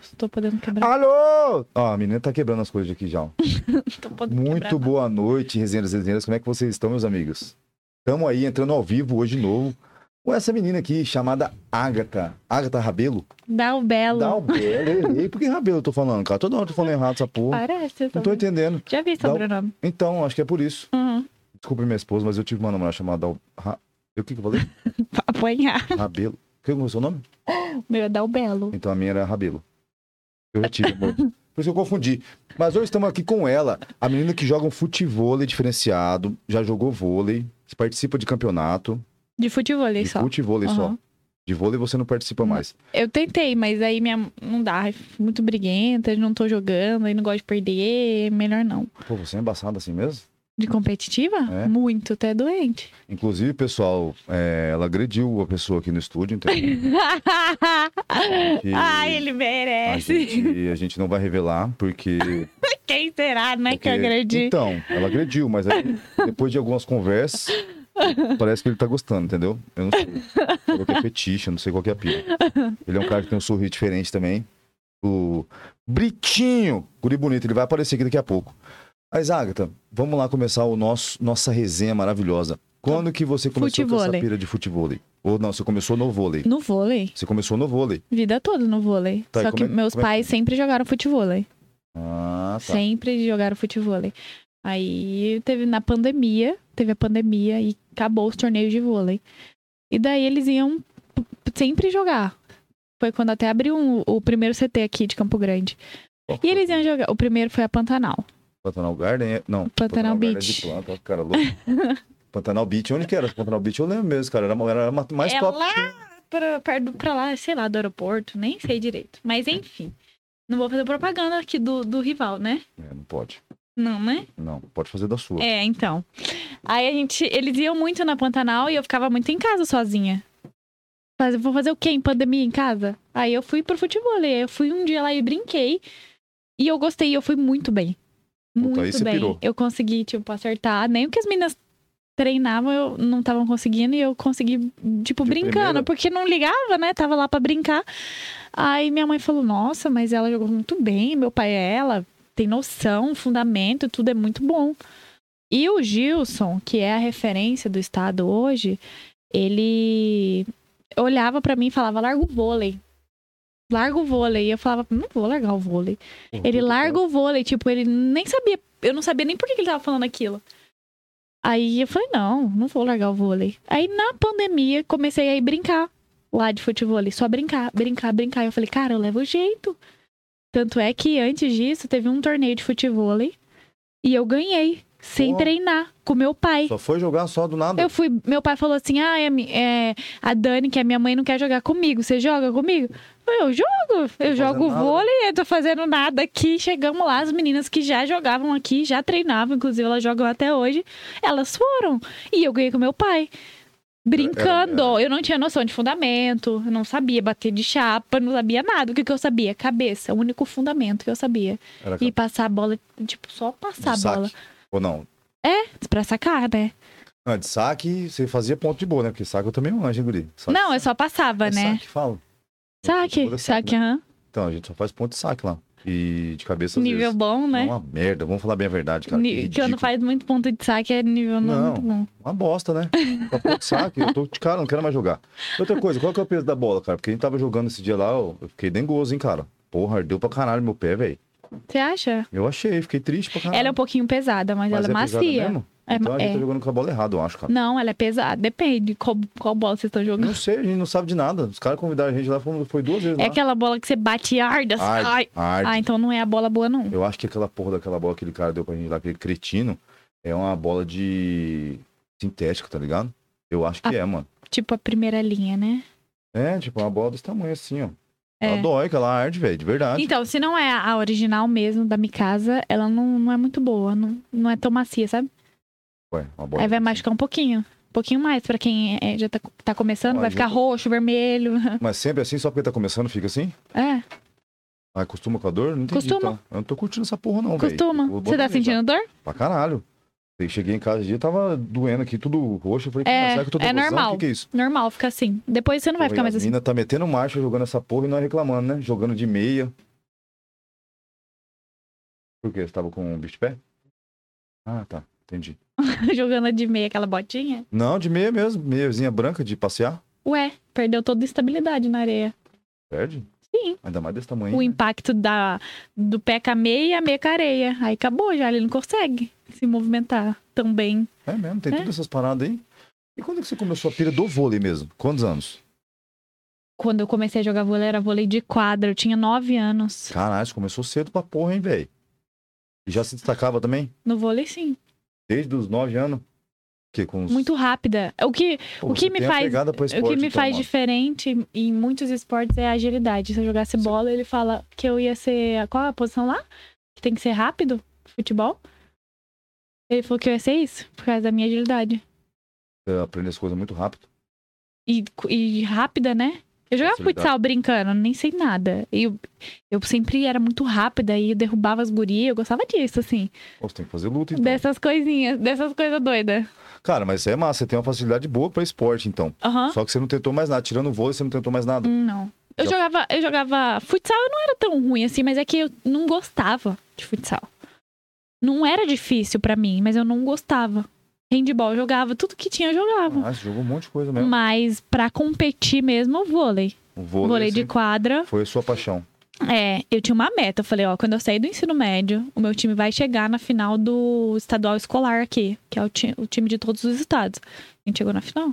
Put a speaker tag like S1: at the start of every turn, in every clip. S1: Estou podendo quebrar.
S2: Alô! Ó, a menina tá quebrando as coisas aqui já. ó.
S1: Tô podendo
S2: Muito
S1: quebrar.
S2: boa noite, resenhas resenhas. Como é que vocês estão, meus amigos? Estamos aí entrando ao vivo hoje de novo com essa menina aqui chamada Ágata. Ágata Rabelo?
S1: Dá o belo.
S2: Dá o belo. errei. Por que Rabelo eu tô falando, cara? Toda hora eu tô falando errado essa porra.
S1: Parece.
S2: Não tô
S1: também.
S2: entendendo.
S1: Já vi
S2: Então, Dá o-
S1: sobrenome.
S2: Então, acho que é por isso.
S1: Uhum.
S2: Desculpa minha esposa, mas eu tive uma namorada chamada. Dal- Ra- Eu o que, que eu falei?
S1: Pra apanhar.
S2: Rabelo. Que é o seu nome?
S1: O meu é dá o belo.
S2: Então a minha era Rabelo. Eu retiro, amor. Por isso que eu confundi. Mas hoje estamos aqui com ela, a menina que joga um futevôlei diferenciado, já jogou vôlei, participa de campeonato,
S1: De futebol,
S2: de
S1: só.
S2: futevôlei só.
S1: Aham.
S2: De vôlei você não participa mais.
S1: Eu tentei, mas aí minha... não dá. eu fico Muito briguenta, não tô jogando, aí não gosto de perder. Melhor não.
S2: Pô, você é embaçada assim mesmo?
S1: De competitiva?
S2: É.
S1: Muito, até doente.
S2: Inclusive, pessoal, é, ela agrediu a pessoa aqui no estúdio, então
S1: Ai, ele
S2: a
S1: merece.
S2: gente, a gente não vai revelar, porque...
S1: Quem será, né, que
S2: porque-
S1: eu agredi?
S2: Então, ela agrediu, mas aí, depois de algumas conversas, parece que ele tá gostando, entendeu? Eu não sei. Falou que é fetiche, eu não sei qual que é a pira. Ele é um cara que tem um sorriso diferente também. O Britinho, guri bonito, ele vai aparecer aqui daqui a pouco. Mas, Agatha, vamos lá começar o nosso, nossa resenha maravilhosa. Quando que você começou com essa
S1: Futevôlei.
S2: pira de futebol? Ou não, você começou no vôlei.
S1: No vôlei.
S2: Você começou no vôlei.
S1: Vida toda no vôlei.
S2: Tá, e
S1: Só
S2: como
S1: que
S2: é-
S1: meus
S2: como é que-
S1: pais sempre jogaram futevôlei.
S2: Ah, tá.
S1: Sempre jogaram futevôlei. Aí teve na pandemia, teve a pandemia e acabou os torneios de vôlei. E daí eles iam p- p- sempre jogar. Foi quando até abriu um- o primeiro CT aqui de Campo Grande. E eles iam jogar. O primeiro foi a Pantanal.
S2: Pantanal Garden? é- Não.
S1: Pantanal
S2: Garden
S1: Beach.
S2: É de planta, ó, cara louco. Pantanal Beach, onde que era? Pantanal Beach eu lembro mesmo, cara. Era, era mais
S1: é
S2: top.
S1: lá pra, perto- pra lá, sei lá, do aeroporto, nem sei direito. Mas enfim. Não vou fazer propaganda aqui do, do rival, né?
S2: É, não pode.
S1: Não, né?
S2: Não, pode fazer da sua.
S1: É, então. Aí a gente. Eles iam muito na Pantanal e eu ficava muito em casa sozinha. Faz- vou fazer o quê? Em pandemia em casa? Aí eu fui pro futebol. aí Eu fui um dia lá e brinquei. E eu gostei, eu fui muito bem.
S2: Puta,
S1: Muito
S2: aí você
S1: bem.
S2: pirou.
S1: Eu consegui, tipo, acertar. Nem o que as meninas treinavam, eu não estavam conseguindo. E eu consegui, tipo,
S2: De
S1: brincando.
S2: primeira.
S1: Porque não ligava, né? Tava lá pra brincar. Aí minha mãe falou, nossa, mas ela jogou muito bem. Meu pai é ela. Tem noção, fundamento, tudo é muito bom. E o Gilson, que é a referência do estado hoje, ele olhava pra mim e falava: larga o vôlei. Larga o vôlei. E eu falava: não vou largar o vôlei. É, Ele larga o vôlei. Tipo, ele nem sabia. Eu não sabia nem por que que ele tava falando aquilo. Aí eu falei: não, não vou largar o vôlei. Aí na pandemia, comecei a ir brincar lá de futebol. Só brincar, brincar, brincar. Eu falei: cara, eu levo jeito. Tanto é que antes disso, teve um torneio de futebol e eu ganhei. Sem
S2: Ó.
S1: treinar, com meu pai.
S2: Só foi jogar só do nada.
S1: Eu fui, meu pai falou assim: ah, é, mi- é, a Dani, que é minha mãe, não quer jogar comigo. Você joga comigo? Eu jogo, eu jogo
S2: nada. né?"
S1: vôlei, eu tô fazendo nada aqui. Chegamos lá, as meninas que já jogavam aqui, já treinavam, inclusive elas jogam até hoje, elas foram. E eu ganhei com meu pai. Brincando, eu não tinha noção de fundamento, eu não sabia bater de chapa, não sabia nada. O que, que eu sabia? Cabeça, o único fundamento que eu sabia.
S2: Era
S1: E passar a bola, tipo, só passar
S2: de
S1: a bola.
S2: saque. Ou não.
S1: Pra sacar, né?
S2: Ah, de saque, você fazia ponto de boa, né? Porque saque eu também não, hein, Guri? Saque-
S1: Não, eu só passava,
S2: é
S1: né?
S2: Saque, fala.
S1: Saque,
S2: Pura saque,
S1: saque, aham.
S2: Então, a gente só faz ponto de saque lá. E de cabeça. às
S1: Nível
S2: vezes.
S1: bom,
S2: É
S1: né?
S2: uma merda, vamos falar bem a verdade, cara.
S1: Ni- que eu não
S2: ridículo.
S1: faz muito ponto de saque, é nível não,
S2: Não.
S1: muito bom.
S2: Uma bosta, né? Tá pouco de saque, eu tô de cara, não quero mais jogar. Outra coisa, qual que é o peso da bola, cara? Porque a gente tava jogando esse dia lá, eu eu fiquei dengoso, hein, cara? Porra, ardeu pra caralho meu pé, velho.
S1: Você acha?
S2: Eu achei, fiquei triste pra caralho.
S1: Ela é um pouquinho pesada, mas, ela é
S2: Ah. pesada
S1: macia.
S2: mesmo?
S1: É,
S2: então a gente
S1: é.
S2: tá jogando com a bola errada, eu acho, cara.
S1: Não, ela é pesada. Depende qual, qual bola vocês estão jogando.
S2: Não sei, a gente não sabe de nada. Os caras convidaram a gente lá, foi foi duas vezes
S1: É
S2: lá.
S1: aquela bola que você bate e arda. assim,
S2: Arde,
S1: ai.
S2: arde.
S1: Ah, então não é a bola boa, não.
S2: Eu acho que aquela porra daquela bola que aquele cara deu pra gente lá, aquele cretino, é uma bola de sintética, tá ligado? Eu acho que é, mano.
S1: Tipo a primeira linha, né?
S2: É, tipo, uma bola desse tamanho assim, ó.
S1: É.
S2: Ela né? dói, que ela arde, velho, de verdade.
S1: Então, se não é a original mesmo da Mikasa, ela não, não é muito boa. Não, não é tão macia, sabe?
S2: Ué, uma bola.
S1: Aí vai
S2: dessa.
S1: machucar um pouquinho. Um pouquinho mais pra quem é- já tá, tá começando,
S2: Ó,
S1: vai
S2: já
S1: ficar
S2: tô-
S1: roxo, vermelho.
S2: Mas sempre assim, só porque tá começando, fica assim?
S1: É.
S2: Ah, costuma com a dor? Não entendi,
S1: Costuma.
S2: então. Eu não tô curtindo essa porra, não, velho.
S1: Costuma.
S2: Eu vou
S1: Você tá
S2: botar ali,
S1: sentindo dor?
S2: Pra caralho. Eu cheguei em casa esse dia, tava doendo aqui, tudo roxo. Eu falei,
S1: É,
S2: cara, será que eu tô
S1: é
S2: nervosão?
S1: normal.
S2: O que, que é isso?
S1: Normal, fica assim. Depois você não vai
S2: Pô,
S1: ficar
S2: e
S1: mais
S2: A
S1: assim.
S2: mina tá metendo marcha, jogando essa porra e nós reclamando, né? Jogando de meia. Por quê? Você tava com um bicho de pé? Ah, tá. Entendi.
S1: Jogando de meia aquela botinha.
S2: Não, de meia mesmo. Meiazinha branca de passear.
S1: Ué, perdeu toda a estabilidade na areia.
S2: Perde?
S1: Sim.
S2: Ainda mais desse tamanho.
S1: O impacto da, do pé com a meia e a meia com a areia. Aí acabou já, ele não consegue se movimentar tão bem.
S2: É mesmo, tem
S1: É.
S2: todas essas paradas aí. E quando que você começou a pira do vôlei mesmo? Quantos anos?
S1: Quando eu comecei a jogar vôlei, era vôlei de quadra. Eu tinha nove anos.
S2: Caralho, você começou cedo pra porra, hein, velho? E já se destacava também?
S1: No vôlei, sim.
S2: Desde os 9 anos? Que com os...
S1: Muito rápida. O que,
S2: Pô,
S1: o que
S2: você
S1: me
S2: tem a
S1: faz-
S2: pegada pra
S1: o
S2: esporte,
S1: que me
S2: então,
S1: faz
S2: mano.
S1: diferente em muitos esportes é a agilidade. Se eu jogasse
S2: Sim.
S1: bola, ele fala que eu ia ser. Qual a posição lá? Que tem que ser rápido? Futebol? Ele falou que eu ia ser isso, por causa da minha agilidade.
S2: Você aprende as coisas muito rápido.
S1: e, e rápida, né? Eu jogava
S2: Facilidade.
S1: futsal brincando, nem sei nada. E eu, eu sempre era muito rápida e eu derrubava as gurias, eu gostava disso, assim.
S2: Pô, Você tem que fazer luta, então.
S1: Dessas coisinhas, dessas coisas doidas.
S2: Cara, mas isso é massa. Você tem uma facilidade boa pra esporte, então.
S1: Aham.
S2: Só que você não tentou mais nada. Tirando o vôlei, você não tentou mais nada.
S1: Hum, Não. Eu
S2: Já-
S1: jogava, eu jogava. Futsal eu não era tão ruim assim, mas é que eu não gostava de futsal. Não era difícil pra mim, mas eu não gostava. Handball, eu jogava, tudo que tinha eu jogava.
S2: Ah, você jogou um monte de coisa mesmo.
S1: mas pra competir mesmo, vôlei.
S2: O
S1: Vôlei,
S2: vôlei,
S1: de
S2: sempre
S1: quadra.
S2: foi a sua paixão.
S1: É, eu tinha uma meta. Eu falei, ó, quando eu sair do ensino médio, o meu time vai chegar na final do estadual escolar aqui, que é o, ti- o time de todos os estados. A gente chegou na final?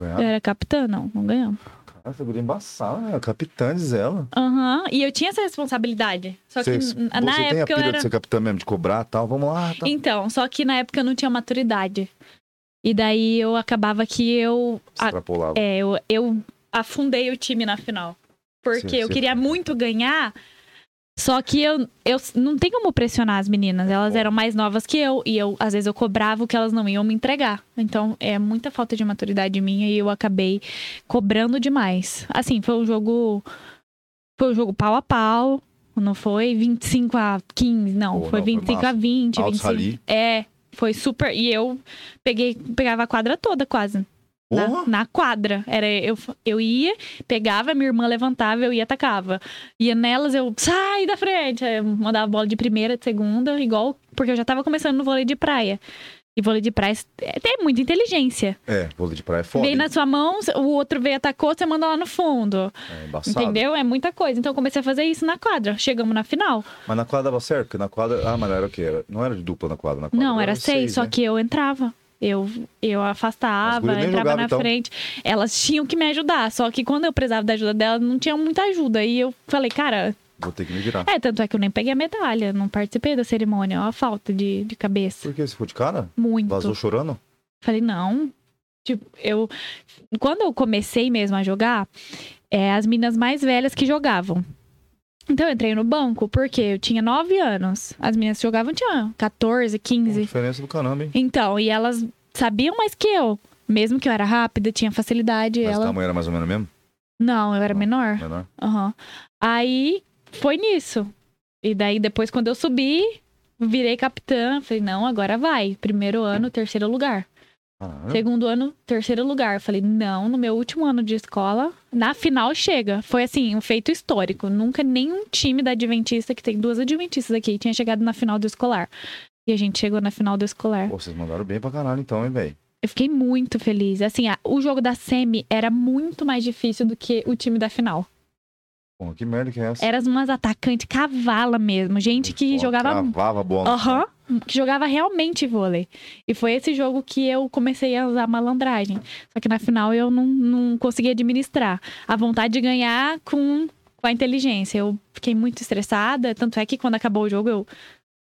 S1: Eu
S2: Ganhar.
S1: era capitã? Não, não ganhamos.
S2: Cara, essa guria é embaçada, né? Capitã, diz ela.
S1: Aham, e eu tinha essa responsabilidade. Só que
S2: você
S1: n-
S2: você
S1: na
S2: tem a
S1: época eu
S2: pira
S1: era.
S2: de ser capitã mesmo, de cobrar tal. Vamos lá, tá.
S1: Então, só que na época eu não tinha maturidade. E daí eu acabava que eu. a-
S2: Extrapolava.
S1: É, eu, eu afundei o time na final. Porque
S2: Sim,
S1: eu
S2: sim.
S1: queria muito ganhar. Só que eu, eu não tem como pressionar as meninas. Elas
S2: Bom.
S1: eram mais novas que eu. E eu, às vezes, eu cobrava o que elas não iam me entregar. Então, é muita falta de maturidade minha e eu acabei cobrando demais. Assim, foi um jogo. Foi um jogo pau a pau. Não foi 25 a 15, não.
S2: Pô,
S1: foi
S2: não, foi
S1: 25 a
S2: massa.
S1: 20.
S2: Altos
S1: 25.
S2: rally.
S1: É, foi super. E eu peguei, pegava a quadra toda, quase. Na,
S2: Porra!
S1: na quadra. Era eu, eu ia, pegava, minha irmã levantava, eu ia e atacava. Ia nelas, eu sai da frente. Aí eu mandava bola de primeira, de segunda, igual. Porque eu já tava começando no vôlei de praia. E vôlei de praia é- tem muita inteligência.
S2: É, vôlei de praia é foda.
S1: Vem
S2: hein?
S1: na sua mão, o outro veio, atacou, você manda lá no fundo.
S2: É embaçado.
S1: Entendeu? É muita coisa. Então eu comecei a fazer isso na quadra. Chegamos na final.
S2: Mas na quadra dava certo? Porque na quadra. Ah, mas era o quê? Era... Não era de dupla na quadra. Na quadra
S1: Não, era seis, só
S2: né?
S1: que eu entrava. Eu, eu
S2: As
S1: afastava,
S2: gurias nem
S1: entrava
S2: jogavam,
S1: na
S2: então.
S1: frente. Elas tinham que me ajudar, só que quando eu precisava da ajuda delas, não tinha muita ajuda. E eu falei, cara,
S2: Vou ter que me virar.
S1: é, tanto é que eu nem peguei a medalha, não participei da cerimônia, ó, a falta de, de cabeça.
S2: Por que você foi de cara?
S1: Muito.
S2: Vazou chorando?
S1: Falei, não. Tipo, eu. Quando eu comecei mesmo a jogar, é as meninas mais velhas que jogavam. Então eu entrei no banco, porque eu tinha 9 anos. As meninas que jogavam tinham 14,
S2: Pô,
S1: 15.
S2: diferença do caramba, hein?
S1: Então, e elas sabiam mais que eu. Mesmo que eu era rápida, tinha facilidade.
S2: Mas tá o
S1: ela...
S2: tamanho era mais ou menos mesmo?
S1: Não, eu era
S2: Não.
S1: menor.
S2: Menor?
S1: Aham. Aí foi nisso. E daí, depois, quando eu subi, virei capitã. Falei, não, agora vai. Primeiro ano, terceiro lugar.
S2: Caralho.
S1: Segundo ano, terceiro lugar. Falei, não, no meu último ano de escola, na final chega. Foi assim, um feito histórico. Nunca nenhum time da Adventista, que tem duas Adventistas aqui, tinha chegado na final do escolar. E a gente chegou na final do escolar.
S2: Pô, vocês mandaram bem pra caralho então, hein, velho?
S1: Eu fiquei muito feliz. Assim, a- o jogo da semi era muito mais difícil do que o time da final.
S2: Pô, que merda que é essa?
S1: Eram umas atacantes cavala mesmo. Gente que
S2: Pô,
S1: jogava.
S2: Cravava a bola.
S1: Aham. que jogava realmente vôlei. E foi esse jogo que eu comecei a usar malandragem. Só que na final eu não, não consegui administrar. A vontade de ganhar com, com a inteligência. Eu fiquei muito estressada. Tanto é que quando acabou o jogo eu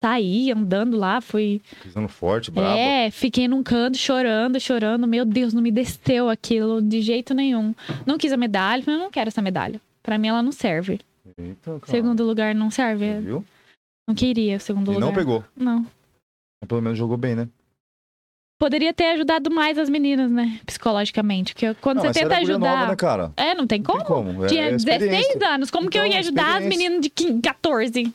S1: saí andando lá, fui
S2: Pisando forte, brabo.
S1: é, fiquei num canto chorando, chorando. Meu Deus, não me desceu aquilo de jeito nenhum. Não quis a medalha, mas eu não quero essa medalha. Pra mim ela não serve.
S2: Eita, cara.
S1: Segundo lugar não serve.
S2: Viu?
S1: Não queria o segundo
S2: E
S1: lugar.
S2: não pegou.
S1: Não.
S2: Mas Pelo menos jogou bem, né?
S1: Poderia ter ajudado mais as meninas, né? Psicologicamente. Porque quando
S2: não,
S1: você
S2: mas você
S1: tenta
S2: era guria
S1: ajudar.
S2: Nova, né, cara?
S1: É, não tem
S2: Não
S1: como.
S2: tem como. É,
S1: Tinha
S2: é experiência.
S1: 16 anos. Como que eu
S2: Então,
S1: ia
S2: é
S1: ajudar as
S2: experiência.
S1: meninas de 15, 14?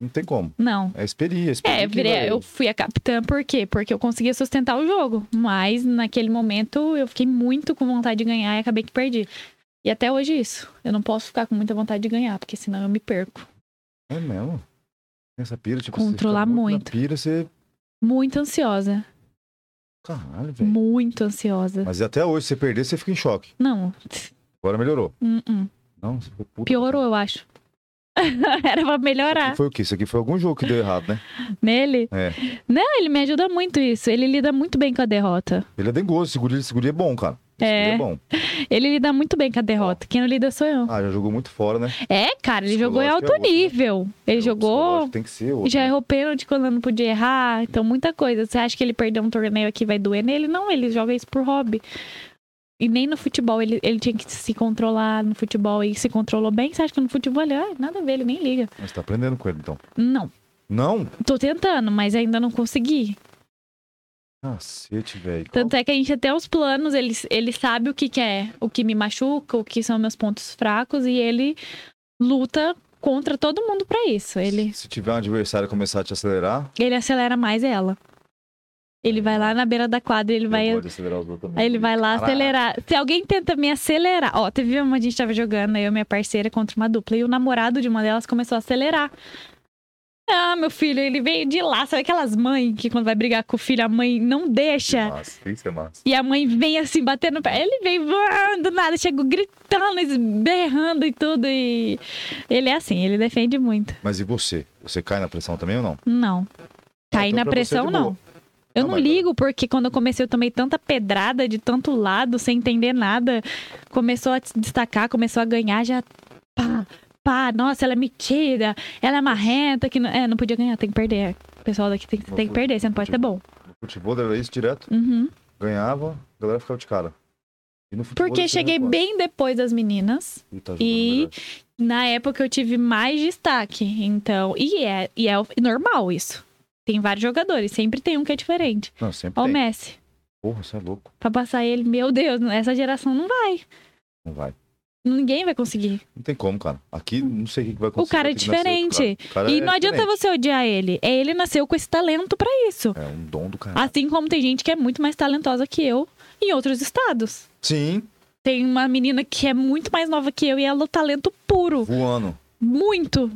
S2: Não tem como.
S1: Não.
S2: É experiência.
S1: É,
S2: experiência
S1: eu,
S2: que
S1: virei-
S2: vai-
S1: eu fui a capitã por quê? Porque eu conseguia sustentar o jogo. Mas naquele momento eu fiquei muito com vontade de ganhar e acabei que perdi. E até hoje é isso. Eu não posso ficar com muita vontade de ganhar, porque senão eu me perco.
S2: É mesmo. Nessa pira, tipo,
S1: Controlar
S2: você fica
S1: muito.
S2: Na pira, você.
S1: Muito ansiosa.
S2: Caralho, velho.
S1: Muito ansiosa.
S2: Mas até hoje, se você perder, você fica em choque.
S1: Não.
S2: Agora melhorou.
S1: hum, hum.
S2: Não, você ficou puta.
S1: Piorou, eu acho. Era pra
S2: Isso
S1: melhorar.
S2: aqui foi o quê? Isso aqui foi algum jogo que deu errado, né?
S1: Nele?
S2: É.
S1: Não, ele me ajuda muito isso. Ele lida muito bem com a derrota.
S2: Ele é dengoso, esse guri, esse guri é bom, cara. Esse
S1: É.
S2: guri é bom.
S1: Ele lida muito bem com a derrota. Quem não lida sou eu.
S2: Ah, já jogou muito fora, né?
S1: É, cara, ele jogou em alto
S2: Psicológico é outro, né?
S1: nível. Ele
S2: O
S1: jogou.
S2: psicológico Tem que ser outro.
S1: Já é um errou pênalti quando não podia errar. Então, muita coisa. Você acha que ele perdeu um torneio aqui vai doer nele? Não, ele joga isso por hobby. E nem no futebol. Ele, ele tinha que se controlar no futebol e se controlou bem. Você acha que no futebol ele, ah, nada a ver, ele nem liga.
S2: Mas tá aprendendo com ele, então.
S1: Não.
S2: Não?
S1: Tô tentando, mas ainda não consegui.
S2: Cacete, velho.
S1: Tanto é que a gente até os planos, ele, ele sabe o que, que é, o que me machuca, o que são meus pontos fracos, e ele luta contra todo mundo pra isso. Ele,
S2: Se tiver um adversário começar a te acelerar,
S1: ele acelera mais ela. Ele vai lá na beira da quadra, ele vai.
S2: eu gosto de acelerar os outros também.
S1: Aí ele vai lá
S2: Caralho.
S1: acelerar. Se alguém tenta me acelerar. Ó, teve uma, a gente tava jogando, eu e minha parceira contra uma dupla, e o namorado de uma delas começou a acelerar. Ah, meu filho, ele veio de lá. Sabe aquelas mães que quando vai brigar com o filho, a mãe não
S2: Isso é
S1: deixa?
S2: massa, isso é massa.
S1: E a mãe vem assim, batendo pé. Ele vem voando, do nada, chegou gritando, berrando e tudo. E ele é assim, ele defende muito.
S2: Mas e você? Você cai na pressão também ou não?
S1: Não. Cair na
S2: então pra você é
S1: pressão,
S2: de
S1: não.
S2: boa.
S1: Eu
S2: Não,
S1: não,
S2: mas-
S1: ligo, porque quando eu comecei, eu tomei tanta pedrada de tanto lado, sem entender nada. Começou a se destacar, começou a ganhar, já. Pá, pá, nossa, ela é metida, ela é marrenta, que não, é, não podia ganhar, tem que perder. O pessoal daqui tem, que- tem que perder, você não pode ser bom.
S2: No futebol era isso direto.
S1: Uhum.
S2: Ganhava, a galera ficava de cara. E no futebol,
S1: Porque
S2: eles
S1: cheguei
S2: ganham
S1: bem depois das meninas.
S2: quase. E tá jogando
S1: e-
S2: melhor.
S1: Na época eu tive mais destaque, então. E é, e é o- normal isso. Tem vários jogadores, sempre tem um que é diferente.
S2: Não, sempre
S1: Ó, o
S2: tem.
S1: Messi.
S2: Porra, você é louco.
S1: Pra passar ele, meu Deus, essa geração não vai.
S2: Não vai.
S1: Ninguém vai conseguir.
S2: Não tem como, cara. Aqui, não sei o que que vai acontecer.
S1: cara é
S2: aqui nasceu outro
S1: diferente.
S2: cara. O cara
S1: e
S2: é
S1: não adianta
S2: diferente.
S1: você odiar ele. É ele nasceu com esse talento pra isso.
S2: É um dom do cara.
S1: Assim como tem gente que é muito mais talentosa que eu em outros estados.
S2: Sim,
S1: Tem uma menina que é muito mais nova que eu e ela é talento puro.
S2: voando.
S1: Muito.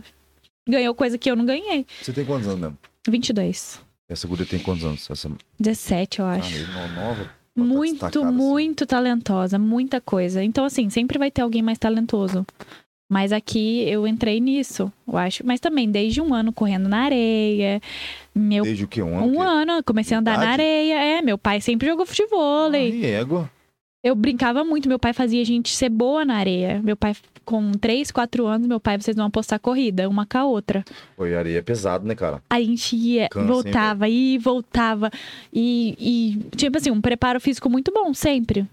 S1: Ganhou coisa que eu não ganhei.
S2: Você tem quantos anos mesmo?
S1: 22.
S2: Essa guria tem quantos anos? Essa
S1: 17, eu
S2: Ah,
S1: acho.
S2: mesmo, nova. Ela tá
S1: muito,
S2: destacada, assim.
S1: muito talentosa. Muita coisa. Então, assim, sempre vai ter alguém mais talentoso. Mas aqui eu entrei nisso, eu acho. Mas também, desde um ano correndo na areia. Meu
S2: Desde o que? Um ano?
S1: Um
S2: que...
S1: ano, eu comecei a andar na
S2: Idade?
S1: areia. É, meu pai sempre jogou futebol. hein?
S2: Ai, égua.
S1: Eu brincava muito, meu pai fazia a gente ser boa na areia. Meu pai, com 3, 4 anos, meu pai, vocês vão apostar corrida, uma com a outra.
S2: Oi, areia é pesado, né, cara?
S1: Aí a gente ia,
S2: Cansa, hein,
S1: voltava, ia, voltava. E, e, tipo assim, um preparo físico muito bom, sempre.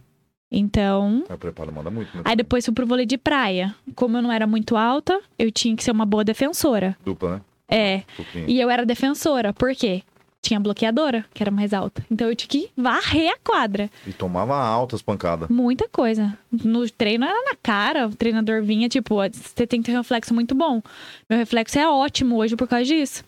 S1: Então,
S2: O preparo manda muito, né?
S1: aí depois fui pro vôlei de praia. Como eu não era muito alta, eu tinha que ser uma boa defensora.
S2: Dupla, né?
S1: É,
S2: Duplinha.
S1: E eu era defensora, por quê? Tinha bloqueadora, que era mais alta. Então eu tinha que varrer a quadra.
S2: E tomava altas pancadas.
S1: Muita coisa. No treino era na cara, o treinador vinha, tipo, "Ó, você tem que ter um reflexo muito bom. Meu reflexo é ótimo hoje por causa disso.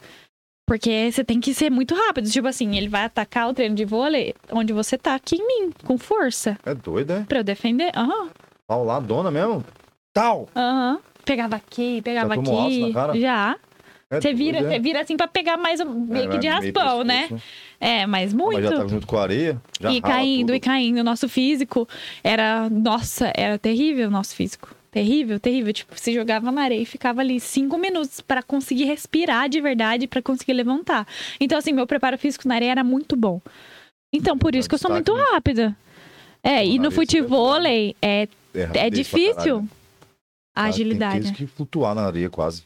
S1: Porque você tem que ser muito rápido. Tipo assim, ele vai atacar o treino de vôlei onde você tá aqui em mim, com força.
S2: É doido, é?
S1: Pra eu defender. Aham,
S2: Pauladona mesmo? Tal!
S1: aham. Pegava aqui, pegava
S2: Já
S1: aqui.
S2: tomou alça na cara?
S1: Já.
S2: É
S1: Você vira,
S2: doido, é?
S1: você vira assim pra pegar mais um
S2: É,
S1: meio que
S2: vai
S1: de
S2: meio
S1: raspão, né?
S2: pescoço,
S1: É, mas
S2: Ah,
S1: muito.
S2: Mas já tava junto com a areia. Já
S1: e
S2: rala
S1: caindo
S2: tudo.
S1: e caindo. O nosso físico era. Nossa, era terrível o nosso físico. Terrível, terrível. Tipo, se jogava na areia e ficava ali cinco minutos pra conseguir respirar de verdade, pra conseguir levantar. Então, assim, meu preparo físico na areia era muito bom. Então, por
S2: Dá
S1: isso que eu sou
S2: É um destaque, né?
S1: muito rápida. É, e
S2: na
S1: no
S2: areia você vai
S1: futebol
S2: voando.
S1: é, é
S2: rapidez pra caralho,
S1: difícil
S2: né?
S1: a
S2: Cara,
S1: agilidade. né?
S2: Tem vezes que flutuar na areia quase.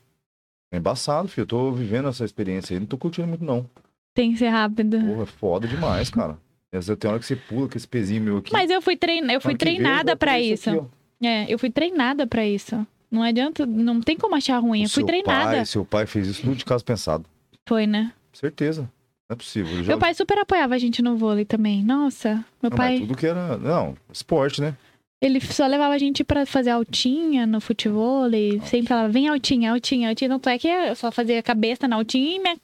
S2: É embaçado, filho. Eu tô vivendo essa experiência aí. Não tô curtindo muito, não.
S1: Tem que ser rápido.
S2: Porra, é foda demais, cara. Essa tem hora que você pula com esse pezinho meu aqui.
S1: Mas eu fui, trein... eu fui
S2: Ano que vem
S1: treinada
S2: vai
S1: pra
S2: ter
S1: isso.
S2: aqui, ó.
S1: É, eu fui treinada pra isso. Não adianta, não tem como achar ruim.
S2: O
S1: eu fui
S2: seu
S1: treinada.
S2: Pai, seu pai fez isso tudo de caso pensado.
S1: Foi, né?
S2: Certeza. Não é possível. Eu já
S1: Meu pai super apoiava a gente no vôlei também. Nossa, meu
S2: Não,
S1: pai,
S2: mas tudo que era. Não, esporte, né?
S1: ele só levava a gente pra fazer altinha no futebol e sempre falava, vem altinha, altinha, altinha. Tanto é que eu só fazia cabeça na altinha e minha...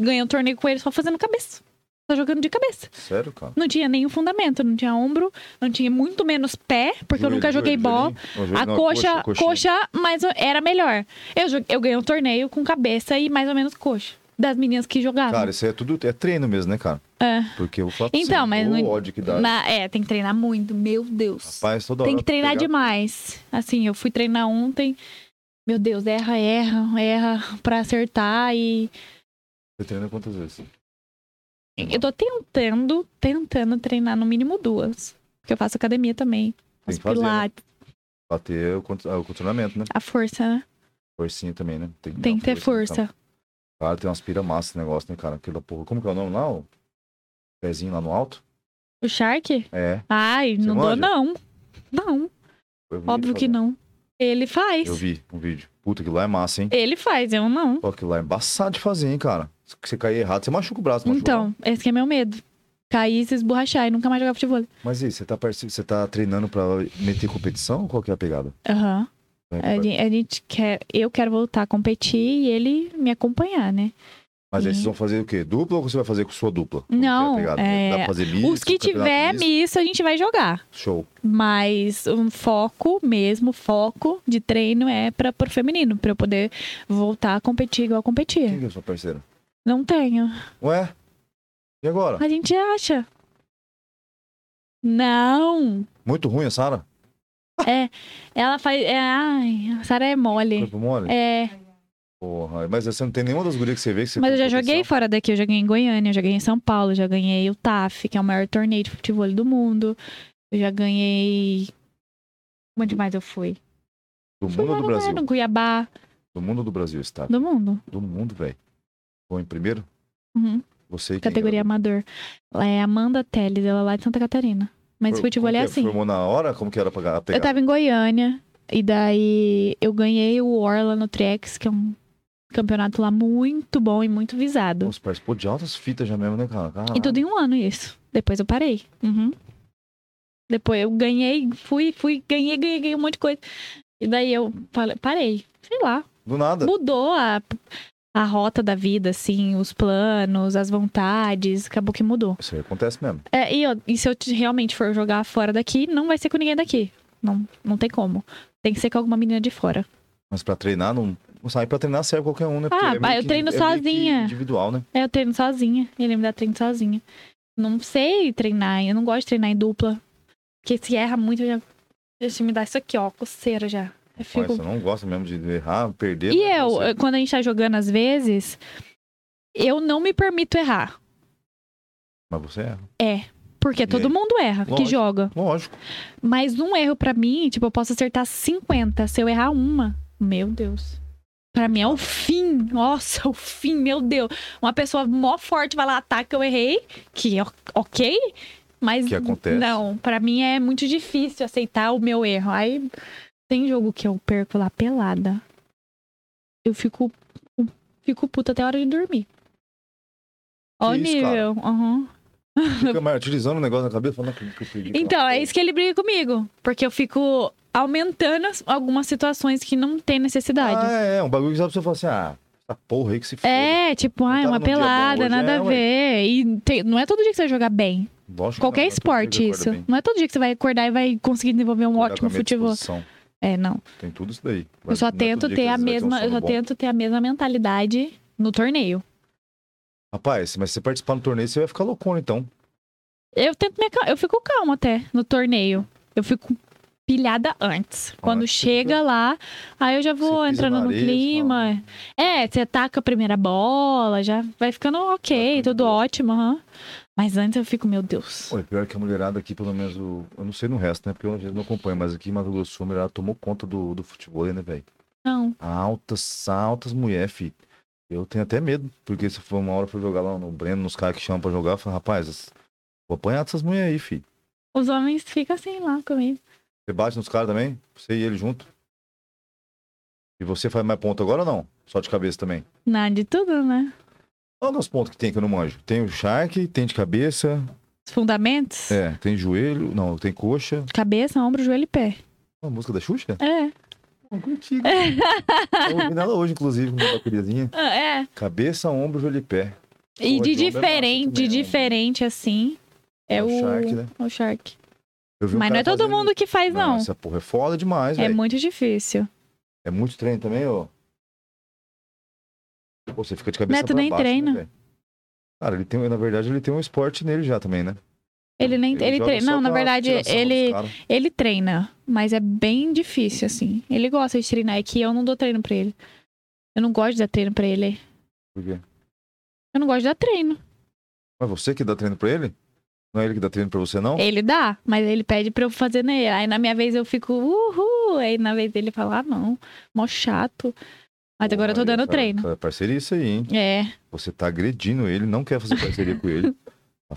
S1: ganhei um torneio com ele só fazendo cabeça. Só jogando de cabeça.
S2: Sério, cara?
S1: Não tinha nenhum fundamento, não tinha ombro, não tinha muito menos pé, porque eu
S2: Joelho,
S1: nunca joguei
S2: joelho,
S1: bola.
S2: joelhinho? Não, joelho
S1: A
S2: não, é
S1: coxa, coxa,
S2: coxinha.
S1: mas era melhor. Eu, jo- eu ganhei um torneio com cabeça e mais ou menos coxa. Das meninas que jogavam.
S2: Cara, isso é tudo é treino mesmo, né, cara?
S1: É.
S2: Porque eu falo pra você,
S1: Então, mas.
S2: um o
S1: não-
S2: ódio que dá.
S1: na- é, tem que treinar muito, meu Deus.
S2: Rapaz, toda
S1: tem
S2: hora
S1: que treinar
S2: pegar-
S1: demais. Assim, eu fui treinar ontem. Meu Deus, erra, erra, erra pra acertar e.
S2: Você treina quantas vezes?
S1: Eu tô tentando, tentando treinar no mínimo duas. Porque eu faço academia também.
S2: Tem
S1: Faço
S2: que fazer, né?
S1: pilates,
S2: Bater o, cont- ah, o condicionamento, né?
S1: a força, né?
S2: Forcinha também, né? Tem que,
S1: Tem
S2: dar
S1: que ter
S2: né, cara?
S1: força.
S2: Cara, tem umas pira massa esse negócio, né, cara? Aquilo da porra. Como que é o nome lá? O pezinho lá no alto?
S1: O Shark?
S2: É.
S1: Ai,
S2: Você
S1: não
S2: manja?
S1: dou, não. Não,
S2: eu vi
S1: óbvio
S2: ele
S1: que
S2: fazendo.
S1: não. Ele faz.
S2: Eu vi um vídeo. Puta, aquilo lá é massa, hein?
S1: Ele faz, eu não.
S2: Pô, aquilo lá é embaçado de fazer, hein, cara? Se você cair errado, você machuca o braço, machuca o braço.
S1: Então, esse que é meu medo. Cair, se esborrachar e nunca mais jogar futebol.
S2: Mas e aí, você tá, partici- você tá treinando pra meter competição? Qual que é a pegada?
S1: Aham.
S2: Como é que
S1: A
S2: vai?
S1: gente, a gente quer, eu quero voltar a competir e ele me acompanhar, né?
S2: Mas aí vocês vão fazer o quê? Dupla ou você vai fazer com sua dupla? Como
S1: Não,
S2: que é a pegada?
S1: é,
S2: Dá pra fazer misto,
S1: Os que
S2: campeonato
S1: tiver
S2: misto?
S1: misto, a gente vai jogar.
S2: Show.
S1: Mas um foco mesmo, foco de treino é para pro feminino, para eu poder voltar a competir igual eu competia.
S2: Quem que é sua parceira?
S1: Não tenho.
S2: Ué? E agora?
S1: A gente acha. Não.
S2: Muito ruim a Sara?
S1: Ela faz. é, ai, a Sara é mole.
S2: Corpo mole?
S1: É,
S2: Porra. Mas você não tem nenhuma das gurias que você vê que você
S1: mas eu já
S2: tem
S1: joguei
S2: potencial?
S1: fora daqui. Eu joguei em Goiânia, eu joguei em São Paulo, já ganhei o TAF, que é o maior torneio de futebol do mundo. Eu já ganhei. Onde mais eu fui?
S2: Do
S1: Fui
S2: mundo
S1: lá
S2: ou do
S1: no,
S2: Brasil?
S1: mar, no Cuiabá,
S2: Do mundo ou do Brasil, está?
S1: do mundo.
S2: Do mundo, velho. Bom, em primeiro,
S1: Uhum.
S2: você e quem
S1: Categoria amador. Ela é Amanda Teles, ela é lá de Santa Catarina.
S2: que
S1: Mas
S2: era? Foi-
S1: futebol
S2: como
S1: é
S2: que
S1: assim.
S2: Formou na hora? Como que era pra pegar?
S1: Eu tava em Goiânia, e daí eu ganhei o Orla no Trex, que é um campeonato lá muito bom e muito visado.
S2: Nossa, participou de altas fitas já mesmo, né, cara? Caralho.
S1: E tudo em um ano isso. Depois eu parei. Uhum. Depois eu ganhei, fui, fui, ganhei, ganhei, ganhei um monte de coisa. E daí eu falei, parei. Sei lá.
S2: Do nada.
S1: Mudou a, a rota da vida, assim, os planos, as vontades. Acabou que mudou.
S2: Isso aí acontece mesmo.
S1: É, e, ó, e se eu te- realmente for jogar fora daqui, não vai ser com ninguém daqui. Não, não tem como. Tem que ser com alguma menina de fora.
S2: Mas pra treinar, não. não Sai pra treinar serve qualquer um, né? Porque
S1: Ah,
S2: meio
S1: mas eu
S2: que-
S1: treino
S2: é meio que
S1: sozinha.
S2: Individual, né?
S1: É, eu treino sozinha. Ele me dá treino sozinha. Não sei treinar. Eu não gosto de treinar em dupla. Porque se erra muito, eu já. Deixa me dar isso aqui, ó. Coceira já. Eu
S2: Olha,
S1: fico.
S2: você não gosta mesmo de errar, perder.
S1: E
S2: né?
S1: eu,
S2: Você-
S1: quando a gente tá jogando às vezes, eu não me permito errar.
S2: Mas você erra.
S1: Porque
S2: E
S1: todo
S2: aí?
S1: mundo erra que
S2: Lógico.
S1: joga.
S2: Lógico.
S1: Mas um erro pra mim, tipo, eu posso acertar 50. Se eu errar uma, meu Deus. Pra mim é o fim. Nossa, o fim, meu Deus. Uma pessoa mó forte vai lá, ataca, eu errei. Que é o- ok, mas.
S2: Que acontece.
S1: Não, pra mim é muito difícil aceitar o meu erro. Aí tem jogo que eu perco lá pelada. Eu fico, fico puta até a hora de dormir. Ó o
S2: isso, cara?
S1: nível. Aham.
S2: Fica mais utilizando o negócio na cabeça, falando que eu perdi.
S1: Então, é isso que ele briga comigo. Porque eu fico aumentando as- algumas situações que não tem necessidade.
S2: Ah, é, um bagulho que sabe você falar assim, ah, essa porra aí que se foda.
S1: é, tipo, ah,
S2: tava
S1: uma
S2: num dia bom
S1: pelada,
S2: hoje,
S1: nada
S2: é,
S1: a
S2: ué.
S1: ver. E tem- não é todo dia que você vai jogar bem.
S2: Lógico que
S1: Qualquer
S2: não, mas todo mundo
S1: esporte,
S2: acorda
S1: isso.
S2: bem.
S1: Não é todo dia que você vai acordar e vai conseguir desenvolver um
S2: Acordar com a
S1: ótimo
S2: mesma
S1: futebol.
S2: disposição.
S1: É, não.
S2: Tem tudo isso daí.
S1: Eu só tento ter a
S2: um
S1: mesma. Eu só tento ter a mesma mentalidade no torneio.
S2: Rapaz, mas se você participar no torneio, você vai ficar loucona, então.
S1: Eu tento me acal- Eu fico calma até no torneio. Eu fico pilhada antes. Quando
S2: você
S1: chega lá, aí eu já vou
S2: Você pisa
S1: entrando
S2: na
S1: no
S2: areia,
S1: clima. É, você ataca a primeira bola, já vai ficando
S2: Vai
S1: ok,
S2: Tá ficando
S1: tudo
S2: boa.
S1: ótimo. aham. Mas antes eu fico, meu Deus.
S2: Pô, é pior que a mulherada aqui, pelo menos, o- eu não sei no resto, né? Porque eu às vezes não acompanho, mas aqui em Mato Grosso do Sul, a mulherada tomou conta do, do futebol, né, velho?
S1: Não.
S2: Altas, altas mulher, fi. Eu tenho até medo, porque se for uma hora pra eu jogar lá no Breno, nos caras que chamam pra jogar, eu falo, rapaz, as- vou apanhar dessas mulheres aí, fi.
S1: Os homens ficam assim lá comigo.
S2: Você bate nos caras também? Você e ele junto? E você faz mais ponto agora ou não? Só de cabeça também?
S1: Nada de tudo, né?
S2: Olha os pontos que tem que eu não manjo. Tem o shark, tem de cabeça,
S1: Os fundamentos.
S2: é, tem joelho, não, tem coxa.
S1: Cabeça, ombro, joelho e pé.
S2: A música da Xuxa?
S1: É.
S2: Não, contigo. eu ouvi ela hoje, inclusive, com uma bateriazinha.
S1: Ah, É.
S2: Cabeça, ombro, joelho e pé.
S1: E
S2: Pô,
S1: de
S2: Job é massa
S1: diferente, de
S2: também, né?
S1: diferente assim, é
S2: É
S1: o,
S2: o Shark, né?
S1: o Shark.
S2: Eu vi um
S1: Mas não
S2: cara
S1: é todo
S2: fazendo-
S1: mundo que faz, não.
S2: Essa porra é foda demais,
S1: é
S2: velho.
S1: muito difícil.
S2: É muito treino também, ó. Pô, você fica de cabeça
S1: Neto
S2: pra
S1: nem
S2: baixo, né,
S1: treina.
S2: velho? Cara, ele tem, na verdade, ele tem um esporte nele já também, né?
S1: Ele nem ele,
S2: joga
S1: treina.
S2: só
S1: Não, na
S2: pra
S1: verdade,
S2: tiração dos
S1: ele,
S2: caras.
S1: ele treina, mas é bem difícil, assim. Ele gosta de treinar, é que eu não dou treino pra ele. Eu não gosto de dar treino pra ele.
S2: Por quê?
S1: Eu não gosto de dar treino.
S2: Então- Mas é você que dá treino pra ele? Não é ele que dá treino pra você, não?
S1: Ele dá, mas ele pede pra eu fazer nele. Aí na minha vez eu fico, uhul. Aí na vez dele fala, ah, não, mó chato. Mas agora eu tô
S2: Olha,
S1: dando
S2: tá-
S1: treino.
S2: tá Parceria isso aí, hein?
S1: É,
S2: Você tá agredindo ele, não quer fazer parceria com ele. Tá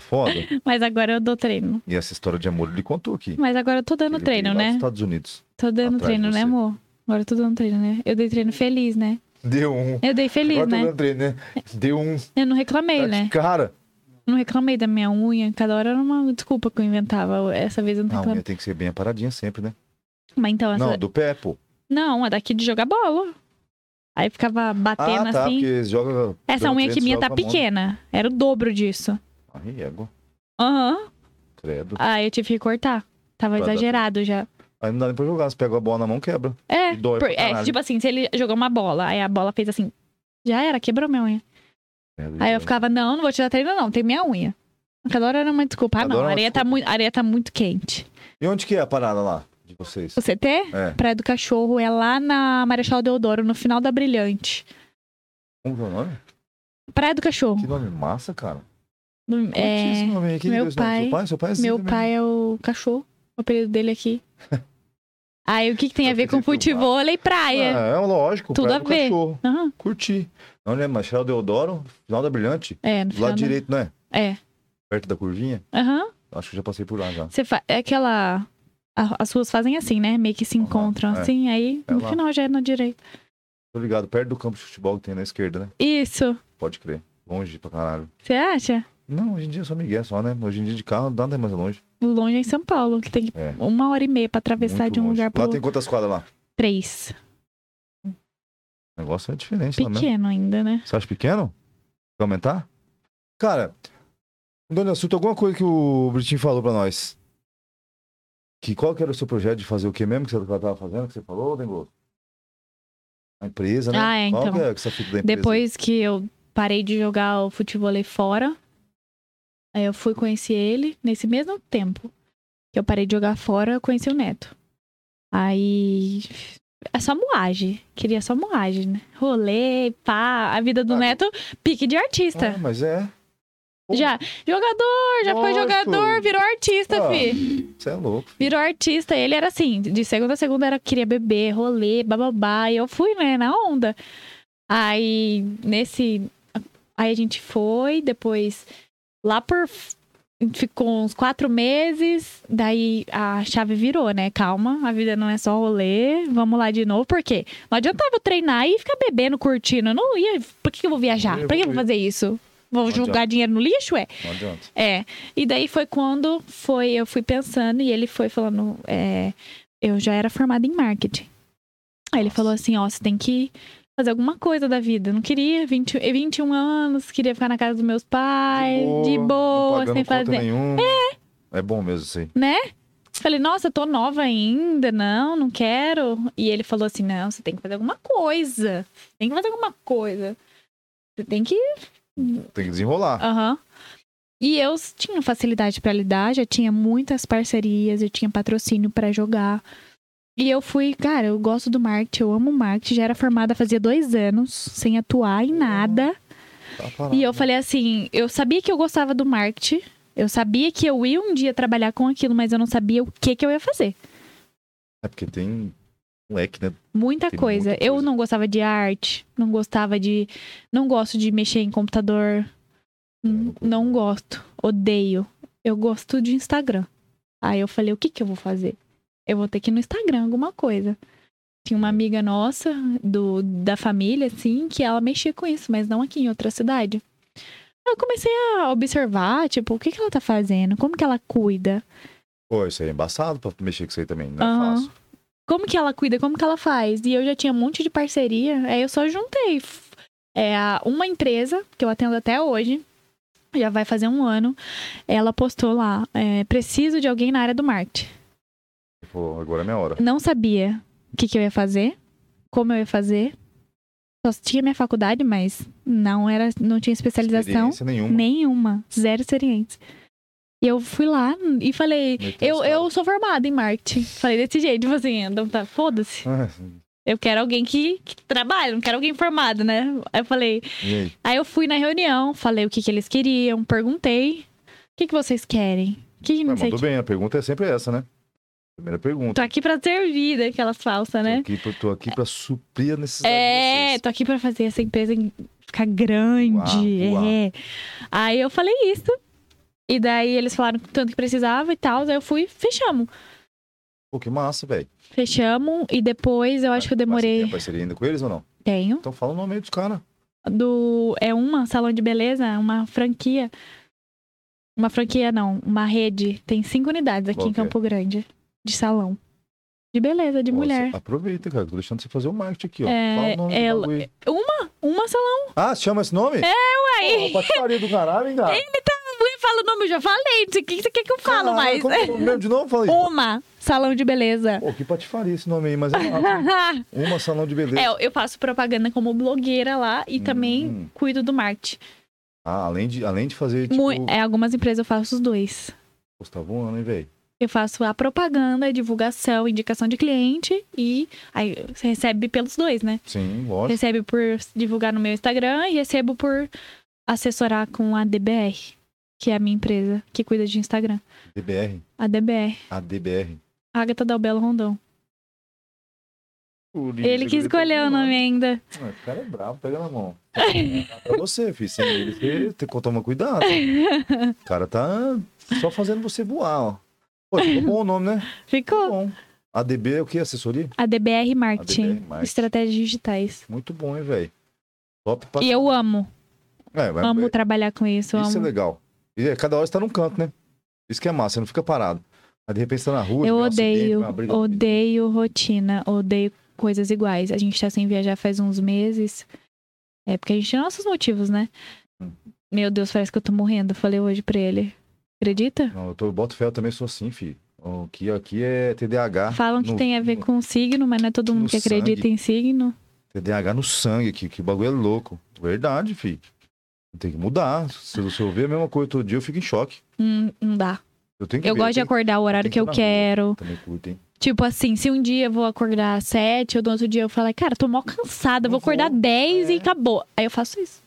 S2: foda.
S1: mas agora eu dou treino.
S2: E essa história de amor ele contou aqui.
S1: Mas agora eu tô dando
S2: Ele veio
S1: treino,
S2: lá
S1: né?
S2: Dos Estados Unidos.
S1: Tô dando
S2: atrás de
S1: treino, né,
S2: você.
S1: amor? Agora eu tô dando treino, né? Eu dei treino feliz, né?
S2: Deu um.
S1: Eu dei feliz,
S2: Agora tá
S1: né?
S2: dando treino, né? Deu um.
S1: Eu não reclamei,
S2: Tá de
S1: né?
S2: Cara,
S1: Eu não reclamei da minha unha. Cada hora era uma desculpa que eu inventava. Essa vez eu não
S2: a
S1: reclamei.
S2: unha tem que ser bem aparadinha sempre, né?
S1: Mas então, essa...
S2: Ah, Não,
S1: não.
S2: do pé, pô.
S1: é daqui de jogar bola. Aí ficava batendo
S2: Ah, tá,
S1: assim.
S2: porque joga.
S1: Essa
S2: pelo
S1: unha
S2: treino,
S1: aqui minha
S2: joga
S1: tá
S2: com a mão, né?
S1: pequena. Era o dobro disso.
S2: Ai, égua,
S1: Aham.
S2: credo.
S1: Aí eu tive que cortar. Tava
S2: Pra dar
S1: exagerado já.
S2: Aí não dá nem pra jogar, você pega a bola na mão, quebra.
S1: É,
S2: E dói
S1: por-
S2: pra
S1: é,
S2: caralho.
S1: tipo assim, se ele jogou uma bola, aí a bola fez assim, já era, quebrou minha unha.
S2: Credo,
S1: Aí eu
S2: gente.
S1: ficava, não, não vou te dar treino, não, tem minha unha. Aquela hora era uma desculpa. Ah,
S2: Cada
S1: não, a
S2: hora é uma
S1: areia, tá
S2: desculpa.
S1: muito, a areia tá muito quente.
S2: E onde que é a parada lá de vocês?
S1: O CT,
S2: É.
S1: Praia do Cachorro, é lá na Marechal Deodoro, no final da Brilhante.
S2: Como que é o nome?
S1: Praia do Cachorro.
S2: Que nome massa, cara.
S1: No-
S2: Como que esse
S1: É,
S2: nome aí? Que
S1: meu
S2: Deus, não,
S1: pai-
S2: Seu pai? Seu pai é assim
S1: meu
S2: também.
S1: pai é o cachorro, o apelido dele aqui. Aí o que, que tem a
S2: Tá
S1: ver com futebol e praia?
S2: Ah, é lógico,
S1: Tudo
S2: praia
S1: a
S2: do
S1: ver.
S2: cachorro.
S1: Aham,
S2: Curti. Não lembro, Marcelo Deodoro, final da Brilhante,
S1: é, no
S2: do
S1: final.
S2: lado
S1: da-
S2: direito, não é?
S1: É.
S2: Perto da curvinha.
S1: Aham.
S2: Acho que já passei por lá já.
S1: Você fa... É aquela. a- As ruas fazem assim, né? Meio que se
S2: Aham,
S1: encontram
S2: é.
S1: assim, aí
S2: É
S1: no
S2: lá.
S1: final já é na direita.
S2: Tô ligado, perto do campo de futebol que tem na esquerda, né?
S1: Isso.
S2: Pode crer. Longe pra caralho.
S1: Você acha?
S2: Não, hoje em dia é só Miguel, só, né? Hoje em dia de carro não dá mais longe.
S1: Longe é em São Paulo, que tem que-
S2: É.
S1: uma hora e meia pra atravessar
S2: muito
S1: de um
S2: longe.
S1: lugar
S2: Lá
S1: pro
S2: tem quantas quadras lá?
S1: três.
S2: O negócio é diferente lá mesmo.
S1: Pequeno ainda, né?
S2: Você acha pequeno? Vai aumentar? Cara, mudando de assunto, alguma coisa que o Britinho falou pra nós. Que qual que era o seu projeto de fazer o que mesmo que você tava fazendo, que você falou, Dengo? A empresa, né?
S1: Ah, é,
S2: Qual
S1: então.
S2: que é essa fita da empresa?
S1: Depois que eu parei de jogar o futebol aí fora, aí eu fui conhecer ele nesse mesmo tempo que eu parei de jogar fora, eu conheci o Neto. Aí é só moagem, queria só moagem, né? Rolê, pá, a vida do
S2: Ah,
S1: Neto, pique de artista.
S2: Ah, mas é. Pô,
S1: Já, jogador, já foi
S2: Lógico.
S1: jogador, virou artista,
S2: Ah.
S1: fi.
S2: Você é louco.
S1: Virou artista, ele era assim, de segunda a segunda era queria beber, rolê, bababá, e eu fui, né, na onda. Aí, nesse, aí a gente foi, depois, lá por, ficou uns quatro meses, daí a chave virou, né, calma, a vida não é só rolê, vamos lá de novo, por quê? Não adiantava eu treinar e ficar bebendo, curtindo, eu não ia, por que que eu vou viajar?
S2: Eu
S1: Pra que eu
S2: vou-
S1: vou fazer isso? Vou
S2: Não
S1: jogar dinheiro no lixo, é?
S2: Não adianta.
S1: É. E daí foi quando foi, eu fui pensando e ele foi falando. é, eu já era formada em marketing. Aí ele
S2: Nossa.
S1: falou assim: ó, você tem que fazer alguma coisa da vida. Eu não queria, 20, e 21 anos, queria ficar na casa dos meus pais, de
S2: não
S1: boa,
S2: pagando
S1: sem
S2: conta
S1: fazer.
S2: Nenhum. É. É bom mesmo isso aí.
S1: Falei, nossa, eu tô nova ainda, não, não quero. E ele falou assim: não, você tem que fazer alguma coisa. Tem que fazer alguma coisa. Você tem que
S2: Tem que desenrolar.
S1: Aham. E eu s- tinha facilidade pra lidar, já tinha muitas parcerias, eu tinha patrocínio pra jogar. E eu fui, cara, eu gosto do marketing, eu amo marketing. Já era formada fazia dois anos, sem atuar em nada.
S2: Tá parado.
S1: E eu falei assim: eu sabia que eu gostava do marketing, eu sabia que eu ia um dia trabalhar com aquilo, mas eu não sabia o que, que eu ia fazer.
S2: É porque tem um leque, né?
S1: Muita
S2: Tem
S1: coisa.
S2: muita
S1: Eu
S2: coisa.
S1: não gostava de arte, não gostava de. Não gosto de mexer em computador. N- Não gosto. Odeio. Eu gosto de Instagram. Aí eu falei, o que que eu vou fazer? Eu vou ter que ir no Instagram alguma coisa. Tinha uma amiga nossa, do, da família, assim, que ela mexia com isso, mas não aqui em outra cidade. Aí Eu comecei a observar, tipo, o que, que ela tá fazendo? Como que ela cuida?
S2: Pô, isso aí é embaçado pra mexer com isso aí também. Não é
S1: Aham.
S2: fácil.
S1: como que ela cuida, como que ela faz. E eu já tinha um monte de parceria, aí eu só juntei f- é, a- uma empresa, que eu atendo até hoje, já vai fazer um ano, ela postou lá, é, preciso de alguém na área do marketing.
S2: Ele falou, agora é minha hora.
S1: Não sabia o que, que eu ia fazer, como eu ia fazer. Só tinha minha faculdade, mas não era, não tinha especialização
S2: Experiência nenhuma.
S1: nenhuma, zero experiência. E eu fui lá e falei,
S2: Muito
S1: eu,
S2: arriscado.
S1: eu sou formada em marketing. Falei desse jeito, tipo assim, não tá- foda-se.
S2: Ah,
S1: Eu quero alguém que, que trabalhe, não quero alguém formado, né? Aí eu falei,
S2: e aí?
S1: Aí eu fui na reunião, falei o que, que eles queriam, perguntei. O que, que vocês querem? O que, que não
S2: Ah,
S1: sei o
S2: mandou
S1: que.
S2: bem, a pergunta é sempre essa, né? Primeira pergunta.
S1: Hum, Tô aqui pra servir daquelas falsas, né?
S2: Tô aqui, pra- tô aqui pra suprir a necessidade de
S1: É,
S2: vocês.
S1: tô aqui pra fazer essa empresa em- ficar grande.
S2: Uau, uau.
S1: É. Aí eu falei isso. E daí eles falaram o tanto que precisava e tal. Aí eu fui, fechamos.
S2: Pô, que massa, velho.
S1: Fechamos. E depois eu acho que eu
S2: Você
S1: demorei.
S2: tem parceria ainda com eles ou não?
S1: Tenho.
S2: Então fala o nome aí dos caras.
S1: do é uma salão de beleza, uma franquia. Uma franquia não, uma rede. Tem cinco unidades aqui em
S2: Ok.
S1: Campo Grande de salão de beleza de
S2: Ó,
S1: mulher.
S2: você- Aproveita, cara. que eu Tô deixando você fazer o marketing aqui, ó.
S1: É,
S2: Fala o nome do
S1: ela-
S2: bagulho aí.
S1: Uma salão.
S2: Ah, chama esse nome? É,
S1: Ué,
S2: Pataria do caralho, hein, cara?
S1: eu falo o nome, eu já falei. O que você quer que eu falo mais?
S2: Como que é o nome mesmo de novo? Fala aí.
S1: Uma salão de beleza.
S2: Pô, que patifaria esse nome aí, mas é massa. Uma salão de beleza.
S1: é, eu faço propaganda como blogueira lá e também
S2: Hum.
S1: cuido do marketing.
S2: Ah, além de, além de fazer, tipo,
S1: Mui- é, algumas empresas eu faço os dois.
S2: Pô, você tá voando, hein, velho?
S1: Eu faço a propaganda, a divulgação, indicação de cliente e aí você recebe pelos dois, né?
S2: Sim, lógico.
S1: Recebe por divulgar no meu Instagram e recebo por assessorar com a DBR, que é a minha empresa que cuida de Instagram.
S2: DBR.
S1: A DBR,
S2: ADBR.
S1: Agatha Dalbelo Rondon. Ele que escolheu o nome ainda.
S2: Ah, O cara é bravo, pega na mão. Dá pra você, filho. Sem ele, você tem que tomar cuidado. O cara tá só fazendo você voar, ó. Pô, ficou bom o nome, né? Ficou
S1: Ficou.
S2: bom. ADB é o quê? Assessoria?
S1: A DBR Marketing,
S2: ADBR Marketing.
S1: Estratégias Digitais.
S2: Muito bom, hein, velho? Top pra...
S1: E eu amo,
S2: É, vai-
S1: amo trabalhar com isso.
S2: Isso é
S1: Amo.
S2: legal. E é, cada hora você tá num canto, né? Isso que é massa, você não fica parado. Aí de repente você tá na rua,
S1: Eu
S2: vem um acidente,
S1: odeio,
S2: vem uma briga.
S1: odeio rotina, odeio coisas iguais. A gente tá sem viajar faz uns meses. É porque a gente tem nossos motivos, né?
S2: Hum.
S1: Meu Deus, parece que eu tô morrendo. Falei hoje pra ele. Acredita?
S2: Não, eu, tô, eu boto fé, eu também sou assim, filho. O que aqui é TDAH.
S1: Falam que
S2: no-
S1: tem a ver
S2: no-
S1: com signo, mas não é todo mundo
S2: no
S1: que acredita
S2: sangue.
S1: em signo.
S2: TDAH no sangue aqui, que bagulho é louco. Verdade, filho. Tem que mudar. Se você ouvir a mesma coisa todo dia, eu fico em choque.
S1: Hum, não dá.
S2: Eu tenho que
S1: Eu
S2: ver,
S1: gosto de
S2: tenho
S1: acordar o horário
S2: tem
S1: que
S2: que
S1: eu
S2: tá na rua.
S1: quero.
S2: que- Também curto, hein?
S1: Tipo assim, se um dia eu vou acordar às sete, ou no outro dia eu falar, cara, tô mó cansada,
S2: Não
S1: vou acordar
S2: vou.
S1: dez e
S2: É.
S1: acabou. Aí eu faço isso.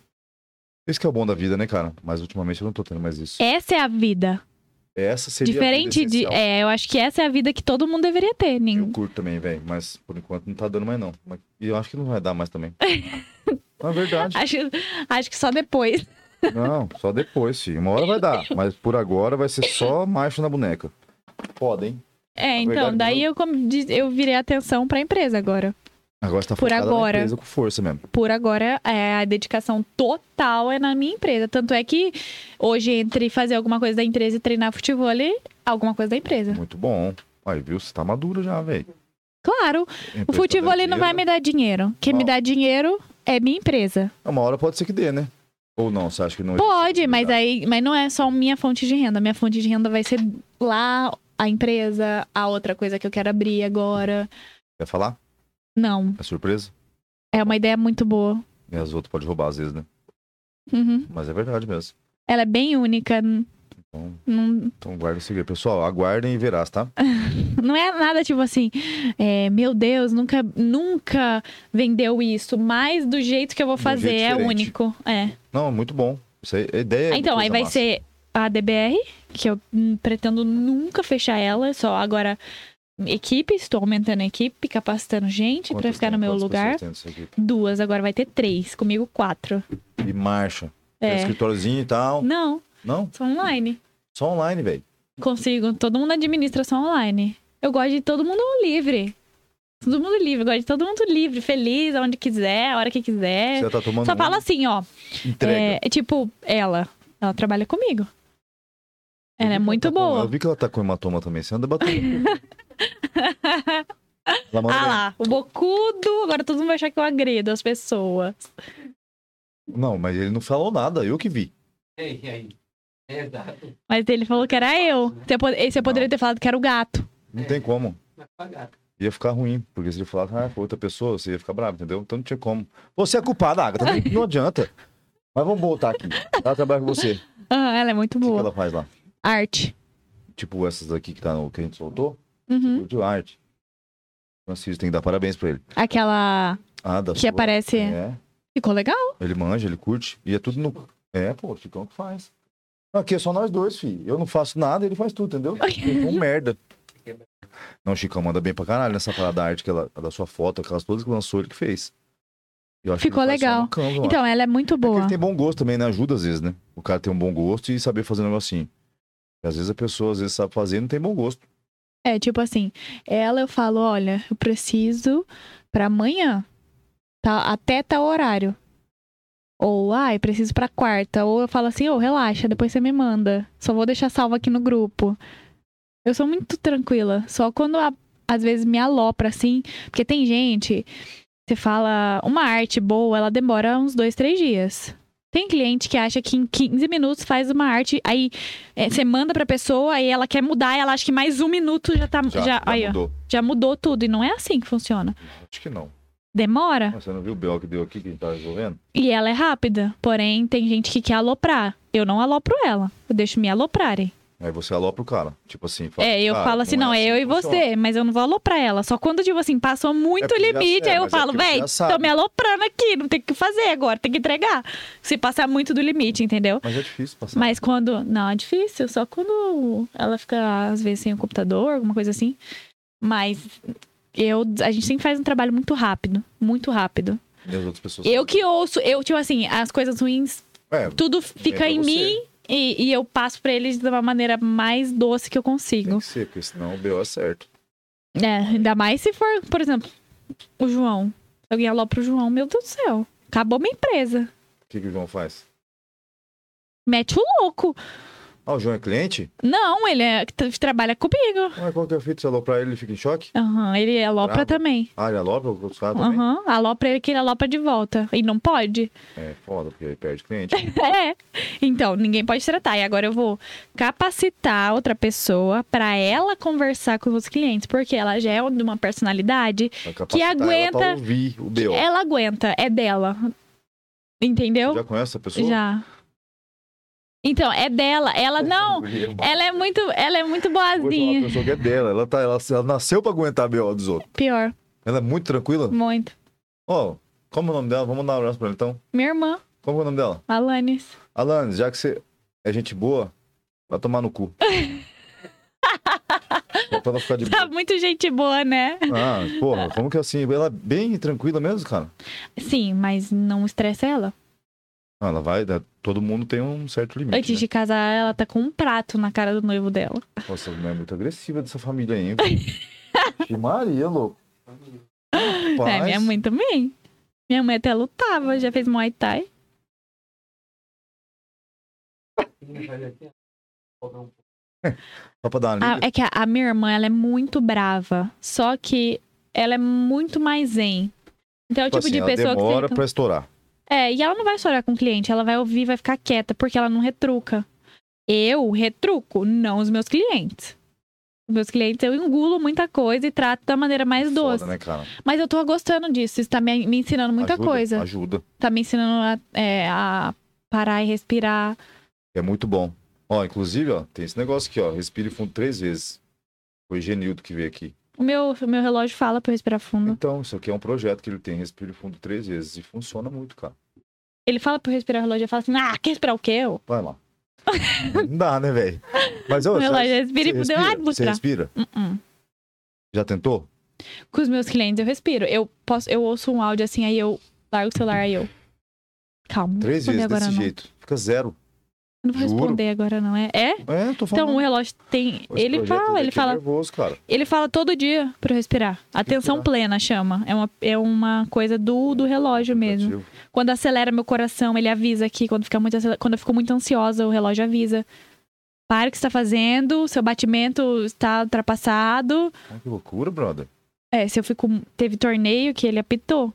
S2: Esse que é o bom da vida, né, cara? Mas ultimamente eu não tô tendo mais isso.
S1: Essa é a vida.
S2: Essa seria
S1: Diferente
S2: a vida
S1: de.
S2: essencial.
S1: É, eu acho que essa é a vida que todo mundo deveria ter. Nem...
S2: Eu curto também, velho. Mas por enquanto não tá dando mais, não. Mas- E eu acho que não vai dar mais também. Na verdade.
S1: Acho, acho que só depois.
S2: Não, só depois, filho. Uma hora vai dar. Mas por agora vai ser só macho na boneca. Foda, hein?
S1: É,
S2: Na
S1: então,
S2: verdade,
S1: daí eu, como diz- eu virei atenção pra empresa agora.
S2: Agora você tá
S1: Por
S2: focada na
S1: agora.
S2: empresa com força mesmo.
S1: Por agora, é, a dedicação total é na minha empresa. Tanto é que hoje, entre fazer alguma coisa da empresa e treinar futebol, alguma coisa da empresa.
S2: Muito bom. Aí, viu? Você tá madura já, tá velho.
S1: Claro, o futebol não vai me dar dinheiro. Quem me
S2: Não.
S1: dá dinheiro é minha empresa.
S2: Uma hora pode ser que dê, né? Ou não, você acha que não
S1: Pode, mas aí, mas não é só minha fonte de renda. Minha fonte de renda vai ser lá a empresa, a outra coisa que eu quero abrir agora.
S2: Quer falar?
S1: Não,
S2: É surpresa?
S1: é uma ideia muito boa.
S2: E as outras podem roubar às vezes, né?
S1: Uhum.
S2: Mas é verdade mesmo.
S1: Ela é bem única. n-
S2: Então,
S1: Não,
S2: então guarda o segredo. Pessoal, aguardem e verás, tá?
S1: não é nada tipo assim, é, meu Deus, nunca, nunca vendeu isso, mas do jeito que eu vou
S2: Do
S1: fazer
S2: jeito
S1: é
S2: diferente.
S1: único. É.
S2: Não, muito bom. Isso aí, a ideia é
S1: então,
S2: uma
S1: aí
S2: coisa
S1: vai
S2: massa.
S1: ser a DBR, que eu hum, pretendo nunca fechar ela, só agora equipe, estou aumentando a equipe, capacitando gente pra
S2: Quantas
S1: ficar
S2: tem?
S1: no meu
S2: Quantas
S1: lugar.
S2: pessoas tem nessa equipe?
S1: Duas, agora vai ter três, comigo quatro.
S2: E marcha. Tem um
S1: É.
S2: escritóriozinho e tal.
S1: Não,
S2: Não,
S1: só online.
S2: só online, velho.
S1: Consigo, todo mundo administra só online. Eu gosto de todo mundo livre. Todo mundo livre, eu gosto de todo mundo livre, feliz, aonde quiser, a hora que quiser.
S2: Você tá tomando
S1: É. Só
S2: um,
S1: fala assim, ó.
S2: entrega.
S1: É, tipo, ela. Ela trabalha comigo.
S2: Eu
S1: Ela
S2: vi
S1: é
S2: que
S1: muito
S2: tá com-
S1: boa.
S2: eu vi que ela tá com hematoma também. Você anda batendo. ela manda
S1: Ah
S2: bem.
S1: lá, o bocudo. Agora todo mundo vai achar que eu agredo as pessoas.
S2: Não, mas ele não falou nada, eu que vi.
S3: Ei, ei. É, Exato.
S1: Mas ele falou que era eu. Você, po- e você poderia ter falado que era o gato.
S2: Não tem como.
S3: Mas pagar.
S2: Ia ficar ruim, porque se ele falasse, ah, foi outra pessoa, você ia ficar bravo, entendeu? Então não tinha como. Você é culpada, Agatha, não- não adianta. Mas vamos voltar aqui. Ela trabalha com você. O
S1: Ah, ela é muito
S2: que que
S1: boa.
S2: ela faz lá?
S1: Arte.
S2: Tipo essas aqui que, tá no, que a gente soltou,
S1: Uhum.
S2: de arte. Francisco tem que dar parabéns pra ele.
S1: Aquela
S2: Ah, da
S1: que
S2: sua.
S1: aparece.
S2: É.
S1: Ficou legal.
S2: Ele manja, ele curte. E é tudo no. É, pô, o Chicão que faz. Aqui é só nós dois, filho. Eu não faço nada, ele faz tudo, entendeu? Eu sou um merda. Não, o Chicão manda bem pra caralho nessa parada da arte, que ela, da sua foto, aquelas todas que lançou, ele que fez. Eu acho
S1: Ficou
S2: ele faz só
S1: legal.
S2: no Canva, eu
S1: Então, ela é muito
S2: acho. É que
S1: boa.
S2: ele tem bom gosto também, né? Ajuda às vezes, né? O cara tem um bom gosto e saber fazer um negocinho. E às vezes a pessoa, às vezes, sabe fazer e não tem bom gosto.
S1: É, tipo assim, ela eu falo, olha, eu preciso pra amanhã, tá, até tal horário. Ou, ai, preciso pra quarta. Ou eu falo assim, ô, relaxa, depois você me manda. Só vou deixar salvo aqui no grupo. Eu sou muito tranquila. Só quando, a- às vezes, me alopra, assim. Porque tem gente, você fala, uma arte boa, ela demora uns dois, três dias. Tem cliente que acha que em 15 minutos faz uma arte, aí é, você manda pra pessoa, aí ela quer mudar, ela acha que mais um minuto já tá. Já,
S2: Já, já
S1: aí, ó,
S2: mudou.
S1: já mudou tudo. E não é assim que funciona.
S2: Acho que não. Ah,
S1: Demora.
S2: Você não viu o B.O. que deu aqui, que a gente tá resolvendo?
S1: E ela é rápida. Porém, tem gente que quer aloprar. Eu não alopro ela. Eu deixo me aloprarem.
S2: Aí você alopra o cara. Tipo assim, fala,
S1: é, eu
S2: cara,
S1: falo assim, não, é,
S2: assim
S1: eu
S2: que
S1: e
S2: funciona.
S1: você, mas eu não vou aloprar ela. Só quando, tipo assim, passou muito
S2: É porque já-
S1: limite,
S2: é,
S1: aí eu
S2: mas é
S1: falo,
S2: porque
S1: véi,
S2: já sabe."
S1: tô me aloprando aqui, não tem o que fazer agora, tem que entregar. Se passar muito do limite, entendeu?
S2: Mas é difícil passar.
S1: Mas quando. Não, é difícil, só quando ela fica, às vezes, sem o computador, alguma coisa assim. Mas eu, a gente sempre faz um trabalho muito rápido. Muito rápido.
S2: E as outras pessoas.
S1: Eu que ouço, eu, tipo assim, as coisas ruins,
S2: É,
S1: tudo fica
S2: pra
S1: em
S2: você.
S1: mim e, e eu passo pra eles de uma maneira mais doce que eu
S2: tem
S1: consigo.
S2: que ser, porque senão o BO é certo.
S1: É, ainda mais se for, por exemplo, o João. Se alguém alô pro João, meu Deus do céu, acabou minha empresa.
S2: O que, que o João faz?
S1: Mete o louco.
S2: Ah, o João é cliente?
S1: Não, ele é, tra- trabalha comigo.
S2: Ué, qual que é o fito? Você aloprar ele, ele fica em choque?
S1: Aham, ele alopra
S2: Bravo.
S1: também.
S2: Ah, ele alopra os caras também?
S1: Aham, alopra ele que ele alopra de volta. E não pode.
S2: É foda, porque ele perde cliente.
S1: É. Então, ninguém pode tratar. E agora eu vou capacitar outra pessoa pra ela conversar com os clientes, porque ela já é de uma personalidade
S2: Vai capacitar Ela pra
S1: aguenta-
S2: ouvir o
S1: que
S2: BO.
S1: ela aguenta, é dela. Entendeu?
S2: Você já conhece essa pessoa?
S1: Já. Então, é dela. Ela não. Ela é muito, ela é muito
S2: Vou chamar uma
S1: boazinha.
S2: pessoa que é dela. Ela, tá, ela, ela nasceu pra aguentar a BO dos outros.
S1: Pior,
S2: Ela é muito tranquila.
S1: muito.
S2: Ó, como é o nome dela? Vamos mandar um abraço pra ela então.
S1: Minha irmã,
S2: Como é o nome dela?
S1: Alanis.
S2: Alanis, já que você é gente boa, vai tomar no cu. Só pra ela ficar de boa.
S1: Tá muito gente boa, né?
S2: Ah, porra, como que assim? Ela é bem tranquila mesmo, cara?
S1: Sim, mas não estressa ela.
S2: Ah, Ela vai, né, todo mundo tem um certo limite.
S1: Antes de casar, ela tá com um prato na cara do noivo dela.
S2: Né? Nossa, não é muito agressiva dessa família aí, hein? velho? que Maria, louco.
S1: É, minha mãe também. Minha mãe até lutava, já fez Muay Thai.
S2: Só pra dar uma
S1: A-
S2: liga. tipo
S1: é que a, a minha irmã, ela é muito brava. Só que ela é muito mais zen. Então é o
S2: tipo
S1: tipo
S2: assim,
S1: de
S2: ela
S1: pessoa
S2: demora
S1: que você...
S2: pra estourar.
S1: É, e ela não vai chorar com o cliente. Ela vai ouvir, vai ficar quieta, porque ela não retruca. Eu retruco, não os meus clientes. Os meus clientes, eu engulo muita coisa e trato da maneira mais doce.
S2: Foda, né, cara?
S1: Mas eu tô gostando disso. Isso tá me, me ensinando muita
S2: Ajuda,
S1: coisa.
S2: Ajuda.
S1: Tá me ensinando a- é, a parar e respirar.
S2: É muito bom. Ó, inclusive, ó, tem esse negócio aqui, ó. Respire fundo três vezes. Foi Genildo que veio aqui.
S1: O meu, o meu relógio fala pra eu respirar fundo.
S2: Então, isso aqui é um projeto que ele tem. Respire fundo três vezes. E funciona muito, cara.
S1: Ele fala pra eu respirar o relógio, eu falo assim, ah, quer respirar o quê? Eu?
S2: Vai lá. Não dá, né, velho? Mas ô,
S1: Meu
S2: você-
S1: relógio respira e
S2: você
S1: fudeu. Ah, vou
S2: Você
S1: tirar.
S2: respira?
S1: Uh-uh.
S2: Já tentou?
S1: Com os meus clientes eu respiro. Eu posso, eu ouço um áudio assim, aí eu largo o celular, aí eu. Calma, não vou
S2: Três vezes
S1: responder
S2: desse
S1: agora não.
S2: jeito. Fica zero.
S1: Eu Não vou
S2: Juro.
S1: responder agora, não. É? É?
S2: É,
S1: Então
S2: tô
S1: o
S2: falando.
S1: relógio tem.
S2: Esse
S1: ele
S2: projeto
S1: fala,
S2: daqui
S1: ele
S2: é
S1: fala,
S2: nervoso, cara.
S1: ele fala todo dia pra eu respirar. Atenção
S2: Respirar.
S1: plena chama. É uma, é uma coisa do, do relógio mesmo.
S2: Aplicativo.
S1: Quando acelera meu coração, ele avisa aqui. Quando, fica muito acel- quando eu fico muito ansiosa, o relógio avisa. Para o que você está fazendo, seu batimento está ultrapassado.
S2: Ah, que loucura, brother.
S1: É, se eu fico. Teve torneio que ele apitou.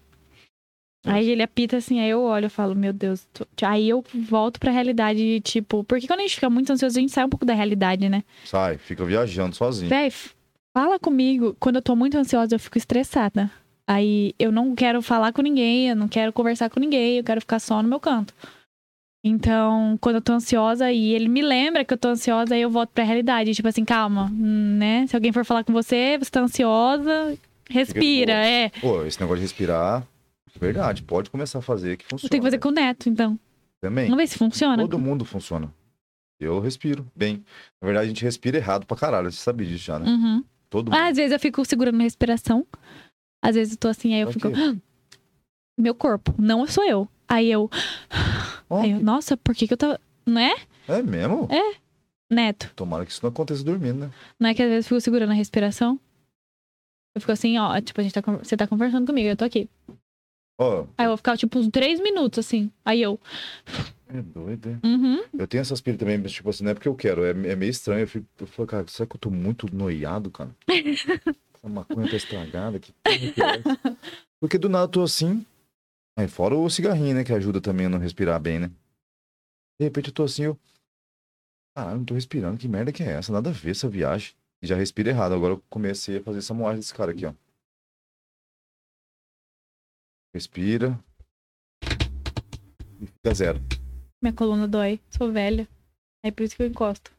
S1: Aí ele apita assim, aí eu olho e falo, meu Deus. tô- Aí eu volto pra realidade de tipo. Porque quando a gente fica muito ansioso, a gente sai um pouco da realidade, né?
S2: Sai, fica viajando sozinho.
S1: Véi, f- fala comigo. Quando eu tô muito ansiosa, eu fico estressada. Aí eu não quero falar com ninguém, eu não quero conversar com ninguém, eu quero ficar só no meu canto. Então, quando eu tô ansiosa e ele me lembra que eu tô ansiosa, aí eu volto pra realidade. Tipo assim, calma, hum, né? Se alguém for falar com você, você tá ansiosa, respira,
S2: boa.
S1: é.
S2: Pô, esse negócio de respirar, verdade, pode começar a fazer que funciona.
S1: Tem que fazer com o neto, então.
S2: Também.
S1: Vamos ver se funciona.
S2: Todo mundo funciona. Eu respiro bem. Na verdade, a gente respira errado pra caralho. Você sabe disso já, né?
S1: Uhum.
S2: Todo mundo.
S1: Ah, Às vezes eu fico segurando minha respiração. Às vezes eu tô assim, aí eu
S2: Aqui.
S1: fico. Meu corpo, não sou eu. Aí eu.
S2: Ó,
S1: Aí eu, nossa, por que, que eu tava. Não é,
S2: É mesmo?
S1: Neto?
S2: Tomara que isso não aconteça dormindo, né?
S1: Não é que às vezes eu fico segurando a respiração? Eu fico assim, ó, tipo, a gente tá, con- você tá conversando comigo, eu tô aqui.
S2: Ó,
S1: Aí eu vou ficar, tipo, uns três minutos, assim. Aí eu,
S2: é doido, hein?
S1: uhum,
S2: Eu tenho essas pilhas também, mas, tipo assim, não é porque eu quero. É, é meio estranho. Eu fico, eu falo, cara, será que eu tô muito noiado, cara? Essa maconha tá estragada, que porra que é essa? Porque do nada eu tô assim. Aí fora o cigarrinho, né? Que ajuda também a não respirar bem, né? De repente eu tô assim, eu. Caralho, não tô respirando. Que merda que é essa? Nada a ver essa viagem. E já respira errado. Agora eu comecei a fazer essa moagem desse cara aqui, ó. Respira. E fica zero.
S1: minha coluna dói, sou velha. É por isso que eu encosto.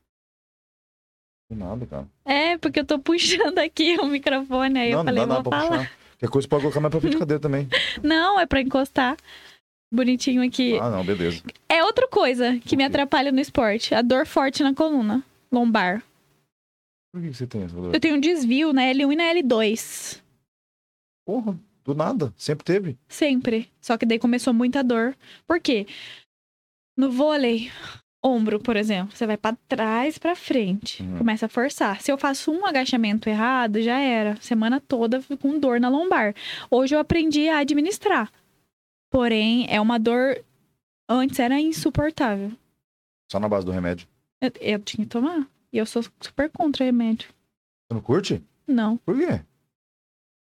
S2: Do nada, cara.
S1: É, porque eu tô puxando aqui o microfone, aí
S2: não,
S1: eu falei,
S2: não dá
S1: eu
S2: nada
S1: vou
S2: pra
S1: falar. Uhum.
S2: puxar. Qualquer coisa pode colocar mais pra frente de cadeira também.
S1: Não, é pra encostar. Bonitinho aqui.
S2: Ah, não, beleza.
S1: É outra coisa que me
S2: O quê?
S1: atrapalha no esporte, a dor forte na coluna, lombar.
S2: Por que que você tem essa dor?
S1: Eu tenho um desvio na L1 e na L2,
S2: Porra, do nada. Sempre teve.
S1: sempre. Só que daí começou muita dor. Por quê? No vôlei, ombro, por exemplo, você vai pra trás, pra frente,
S2: Uhum.
S1: começa a forçar. Se eu faço um agachamento errado, já era. Semana toda eu fico com dor na lombar. Hoje eu aprendi a administrar. Porém, é uma dor antes era insuportável.
S2: Só na base do remédio.
S1: Eu, eu tinha que tomar. E eu sou super contra remédio.
S2: Você não curte?
S1: Não,
S2: Por quê?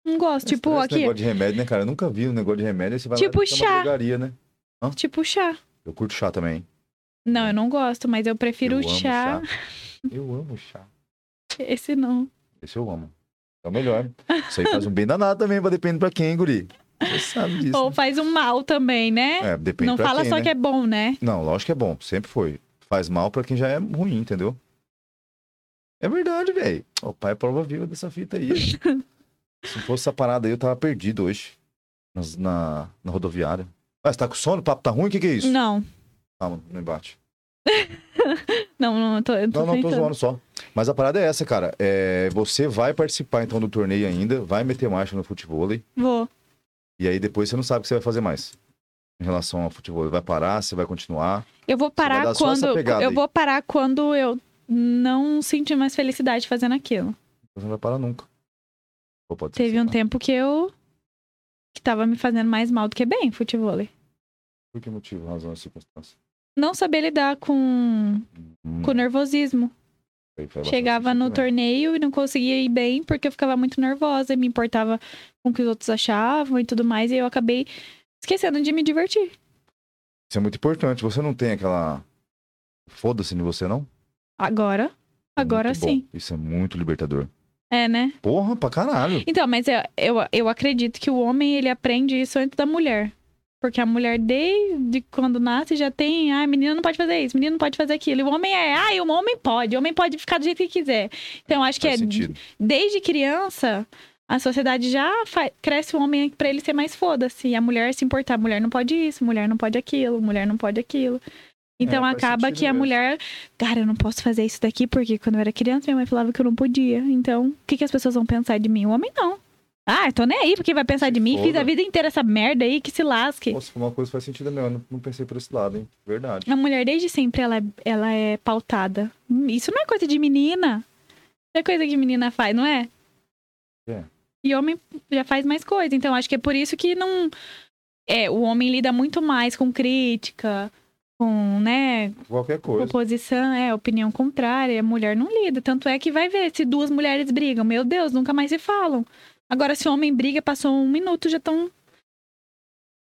S1: não gosto. tipo,
S2: Esse
S1: aqui,
S2: negócio de remédio, né, cara? Eu nunca vi um negócio de remédio. Aí você vai
S1: Tipo
S2: lá e fica
S1: chá.
S2: Uma drogaria, né?
S1: tipo chá.
S2: Eu curto chá também. hein?
S1: Não, eu não gosto, mas eu prefiro
S2: eu
S1: o
S2: amo
S1: chá.
S2: Eu amo chá.
S1: Esse não.
S2: Esse eu amo. É o melhor. Isso aí faz um bem danado também, vai depender pra quem, guri. Você sabe disso.
S1: Ou faz um mal também, né?
S2: né? É, depende
S1: não
S2: pra
S1: fala
S2: quem,
S1: só
S2: né?
S1: que é bom, né?
S2: Não, lógico que é bom, sempre foi. Faz mal pra quem já é ruim, entendeu? É verdade, velho. O pai é prova viva dessa fita aí. Se fosse essa parada aí, eu tava perdido hoje. Nas- Na, na rodoviária. Ah, você tá com sono? O papo tá ruim? O que, que é isso?
S1: Não,
S2: Calma, não embate.
S1: não, não, eu tô, eu tô
S2: Não, não, tô
S1: tentando.
S2: zoando só. Mas a parada é essa, cara. É, você vai participar então do torneio ainda, vai meter marcha no futebol.
S1: Vou.
S2: E aí depois você não sabe o que você vai fazer mais. Em relação ao futebol. Vai parar, você vai continuar.
S1: Eu vou
S2: vai
S1: parar
S2: dar só essa
S1: quando.
S2: pegada
S1: Eu
S2: aí.
S1: vou parar quando eu não senti mais felicidade fazendo aquilo.
S2: Você não vai parar nunca. Ou pode ser
S1: Teve
S2: que
S1: um
S2: vá.
S1: tempo que eu. que tava me fazendo mais mal do que bem, futebol.
S2: Por que motivo, razão e circunstância?
S1: Não saber lidar com,
S2: Hum,
S1: com nervosismo.
S2: aí faz bastante
S1: Chegava no
S2: sentido também.
S1: torneio e não conseguia ir bem porque eu ficava muito nervosa e me importava com o que os outros achavam e tudo mais. E eu acabei esquecendo de me divertir.
S2: Isso é muito importante. Você não tem aquela. Foda-se em você, não?
S1: Agora,
S2: É
S1: agora
S2: muito bom.
S1: sim.
S2: Isso é muito libertador.
S1: É, né?
S2: Porra, pra caralho.
S1: Então, mas eu, eu, eu acredito que o homem, ele aprende isso antes da mulher. Porque a mulher, desde quando nasce, já tem. Ah, menina não pode fazer isso, menino não pode fazer aquilo. E o homem é. Ah, e o homem pode. O homem pode ficar do jeito que quiser. Então, acho que
S2: Faz
S1: é
S2: sentido.
S1: desde criança, a sociedade já fa- cresce o homem pra ele ser mais foda-se. E a mulher se importar. Mulher não pode isso, mulher não pode aquilo, mulher não pode aquilo. Então
S2: É, faz
S1: acaba
S2: sentido
S1: que a
S2: mesmo.
S1: mulher. Cara, eu não posso fazer isso daqui porque quando eu era criança minha mãe falava que eu não podia. Então, o que, que as pessoas vão pensar de mim? O homem não. Ah, eu tô nem aí porque vai pensar
S2: Se
S1: de mim. Fiz a
S2: foda.
S1: vida inteira essa merda aí que se lasque.
S2: Nossa, foi uma coisa que faz sentido mesmo. Eu não, não pensei por esse lado, hein? Verdade.
S1: A mulher desde sempre ela é, ela é pautada. Hum, Isso não é coisa de menina. Isso é coisa que menina faz, não é?
S2: É.
S1: E homem já faz mais coisa. Então acho que é por isso que não. É, o homem lida muito mais com crítica, com, né,
S2: Qualquer coisa.
S1: oposição, é, opinião contrária. A mulher não lida. Tanto é que vai ver se duas mulheres brigam. Meu Deus, nunca mais se falam. Agora, se o homem briga, passou um minuto, já estão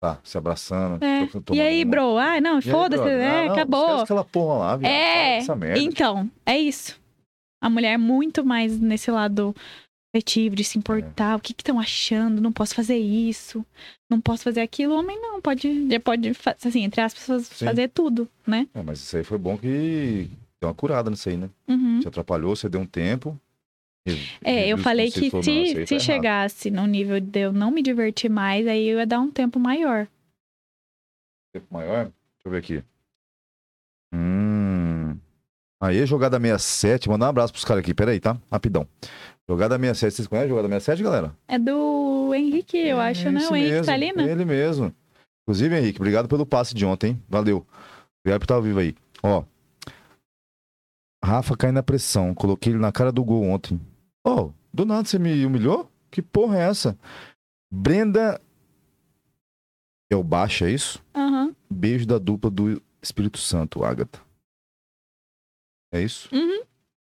S2: Tá, se abraçando.
S1: É.
S2: trocando-
S1: E
S2: tomando
S1: aí,
S2: uma.
S1: bro? Ah, não,
S2: E aí,
S1: foda-se,
S2: brother? Ah,
S1: né?
S2: não,
S1: Acabou.
S2: esquece aquela porra lá, viu?
S1: É,
S2: Essa merda.
S1: Então, é isso. A mulher é muito mais nesse lado afetivo, de se importar. O que estão achando? Não posso fazer isso. Não posso fazer aquilo. O homem não pode, já pode, fa- assim, entre aspas, faz-
S2: Sim.
S1: fazer tudo, né?
S2: É, mas isso aí foi bom que deu uma curada nisso aí, né?
S1: Uhum.
S2: Te atrapalhou, você deu um tempo. e-
S1: É,
S2: e
S1: eu
S2: viu
S1: falei
S2: você
S1: que
S2: falou, "Não, isso aí
S1: se,
S2: tá
S1: se
S2: errado."
S1: chegasse no nível de eu não me divertir mais, aí eu ia dar um tempo maior.
S2: Tempo maior? Deixa eu ver aqui. Hum. Aí, jogada 67. Mandar um abraço pros caras aqui. Pera aí, tá? Rapidão. Jogada 67. Vocês conhecem a jogada 67, galera?
S1: É do Henrique, eu
S2: É
S1: acho, né?
S2: esse
S1: O Henrique
S2: mesmo,
S1: tá ali, né?
S2: Ele mesmo. Inclusive, Henrique, obrigado pelo passe de ontem, hein? Valeu. Obrigado por estar vivo aí. Ó. Rafa cai na pressão. Coloquei ele na cara do gol ontem. Ô, do nada você me humilhou? Que porra é essa? Brenda. É o Baixa, é isso?
S1: Aham.
S2: Beijo da dupla do Espírito Santo, Agatha. É isso?
S1: Uhum.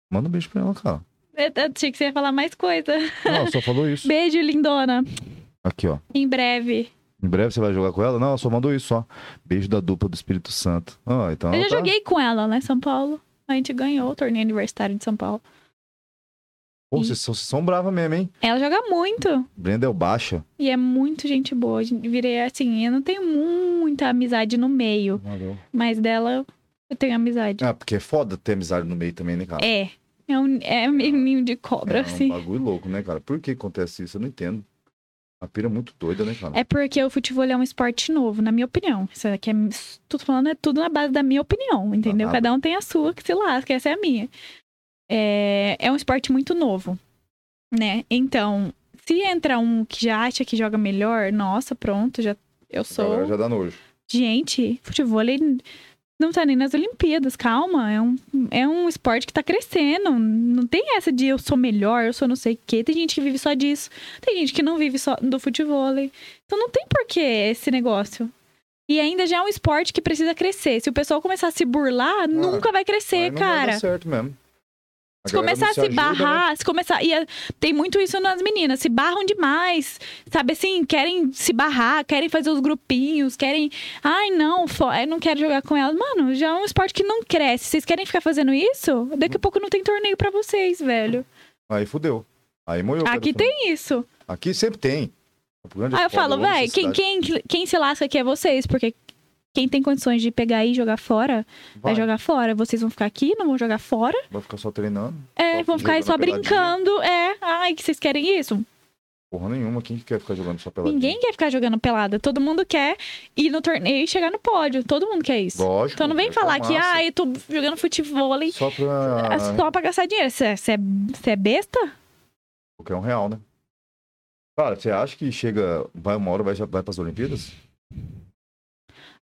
S2: Manda um beijo pra ela, cara.
S1: Eu, eu achei que você ia falar mais coisa.
S2: Não, só falou isso.
S1: Beijo, lindona.
S2: Aqui, ó.
S1: Em breve.
S2: Em breve você vai jogar com ela? Não, ela só mandou isso, ó. Beijo da dupla do Espírito Santo. Ah, então
S1: Eu
S2: ela
S1: já
S2: tá-
S1: joguei com ela lá em São Paulo. A gente ganhou o torneio aniversário de São Paulo.
S2: Pô, vocês são, vocês são bravas mesmo, hein?
S1: Ela joga muito.
S2: Brenda é o baixa.
S1: E é muito gente boa. A gente Virei assim, eu não tenho muita amizade no meio, mas dela eu tenho amizade.
S2: Ah, porque é foda ter amizade no meio também, né, cara?
S1: É. É um, é um ninho de cobra,
S2: é um
S1: assim.
S2: bagulho louco, né, cara? Por que acontece isso? Eu não entendo. A pira é muito doida, né, cara?
S1: É porque o futebol é um esporte novo, na minha opinião. Isso aqui é. Tudo falando é tudo na base da minha opinião, entendeu?
S2: Danado.
S1: Cada um tem a sua, que se lasca, essa é a minha. É, é um esporte muito novo, né? Então, se entra um que já acha que joga melhor, nossa, pronto, já eu
S2: A galera
S1: sou.
S2: já dá nojo.
S1: Gente, futebol ele não tá nem nas Olimpíadas, calma. É um, é um esporte que tá crescendo. Não tem essa de eu sou melhor, eu sou não sei o quê. Tem gente que vive só disso. Tem gente que não vive só do futebol. Então não tem porquê esse negócio. E ainda já é um esporte que precisa crescer. Se o pessoal começar a se burlar, nunca vai
S2: Aí
S1: crescer,
S2: não vai
S1: cara.
S2: dar certo mesmo. A
S1: Se
S2: galera não
S1: começar a se
S2: ajuda, né?
S1: barrar, se começar. E é, tem muito isso nas meninas, se barram demais. Sabe assim, querem se barrar, querem fazer os grupinhos, querem. Ai, não, fo- eu não quero jogar com elas. Mano, já é um esporte que não cresce. Vocês querem ficar fazendo isso? Daqui a pouco não tem torneio pra vocês, velho.
S2: Aí fudeu. Aí moeu. cara,
S1: Aqui
S2: também.
S1: tem isso.
S2: Aqui sempre tem.
S1: Aí Ah, eu
S2: é
S1: falo, véi, quem, quem, quem se lasca aqui é vocês, porque quem tem condições de pegar e jogar fora, vai,
S2: vai,
S1: jogar fora. Vocês vão ficar aqui, não vão jogar fora.
S2: vai ficar só treinando.
S1: É,
S2: Só
S1: vão ficar aí só
S2: jogando peladinha.
S1: brincando. É, ai, que vocês querem isso?
S2: Porra nenhuma. Quem que quer ficar jogando só peladinha?
S1: Ninguém quer ficar jogando pelada. Todo mundo quer ir no torneio e chegar no pódio. Todo mundo quer isso.
S2: Lógico.
S1: então não vem
S2: é
S1: falar que,
S2: massa. Ah,
S1: ah, eu tô jogando futebol e
S2: Só pra.
S1: é só pra gastar dinheiro. Você é, cê é- cê é besta?
S2: Porque é um real, né? Cara, você acha que chega. Vai uma hora, vai, já- vai pras Olimpíadas?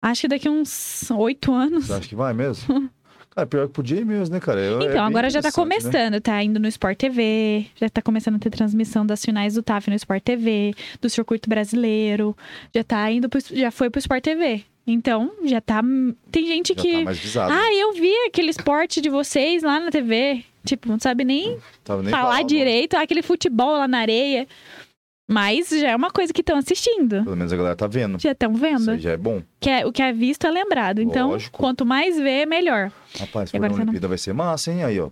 S1: Acho que daqui uns oito anos.
S2: Você acha que vai mesmo? Cara, pior que podia ir mesmo, né, cara? É- é bem
S1: Então, agora já tá
S2: interessante, né?
S1: começando, tá indo no Sport TV, já tá começando a ter transmissão das finais do TAF no Sport TV, do circuito brasileiro, já tá indo pro, já foi pro Sport TV. Então, já tá. Tem gente
S2: Já
S1: que.
S2: tá mais visado.
S1: ah, eu vi aquele esporte de vocês lá na TV. Tipo, não sabe nem
S2: Tava nem
S1: falar
S2: falando.
S1: direito, "Ah, aquele futebol lá na areia. Mas já é uma coisa que estão assistindo.
S2: Pelo menos a galera tá vendo.
S1: Já estão
S2: Isso
S1: vendo.
S2: aí já é bom.
S1: Que é- o que é visto é lembrado. Então,
S2: Lógico.
S1: quanto mais vê, melhor. E
S2: Rapaz, foi
S1: agora
S2: na
S1: você não-
S2: Olimpíada, vai ser massa, hein? Aí, ó.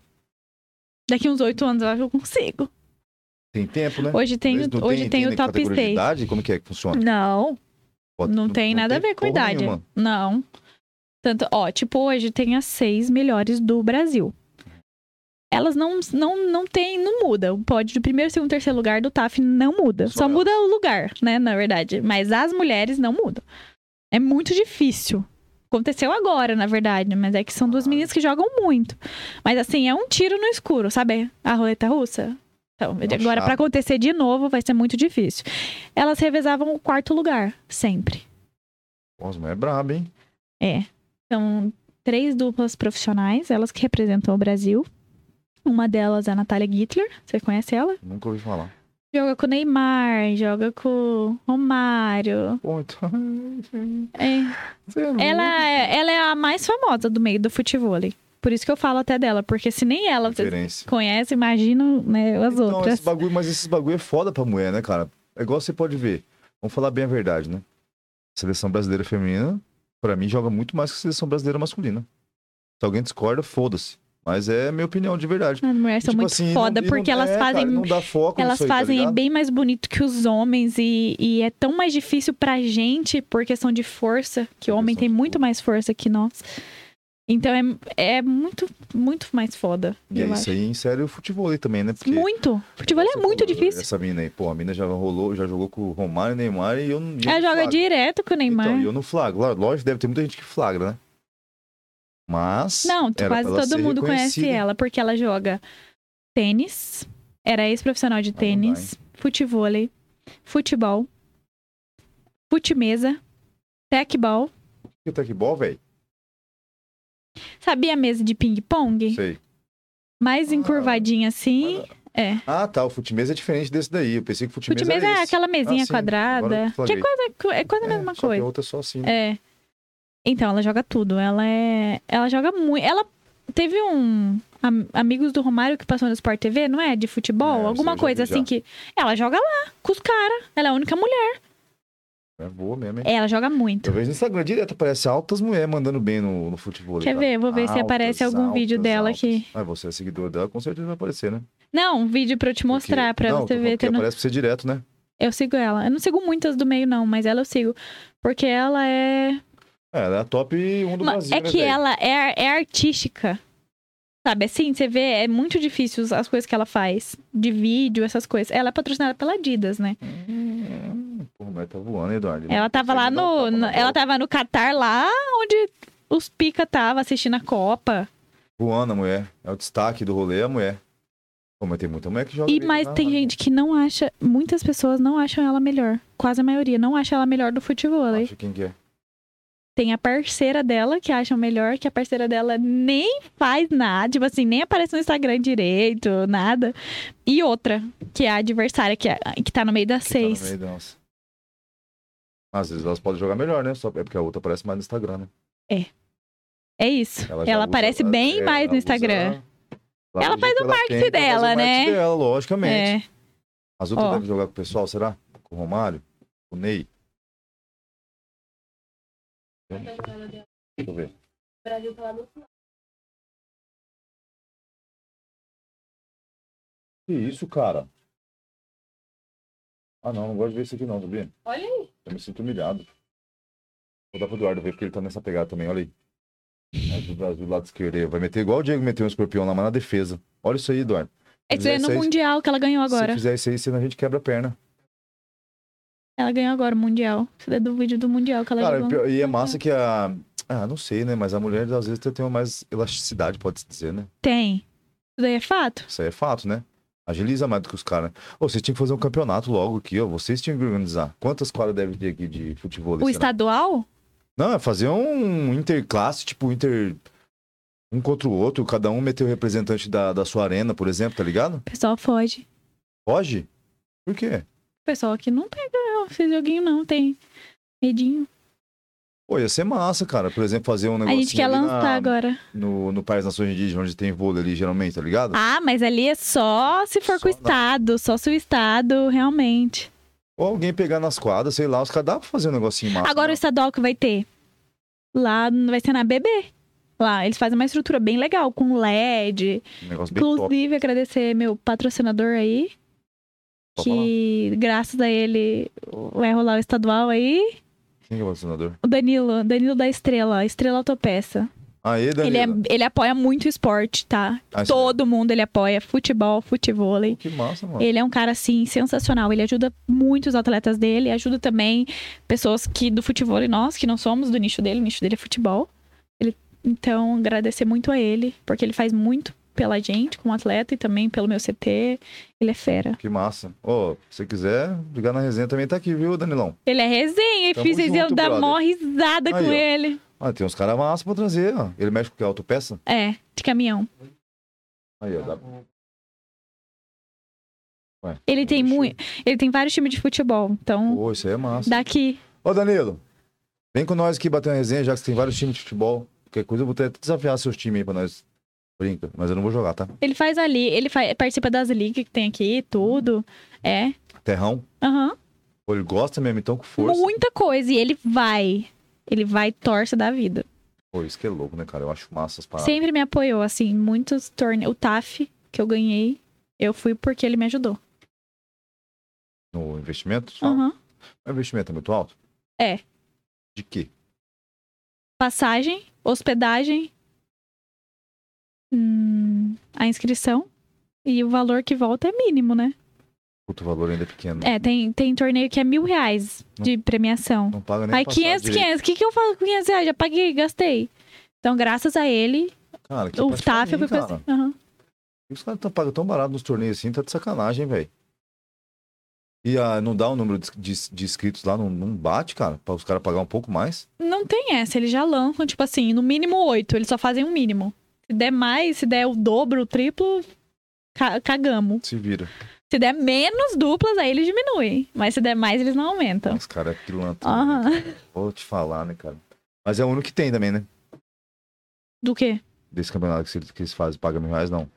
S1: Daqui uns oito anos eu acho que eu consigo.
S2: Tem tempo, né?
S1: Hoje tem,
S2: Eles não
S1: hoje tem, o
S2: nem
S1: top
S2: categoria de
S1: 6.
S2: idade? tá Como que é que funciona?
S1: Não,
S2: Bota-
S1: não tem nada a ver com
S2: porra
S1: idade.
S2: nenhuma.
S1: Não. Tanto, ó, tipo, hoje tem as seis melhores do Brasil. Elas não, não, não tem, não muda. O pódio de primeiro, segundo, terceiro lugar do TAF não muda.
S2: Só
S1: Só
S2: elas.
S1: muda o lugar, né, na verdade. Mas as mulheres não mudam. É muito difícil. Aconteceu agora, na verdade, mas é que são duas
S2: Ah.
S1: meninas que jogam muito. Mas assim, é um tiro no escuro, sabe? A roleta russa. Então,
S2: É um
S1: agora,
S2: chato.
S1: pra acontecer de novo, vai ser muito difícil. Elas revezavam o quarto lugar, sempre.
S2: Pô, as mulheres é braba, hein?
S1: É. São três duplas profissionais, elas que representam o Brasil. Uma delas é a Natália Gittler, você conhece ela?
S2: Nunca ouvi falar.
S1: Joga com o Neymar, joga com o Romário.
S2: Pô, então.
S1: É.
S2: Você é
S1: Ela, é, ela é a mais famosa do meio do futebol. Por isso que eu falo até dela, porque se nem ela
S2: muito
S1: vocês
S2: referência.
S1: conhecem, imagina né, as
S2: Então,
S1: outras.
S2: esse bagulho, mas esses bagulho é foda pra mulher, né, cara? É igual você pode ver. Vamos falar bem a verdade, né? Seleção brasileira feminina, pra mim, joga muito mais que a seleção brasileira masculina. Se alguém discorda, foda-se. Mas é minha opinião, de verdade.
S1: As mulheres são
S2: Tipo
S1: muito
S2: assim, não-
S1: foda,
S2: e não-
S1: porque elas
S2: é, cara,
S1: fazem
S2: não dá foco
S1: Elas
S2: nisso aí, tá
S1: fazem
S2: ligado?
S1: bem mais bonito que os homens e, e é tão mais difícil pra gente por questão de força, que o
S2: Por
S1: homem
S2: questão
S1: tem
S2: de
S1: muito
S2: força.
S1: mais força que nós. Então é, é muito, muito mais foda.
S2: E é
S1: eu
S2: isso
S1: acho.
S2: aí, em sério, o futebol aí também, né? Porque
S1: Muito. Futebol é
S2: essa-
S1: muito difícil.
S2: Essa mina aí, pô, a mina já rolou, já jogou com o Romário, Neymar e eu não.
S1: Ela É, joga direto com o Neymar.
S2: Então, e eu não flagro. Lá- Lógico, deve ter muita gente que flagra, né? Mas.
S1: Não,
S2: era
S1: quase
S2: pra ela
S1: todo
S2: ser
S1: mundo conhece
S2: reconhecida.
S1: ela, porque ela joga tênis, era ex-profissional de
S2: não dá,
S1: tênis, futevôlei, futebol, futemesa, tecball.
S2: E o tecbol, velho?
S1: Sabia a mesa de ping-pong?
S2: Sei.
S1: Mais
S2: Ah,
S1: encurvadinha assim. É.
S2: Ah, tá. O futimesa é diferente desse daí. Eu pensei que o futimesa,
S1: Futimesa é,
S2: era esse.
S1: aquela mesinha
S2: Ah, sim, agora
S1: quadrada.
S2: eu
S1: Que é
S2: flagrei.
S1: quase, é quase a mesma
S2: só que a
S1: coisa.
S2: outra é só assim. né?
S1: É. Então, ela joga tudo. Ela é. Ela joga muito. Ela teve um. am- Amigos do Romário que passou no Sport TV, não é? De futebol?
S2: É, isso eu
S1: Alguma
S2: já
S1: coisa
S2: vi,
S1: assim
S2: já.
S1: que. Ela joga lá, com os caras. Ela é a única mulher.
S2: É, boa mesmo, hein?
S1: Ela joga muito.
S2: Eu vejo no Instagram direto, aparece altas mulheres mandando bem no, no futebol.
S1: Quer
S2: cara.
S1: ver? Vou ver se
S2: Altas,
S1: aparece algum vídeo
S2: altas,
S1: dela
S2: altas.
S1: aqui.
S2: Ah, você é seguidor dela, com certeza vai aparecer, né?
S1: Não, um vídeo pra eu te mostrar,
S2: Porque-
S1: pra
S2: não,
S1: você ver.
S2: Porque
S1: tendo-
S2: aparece pra você direto, né?
S1: Eu sigo ela. Eu não sigo muitas do meio, não, mas ela eu sigo. Porque ela é.
S2: É, ela é a top 1 do
S1: Ma-
S2: Brasil,
S1: é
S2: né,
S1: que
S2: velho?
S1: ela é, ar- é artística. Sabe, assim, você vê, é muito difícil as- as coisas que ela faz. De vídeo, essas coisas. Ela é patrocinada pela Adidas, né?
S2: Hum, Pô, mas tá voando, hein, Eduardo.
S1: Ela tava lá
S2: Consegue dar
S1: no.
S2: um tapa na
S1: no-
S2: bola.
S1: ela tá- tava no Catar, lá onde os pica tava assistindo a Copa.
S2: Voando a mulher. É o destaque do rolê, a mulher. Pô, mas tem muita mulher que joga. né,
S1: E
S2: bem
S1: mas
S2: pra
S1: tem
S2: caralho.
S1: gente que não acha. Muitas pessoas não acham ela melhor. Quase a maioria não acha ela melhor do futebol. hein?
S2: Acho quem que é.
S1: Tem a parceira dela que acham melhor, que a parceira dela nem faz nada, tipo assim, nem aparece no Instagram direito, nada. E outra, que é a adversária, que, é, que tá no meio das
S2: que tá no
S1: seis.
S2: meio delas. Às vezes elas podem jogar melhor, né? Só é porque a outra aparece mais no Instagram, né?
S1: É isso. Ela,
S2: já usa-
S1: aparece bem
S2: é,
S1: mais
S2: ela
S1: no
S2: usa-
S1: Instagram.
S2: Ela,
S1: Ela
S2: usa
S1: faz
S2: que
S1: o
S2: ela
S1: marketing
S2: tem pra fazer
S1: dela,
S2: o marketing
S1: né?
S2: dela, logicamente.
S1: É.
S2: As outras
S1: Ó.
S2: devem jogar com o pessoal, será? Com o Romário? Com o Ney? Deixa eu ver. Que isso, cara? Ah, não, não gosto de ver isso aqui não, sabia?
S4: Olha aí.
S2: Eu me sinto humilhado. Vou dar pro Eduardo ver, porque ele tá nessa pegada também, olha aí. Mas o Brasil do lado esquerdo aí, vai meter igual o Diego meteu um escorpião lá, mas na defesa. Olha isso aí, Eduardo.
S1: É que é no
S2: 16.
S1: Mundial que ela ganhou
S2: Se
S1: agora.
S2: fizer isso aí, senão a gente quebra a perna.
S1: Ela ganhou agora o Mundial. Isso é do vídeo do Mundial que ela
S2: Cara,
S1: jogou.
S2: e é massa que a. Ah, não sei, né? Mas a mulher às vezes tem uma mais elasticidade, pode-se dizer, né?
S1: Tem. Isso daí é fato?
S2: Isso aí é fato, né? Agiliza mais do que os caras. Ô, vocês tinham que fazer um campeonato logo aqui, ó. Vocês tinham que organizar. Quantas quadras deve ter aqui de futebol?
S1: O
S2: será?
S1: estadual?
S2: Não, é fazer um interclasse, tipo, inter. Um contra o outro, cada um meter o representante da, da sua arena, por exemplo, tá ligado?
S1: O pessoal foge.
S2: Pode? Por quê?
S1: O pessoal aqui não pega esse joguinho, não. Tem medinho.
S2: Pô, ia ser massa, cara. Por exemplo, fazer um
S1: A
S2: negócio.
S1: gente quer lançar agora.
S2: No, no País Nações Indígenas, onde tem vôlei ali, geralmente, tá ligado?
S1: Ah, mas ali é só se for com o
S2: Só na-
S1: Estado, só se o Estado, realmente.
S2: Ou alguém pegar nas quadras, sei lá, os caras dá pra fazer um negocinho massa.
S1: Agora o
S2: né?
S1: estadual que vai ter? Lá n- vai ser na BB. Lá, eles fazem uma estrutura bem legal, com LED.
S2: um negócio bem top.
S1: Inclusive, agradecer meu patrocinador aí,
S2: Pode
S1: que graças a ele vai rolar o estadual aí.
S2: Quem que é o patrocinador?
S1: O Danilo, Danilo da Estrela, Estrela Autopeça.
S2: Aê,
S1: Ele,
S2: Danilo.
S1: é- ele apoia muito o esporte, tá?
S2: Ah, isso
S1: Todo mundo ele apoia, futebol, futevôlei.
S2: aí. Que massa, mano.
S1: Ele é um cara, assim, sensacional. Ele ajuda muitos atletas dele, ajuda também pessoas que do futebol e nós, que não somos do nicho dele, o nicho dele é futebol. Ele- então, agradecer muito a ele, porque ele faz muito pela gente, como atleta, e também pelo meu CT. Ele é fera.
S2: Que massa. Ô, se você quiser, ligar na resenha também tá aqui, viu, Danilão?
S1: Ele é resenha, e
S2: Tamo
S1: fiz eu
S2: junto,
S1: dar
S2: brother.
S1: mó risada
S2: Aí,
S1: com
S2: ó.
S1: ele.
S2: Ah, tem uns caras massa pra trazer, ó. Ele mexe com que? Autopeça?
S1: É, de caminhão.
S2: Aí, ó. Dá...
S1: Hum.
S2: Ué,
S1: Ele tem
S2: deixa eu-
S1: muito. Ele tem vários times de futebol, então
S2: Pô, isso aí é massa.
S1: daqui.
S2: Ô, Danilo, vem com nós aqui bater uma resenha, já que você tem vários times de futebol. Qualquer coisa eu vou até desafiar seus times aí pra nós. Brinca, mas eu não vou jogar, tá?
S1: Ele faz ali, ele fa- participa das ligas que tem aqui, tudo. É.
S2: Terrão.
S1: Aham.
S2: Pô, ele gosta mesmo, então com força.
S1: Muita coisa. E ele vai. Ele vai e torce da vida.
S2: Pô, isso que é louco, né, cara? Eu acho massa as paradas.
S1: Sempre me apoiou, assim, muitos torneios. O TAF que eu ganhei, eu fui porque ele me ajudou.
S2: No investimento? só.
S1: Aham.
S2: O investimento é muito alto?
S1: É.
S2: De quê?
S1: Passagem, hospedagem, hum, a inscrição. E o valor que volta é mínimo, né?
S2: Puta, o valor ainda é pequeno.
S1: É, tem, tem torneio que é mil reais de premiação.
S2: Não paga nem
S1: Aí
S2: passagem
S1: 500,
S2: direito.
S1: 500. O que, que eu falo com 500 reais? Já paguei, gastei. Então, graças a ele,
S2: Cara, que
S1: o
S2: parte
S1: TAF
S2: pra
S1: eu
S2: mim,
S1: fui
S2: cara.
S1: fazer. Aham.
S2: E Os caras tão pagando tão barato nos torneios assim, tá de sacanagem, velho. E ah, não dá o número de, de- de inscritos lá, não, não bate, cara, pra os caras pagar um pouco mais.
S1: Não tem essa, eles já lançam, tipo assim, no mínimo oito, eles só fazem um mínimo. Se der mais, se der o dobro, o triplo, ca- cagamos.
S2: Se vira.
S1: Se der menos duplas, aí eles diminuem. Mas se der mais, eles não aumentam.
S2: Mas, cara, é pilantra. né?
S1: Então. Aham.
S2: Vou te falar, né, cara. Mas é o único que tem também, né?
S1: Do quê?
S2: Desse campeonato que eles, que eles fazem, paga mil reais, não.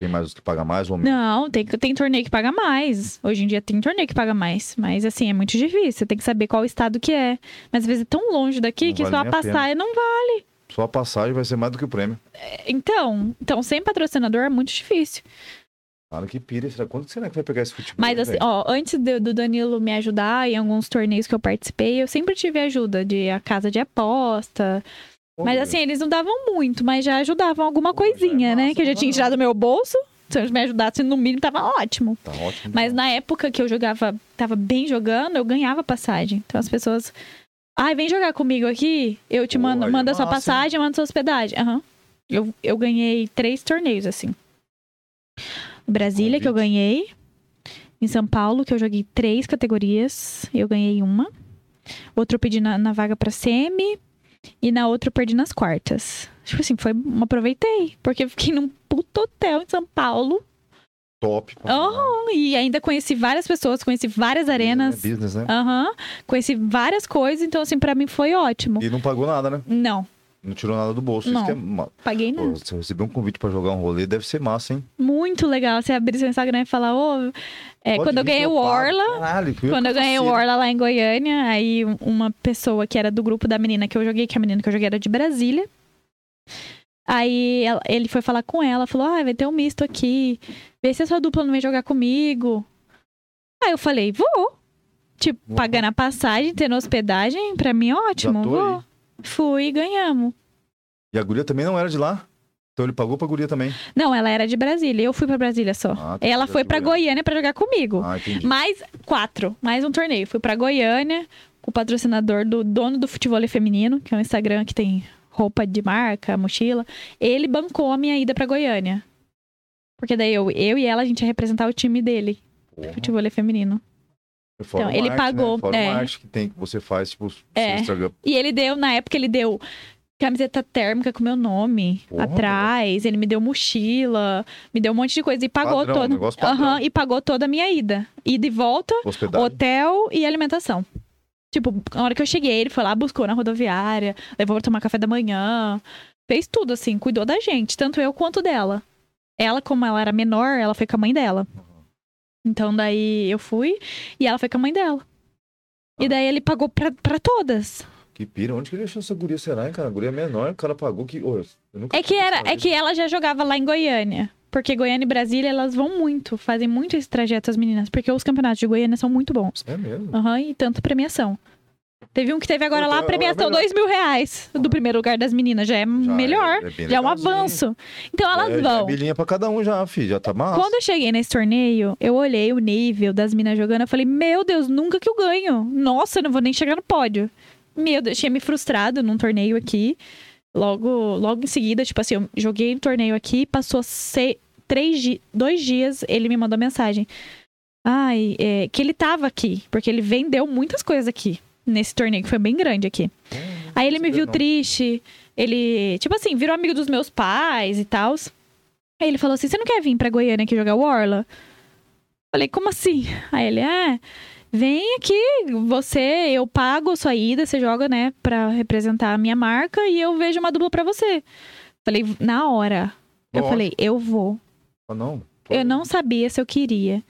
S2: Tem mais os que paga mais ou menos.
S1: Não, tem, tem torneio que paga mais. Hoje em dia tem torneio que paga mais. Mas assim, é muito difícil. Você tem que saber qual estado que é. Mas às vezes é tão longe daqui
S2: Não
S1: que
S2: vale
S1: só
S2: nem a
S1: passar e não vai.
S2: Só a passagem vai ser mais do que o prêmio.
S1: Então, então, sem patrocinador é muito difícil.
S2: Cara, que pira. Será, quando que será que vai pegar esse futebol? né,
S1: Mas assim,
S2: velho?
S1: ó, antes do, do Danilo me ajudar em alguns torneios que eu participei, eu sempre tive ajuda de a casa de aposta.
S2: Pô,
S1: mas
S2: velho.
S1: assim, eles não davam muito, mas já ajudavam alguma
S2: Pô, já é
S1: coisinha, né?
S2: massa,
S1: Que eu já tinha
S2: mano.
S1: tirado do meu bolso. Se eles me ajudassem, no mínimo, tava ótimo.
S2: Tá ótimo.
S1: Mas na época que eu jogava, tava bem jogando, eu ganhava passagem. Então as pessoas. Ai, vem jogar comigo aqui. Eu te
S2: Pô,
S1: mando,
S2: aí é
S1: manda sua
S2: massa, hein?
S1: passagem, manda sua hospedagem. Aham. Eu, eu ganhei três torneios, assim. Brasília, que eu
S2: Convite.
S1: ganhei. Em São Paulo, que eu joguei três categorias. Eu ganhei uma. Outro eu pedi na, na vaga pra semi. E na outra eu perdi nas quartas. Tipo assim, foi. Aproveitei. Porque eu fiquei num puto hotel em São Paulo.
S2: top. pra
S1: Aham,
S2: caralho.
S1: e ainda conheci várias pessoas, conheci várias arenas.
S2: Business, né?
S1: Aham. Conheci várias coisas, então assim, pra mim foi ótimo.
S2: E não pagou nada, né?
S1: Não,
S2: Não tirou nada do bolso. Isso
S1: Não.
S2: que é ma-
S1: paguei
S2: Pô,
S1: não.
S2: se eu receber um convite pra jogar um rolê, deve ser massa, hein?
S1: Muito legal você abrir seu Instagram e falar, ô, é,
S2: Pode
S1: quando eu
S2: vir
S1: ganhei
S2: que
S1: o
S2: pago.
S1: Orla,
S2: Caralho, que
S1: Quando eu ganhei o
S2: cacete.
S1: Orla lá em Goiânia, aí um- uma pessoa que era do grupo da menina que eu joguei, que a menina que eu joguei era de Brasília. Aí ela- ele foi falar com ela, falou: Ah, vai ter um misto aqui. Vê se a sua dupla não vem jogar comigo. Aí eu falei, vou. Tipo,
S2: Vou.
S1: pagando a passagem, tendo hospedagem, pra mim é ótimo,
S2: Já tô
S1: vou.
S2: aí.
S1: Fui e ganhamos.
S2: E a guria também não era de lá. Então ele pagou pra guria também.
S1: Não, ela era de Brasília, eu fui pra Brasília só.
S2: Ah, tá,
S1: ela
S2: já
S1: foi
S2: tô
S1: pra
S2: ligado.
S1: Goiânia pra jogar comigo.
S2: Ah, entendi.
S1: Mais quatro, mais um torneio. Fui pra Goiânia com o patrocinador do dono do futebol feminino, que é um Instagram que tem roupa de marca, mochila. Ele bancou a minha ida pra Goiânia. Porque daí eu, eu e ela, a gente ia representar o time dele,
S2: Porra.
S1: futebol feminino.
S2: Fora
S1: então,
S2: uma
S1: ele
S2: arte,
S1: pagou,
S2: Né? Fora
S1: é.
S2: uma arte que tem que você faz, tipo, seu
S1: É.
S2: Instagram.
S1: E ele deu, na época, ele deu camiseta térmica com meu nome
S2: Porra,
S1: atrás, ele me deu mochila, me deu um monte de coisa e pagou
S2: Padrão,
S1: todo.
S2: negócio padrão.
S1: Aham, e pagou toda a minha ida. Ida e volta.
S2: Hospedagem.
S1: Hotel e alimentação. Tipo, na hora que eu cheguei, ele foi lá, buscou na rodoviária, levou pra tomar café da manhã. Fez tudo, assim, cuidou da gente, tanto eu quanto dela. Ela, como ela era menor, ela foi com a mãe dela. Então daí eu fui e ela foi com a mãe dela. E daí ele pagou pra, pra todas.
S2: Que pira. Onde que ele achou essa guria, será, hein, cara? A guria é menor, o cara pagou que... Ô, eu nunca
S1: É que
S2: tinha
S1: era,
S2: pensado
S1: é que ela já jogava lá em Goiânia. Porque Goiânia e Brasília, elas vão muito, fazem muito esse trajeto as meninas, porque os campeonatos de Goiânia são muito bons.
S2: nisso. É mesmo.
S1: Aham, e tanto premiação. Teve um que teve agora
S2: Então,
S1: lá
S2: é
S1: a premiação,
S2: melhor.
S1: dois mil reais do primeiro lugar das meninas. Já é melhor,
S2: é bem
S1: já é um
S2: legalzinho.
S1: avanço. Então elas
S2: É,
S1: vão.
S2: É bilhinha pra cada um já, fi. Já tá massa.
S1: Quando eu cheguei nesse torneio, eu olhei o nível das minas jogando. Eu falei, meu Deus, nunca que eu ganho. Nossa, eu não vou nem chegar no pódio. Meu Deus, tinha me frustrado num torneio aqui. Logo, logo em seguida, tipo assim, eu joguei um torneio aqui, passou se- três, di- dois dias, ele me mandou mensagem. Ai, é, que ele tava aqui, porque ele vendeu muitas coisas aqui, nesse torneio, que foi bem grande aqui.
S2: Hum,
S1: Aí ele me
S2: não
S1: viu
S2: sabia, não.
S1: triste. Ele, tipo assim, virou amigo dos meus pais e tal. Aí ele falou assim: Você não quer vir pra Goiânia aqui jogar o Orla? Falei, como assim? Aí ele, é, vem aqui, você, eu pago a sua ida, você joga, né, pra representar a minha marca e eu vejo uma dupla pra você. Falei, na hora. Eu
S2: Lógico.
S1: falei, eu vou.
S2: Ah, não.
S1: Eu não sabia se eu queria.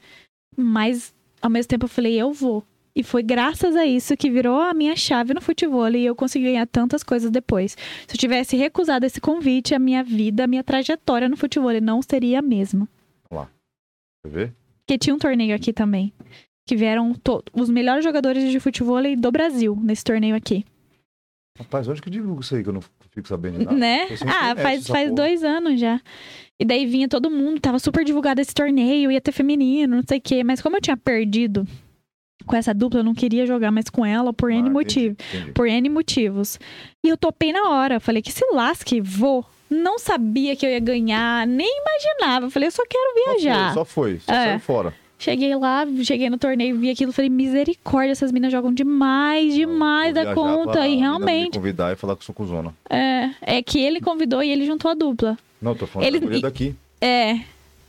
S1: Mas, ao mesmo tempo, eu falei, eu vou. E foi graças a isso que virou a minha chave no futebol e eu consegui ganhar tantas coisas depois. Se eu tivesse recusado esse convite, a minha vida, a minha trajetória no futebol não seria a mesma.
S2: Quer ver?
S1: Porque tinha um torneio aqui também. Que vieram to- os melhores jogadores de futebol do Brasil nesse torneio aqui.
S2: Rapaz, onde que eu divulgo isso aí que eu não fico sabendo de nada?
S1: né?
S2: eu sempre
S1: Ah,
S2: meto
S1: faz,
S2: essa
S1: faz
S2: porra.
S1: dois anos já. E daí vinha todo mundo, tava super divulgado esse torneio, ia ter feminino, não sei o quê. Mas como eu tinha perdido com essa dupla, eu não queria jogar mais com ela por N
S2: Ah,
S1: motivo.
S2: entendi, entendi.
S1: Por N motivos. E eu topei na hora. Falei, que se lasque, vou. Não sabia que eu ia ganhar, nem imaginava. Eu Falei, eu só quero viajar.
S2: Só foi, só foi, só
S1: É.
S2: saiu fora.
S1: Cheguei lá, cheguei no torneio, vi aquilo, falei, misericórdia, essas minas jogam demais, demais
S2: Vou
S1: da
S2: viajar
S1: conta.
S2: pra
S1: E
S2: mina
S1: realmente,
S2: Me convidar e falar que eu sou cuzona.
S1: é, é que ele convidou e ele juntou a dupla.
S2: Não, tô falando
S1: Ele-
S2: da mulher daqui.
S1: É,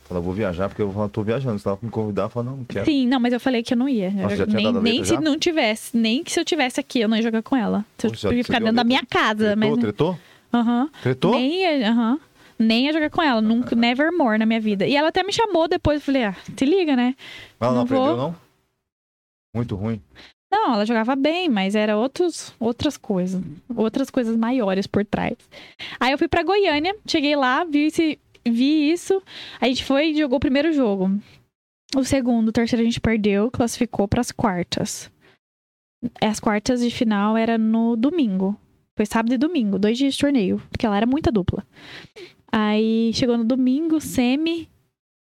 S2: Fala, vou viajar porque eu vou falar, tô viajando. Você tava pra me convidar, eu falo, não, não quero.
S1: Sim, não, mas eu falei que eu não ia.
S2: é- Nossa,
S1: Eu-
S2: já tinha
S1: nem
S2: dado a letra
S1: nem se
S2: já?
S1: não tivesse, nem que se eu tivesse aqui, eu não ia jogar com ela. Se eu
S2: Poxa,
S1: ia
S2: você
S1: ficar
S2: deu a
S1: dentro da
S2: letra.
S1: minha casa,
S2: Tretou,
S1: mas.
S2: tretou?
S1: Aham.
S2: Tretou?
S1: Nem ia, aham. Nem ia jogar com ela,
S2: Ah.
S1: nunca, nevermore na minha vida. E ela até me chamou depois, eu falei, ah, te liga, né?
S2: Ela não
S1: não vou.
S2: aprendeu, não? Muito ruim.
S1: Não, ela jogava bem, mas era outros, outras coisas. Outras coisas maiores por trás. Aí eu fui pra Goiânia, cheguei lá, vi, esse, vi isso. A gente foi e jogou o primeiro jogo. O segundo, o terceiro a gente perdeu, classificou pras quartas. As quartas de final era no domingo. Foi sábado e domingo, dois dias de torneio, porque ela era muita dupla. Aí chegou no domingo, semi.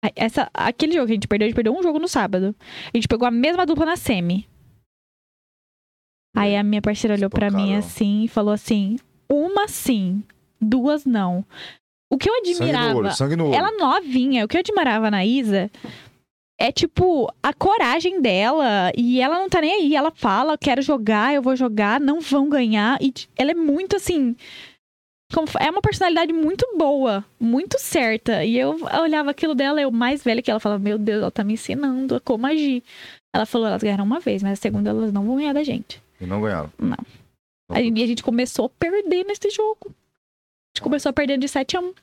S1: Aí Essa, aquele jogo que a gente perdeu, a gente perdeu um jogo no sábado. A gente pegou a mesma dupla na semi. Aí a minha parceira olhou pra mim
S2: Espancaram.
S1: assim e falou assim: uma sim, duas não. O que eu
S2: Sangue no
S1: admirava.
S2: olho, sangue no olho.
S1: Ela novinha, o que eu admirava na Isa é tipo a coragem dela e ela não tá nem aí, ela fala, quero jogar, eu vou jogar, não vão ganhar e t- ela é muito assim, como fa- é uma personalidade muito boa, muito certa. E eu olhava aquilo dela, eu mais velha que ela falava, meu Deus, ela tá me ensinando a como agir. Ela falou, elas ganharam uma vez, mas a segunda elas não vão ganhar da gente.
S2: E não ganharam.
S1: Não. Aí, e a gente começou a perder nesse jogo. A gente começou a perder de 7 a 1,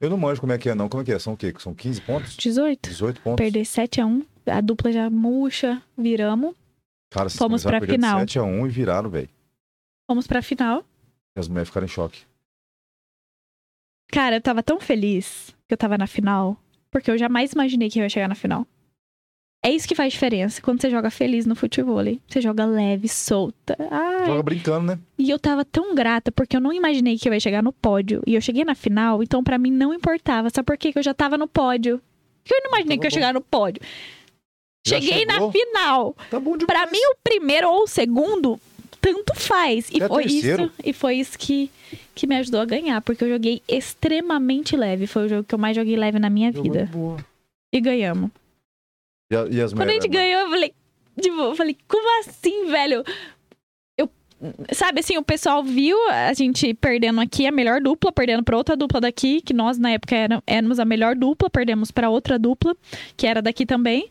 S2: Eu não manjo como é que é, não. Como é que é? São o quê? São 15 pontos?
S1: 18.
S2: 18 pontos?
S1: Perder 7 a 1 a dupla já murcha, viramos,
S2: Cara, vocês
S1: Fomos
S2: começaram
S1: pra
S2: perdendo
S1: final.
S2: 7 a 1 e viraram, velho.
S1: fomos pra final.
S2: E as mulheres ficaram em choque.
S1: Cara, eu tava tão feliz que eu tava na final, porque eu jamais imaginei que eu ia chegar na final. É isso que faz diferença quando você joga feliz no futebol. hein? Você joga leve, solta. Ai,
S2: Joga brincando, né?
S1: E eu tava tão grata porque eu não imaginei que eu ia chegar no pódio. E eu cheguei na final, então pra mim não importava. Sabe por quê? Que eu já tava no pódio. Que eu não imaginei
S2: Tava
S1: que eu ia
S2: bom.
S1: chegar no pódio.
S2: Já
S1: Cheguei na
S2: chegou?
S1: final.
S2: Tá bom demais.
S1: Pra mim, o primeiro ou o segundo, tanto faz. E
S2: Até
S1: foi
S2: É terceiro.
S1: isso, e foi isso que, que me ajudou a ganhar, porque eu joguei extremamente leve. Foi o jogo que eu mais joguei leve na minha
S2: Jogou de
S1: vida.
S2: boa.
S1: E ganhamos.
S2: E, a- e as mulheres... né,
S1: Quando a gente ganhou, eu falei, tipo, eu falei, como assim, velho? Eu, sabe assim, o pessoal viu a gente perdendo aqui a melhor dupla, perdendo pra outra dupla daqui, que nós na época era- éramos a melhor dupla, perdemos pra outra dupla, que era daqui também.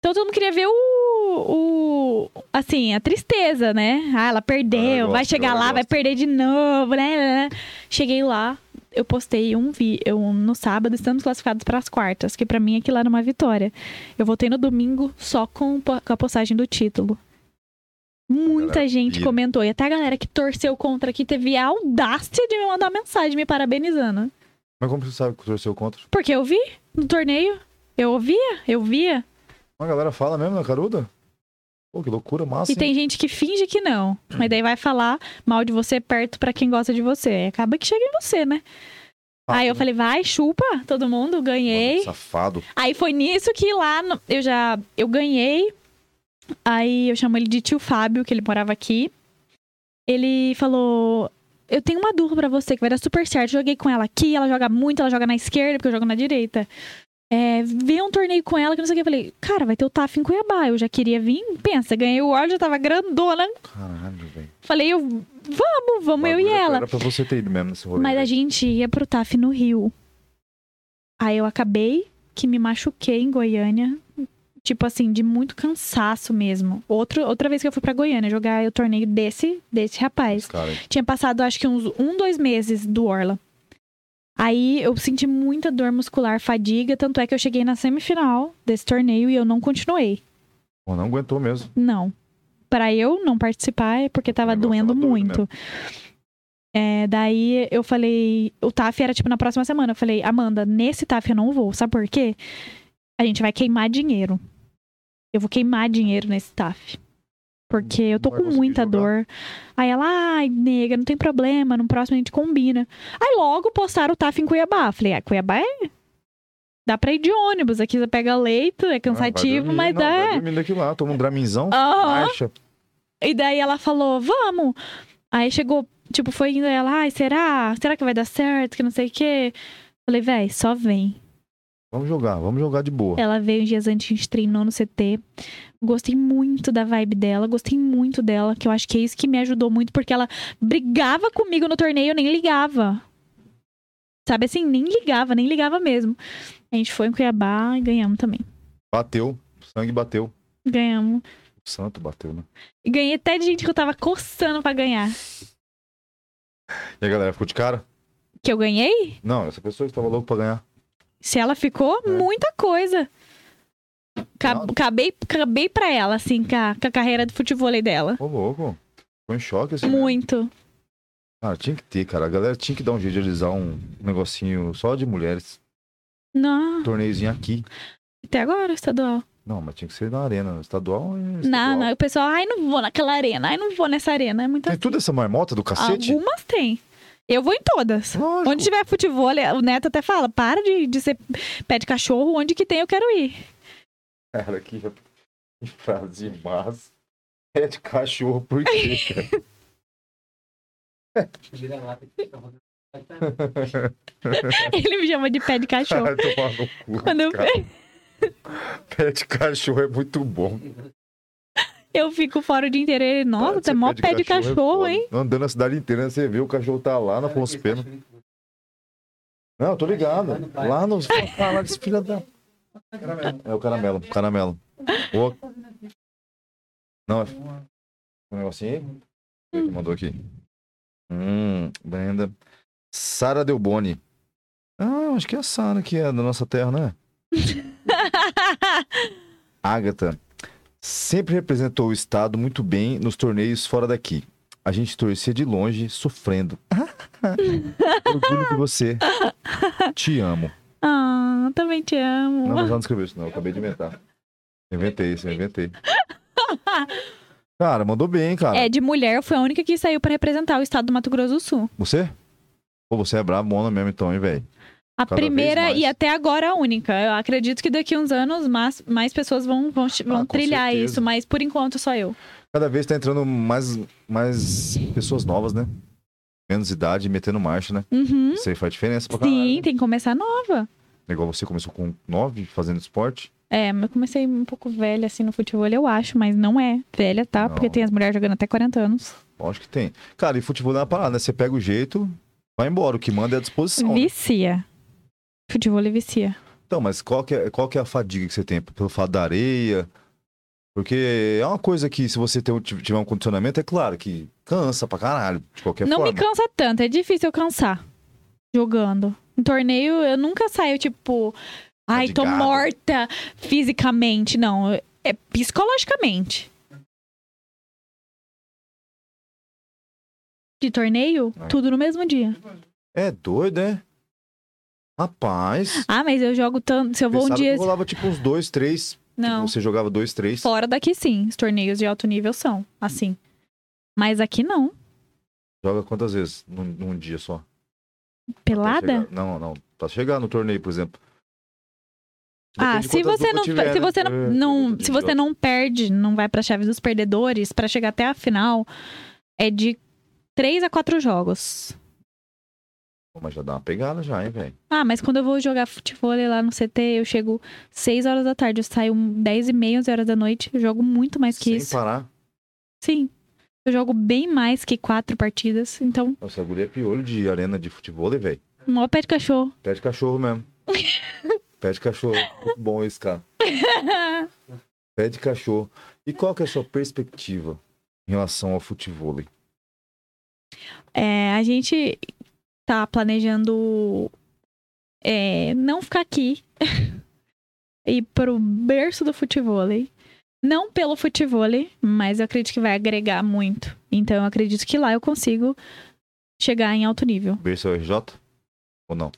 S1: Então todo mundo queria ver o, o- assim, a tristeza, né? Ah, ela
S2: Ah,
S1: perdeu,
S2: eu
S1: vai
S2: gosto,
S1: chegar
S2: eu
S1: lá, vai
S2: gosto.
S1: perder de novo, né? Cheguei lá, eu postei um vídeo no sábado, estamos classificados para as quartas, que pra mim aquilo era uma vitória. Eu voltei no domingo só com, po- com a postagem do título. Muita
S2: galera
S1: gente
S2: pira.
S1: comentou, e até a galera que torceu contra aqui teve a audácia de me mandar mensagem me parabenizando.
S2: Mas como você sabe que torceu contra?
S1: Porque eu vi no torneio, eu ouvia, eu via.
S2: A galera fala mesmo na caruda? Pô, que loucura, massa,
S1: E tem gente que finge que não, mas daí vai falar mal de você perto pra quem gosta de você. Aí acaba que chega em você, né?
S2: Ah,
S1: Aí
S2: né?
S1: eu falei, vai, chupa, todo mundo, ganhei.
S2: Safado.
S1: Aí foi nisso que lá no- eu já eu ganhei. Aí eu chamo ele de tio Fábio, que ele morava aqui. Ele falou: "Eu tenho uma dupla pra você que vai dar super certo. Joguei com ela aqui, ela joga muito, ela joga na esquerda, porque eu jogo na direita. É, vê um torneio com ela que não sei o que. Eu falei, cara, vai ter o TAF em Cuiabá. Eu já queria vir. Pensa, ganhei o World, já tava grandona.
S2: Caralho, velho.
S1: Falei, eu, vamos,
S2: O
S1: vamos, eu e
S2: bagulho
S1: ela.
S2: Era pra você ter ido mesmo nesse rolê.
S1: Mas a
S2: velho.
S1: gente ia pro TAF no Rio. Aí eu acabei que me machuquei em Goiânia. Tipo assim, de muito cansaço mesmo. Outro, outra vez que eu fui pra Goiânia jogar o torneio desse, desse rapaz.
S2: Esse cara aí.
S1: Tinha passado acho que uns um, dois meses do Orla. Aí eu senti muita dor muscular, fadiga. Tanto é que eu cheguei na semifinal desse torneio e eu não continuei.
S2: Pô, não aguentou mesmo.
S1: Não. Pra eu não participar é porque tava
S2: O negócio
S1: doendo
S2: tava doendo
S1: muito. É, daí eu falei, o TAF era tipo na próxima semana. Eu falei, Amanda, nesse TAF eu não vou. Sabe por quê? A gente vai queimar dinheiro. Eu vou queimar dinheiro nesse TAF. Porque eu tô
S2: Não vai
S1: com
S2: conseguir
S1: muita
S2: jogar.
S1: dor. Aí ela, ai, nega, não tem problema, no próximo a gente combina. Aí logo postaram o TAF em Cuiabá. Falei, ah, Cuiabá é. Dá pra ir de ônibus, aqui você pega leito, é cansativo,
S2: Ah, vai dormir.
S1: mas é.
S2: não,
S1: dá.
S2: Vai dormir daqui lá, toma um draminzão,
S1: Aham.
S2: marcha.
S1: E daí ela falou, vamos. Aí chegou, tipo, foi indo ela, ai, será? Será que vai dar certo? Que não sei o quê. Falei, véi, só vem.
S2: Vamos jogar, vamos jogar de boa.
S1: Ela veio uns dias antes, a gente treinou no CT. Gostei muito da vibe dela, gostei muito dela, que eu acho que é isso que me ajudou muito, porque ela brigava comigo no torneio, eu nem ligava. Sabe assim, nem ligava, nem ligava mesmo. A gente foi em Cuiabá e ganhamos também.
S2: Bateu, sangue bateu.
S1: Ganhamos.
S2: O santo bateu, né?
S1: E ganhei até de gente que eu tava coçando pra ganhar.
S2: E a galera ficou de cara?
S1: Que eu ganhei?
S2: Não, essa pessoa estava louca pra ganhar.
S1: Se ela ficou,
S2: É.
S1: muita coisa. Ca-
S2: Não.
S1: Acabei, acabei pra ela, assim, com a, com a carreira de futebol dela.
S2: Ô, louco. Ficou em choque assim. né?
S1: Muito.
S2: Cara, tinha que ter, cara. A galera tinha que dar um jeito de realizar um negocinho só de mulheres. Um
S1: Não,
S2: torneiozinho aqui.
S1: até agora, estadual.
S2: Não, mas tinha que ser na arena. Estadual é.
S1: Não,
S2: estadual.
S1: não. O pessoal, ai, não vou naquela arena, ai, não vou nessa arena. É muita.
S2: Tem tudo essa marmota do cacete?
S1: Algumas tem. Eu vou em todas.
S2: Lógico.
S1: Onde tiver futebol, é, o Neto até fala: para de, de ser pé de cachorro, onde que tem eu quero ir.
S2: Cara, que, que frase massa. É de cachorro, por quê?
S3: Vira lata que fica rodando.
S2: É.
S1: Ele me chama de pé de cachorro.
S2: Vai tomar no cu.
S1: Quando eu,
S2: cara. Pé de cachorro é muito bom.
S1: eu fico fora o dia inteiro, ele, nossa,
S2: Cara,
S1: tá
S2: ser
S1: mó pé de
S2: é
S1: cachorro,
S2: foda.
S1: hein?
S2: Andando a cidade inteira, você vê o cachorro tá lá na Afonso Pena. Não, eu tô ligado. Lá nos. Caralho, esse filho da. É o caramelo, caramelo. O... Não, é. Um negocinho aí? Quem que mandou aqui? Hum, Brenda. Sara Delboni. Ah, acho que é a Sara que é da nossa terra, né? Agatha. Sempre representou o estado muito bem nos torneios fora daqui. A gente torcia de longe, sofrendo. Orgulho de você. Te amo.
S1: ah, também te amo.
S2: Não, mas ela não escreveu isso, não. Eu acabei de inventar. Inventei isso, eu inventei. Cara, mandou bem, cara.
S1: É, de mulher, eu fui a única que saiu pra representar o estado do Mato Grosso do Sul.
S2: Você? Pô, você é brabo, mona mesmo, então, hein, velho?
S1: A
S2: Cada vez
S1: primeira
S2: mais.
S1: e até agora a única. Eu acredito que daqui a uns anos mais, mais pessoas vão, vão, vão
S2: Ah, com
S1: trilhar
S2: certeza.
S1: isso, mas por enquanto só eu.
S2: Cada vez tá entrando mais, mais pessoas novas, né? Menos idade, metendo marcha, né?
S1: Uhum.
S2: Isso aí faz diferença pra caralho.
S1: Sim, tem que começar nova.
S2: Igual você começou com 9, fazendo esporte.
S1: É, mas eu comecei um pouco velha assim no futebol, eu acho, mas não é velha, tá? Porque
S2: Não.
S1: tem as mulheres jogando até 40 anos.
S2: Lógico que tem. Cara, e futebol é uma parada, né? Você pega o jeito, vai embora. O que manda é a disposição. né?
S1: Vicia. Futebol é vicia.
S2: Então, mas qual que, é, qual que é a fadiga que você tem? Pelo fato da areia? Porque é uma coisa que, se você tem um- tiver um condicionamento, é claro que cansa pra caralho, de qualquer
S1: não
S2: forma.
S1: me cansa tanto, é difícil eu cansar jogando. Em torneio, eu nunca saio tipo, ai, tô
S2: Fadigado.
S1: morta fisicamente. Não, é psicologicamente. De torneio,
S2: É.
S1: tudo no mesmo dia.
S2: É doido, é? Rapaz.
S1: Ah, mas eu jogo tanto. Se eu vou um
S2: pensava que
S1: dia.
S2: rolava tipo uns dois, três. Tipo,
S1: Não.
S2: Você jogava dois, três.
S1: Fora daqui, sim. Os torneios de alto nível são assim. Mas aqui não.
S2: Joga quantas vezes num, num dia só? Pra
S1: Pelada?
S2: chegar- Não, não. Pra chegar no torneio, por exemplo.
S1: Ah,
S2: Depende de
S1: se
S2: quantas
S1: você
S2: duplas
S1: não,
S2: tiver,
S1: se
S2: né?
S1: você não,
S2: É,
S1: não-
S2: pergunta
S1: se
S2: de
S1: você não perde, não vai pra chave dos perdedores, pra chegar até a final é de três a quatro jogos.
S2: idiota. Mas já dá uma pegada já, hein, velho?
S1: Ah, mas quando eu vou jogar futebol lá no CT, eu chego 6 horas da tarde, eu saio 10 e meia, 11 horas da noite, eu jogo muito mais que
S2: Sem
S1: isso.
S2: parar.
S1: Sim. Eu jogo bem mais que quatro partidas, então,
S2: Nossa, a guria é piolho de arena de futebol, velho.
S1: mó pé de cachorro.
S2: Pé de cachorro mesmo. Pé de cachorro. Muito bom esse, cara. Pé de cachorro. E qual que é a sua perspectiva em relação ao futebol?
S1: É, a gente tá planejando é, não ficar aqui e ir pro berço do futebol. Não pelo futebol, mas eu acredito que vai agregar muito. Então eu acredito que lá eu consigo chegar em alto nível.
S2: Berço é RJ? Ou não?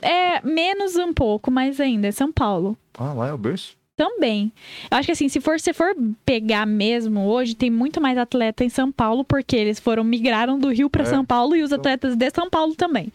S1: É menos um pouco, mas ainda é São Paulo.
S2: Ah, lá é o berço?
S1: Também. Eu acho que assim, se for, se for pegar mesmo hoje, tem muito mais atleta em São Paulo, porque eles foram, migraram do Rio para
S2: É.
S1: São Paulo e os
S2: Então-
S1: atletas de São Paulo também.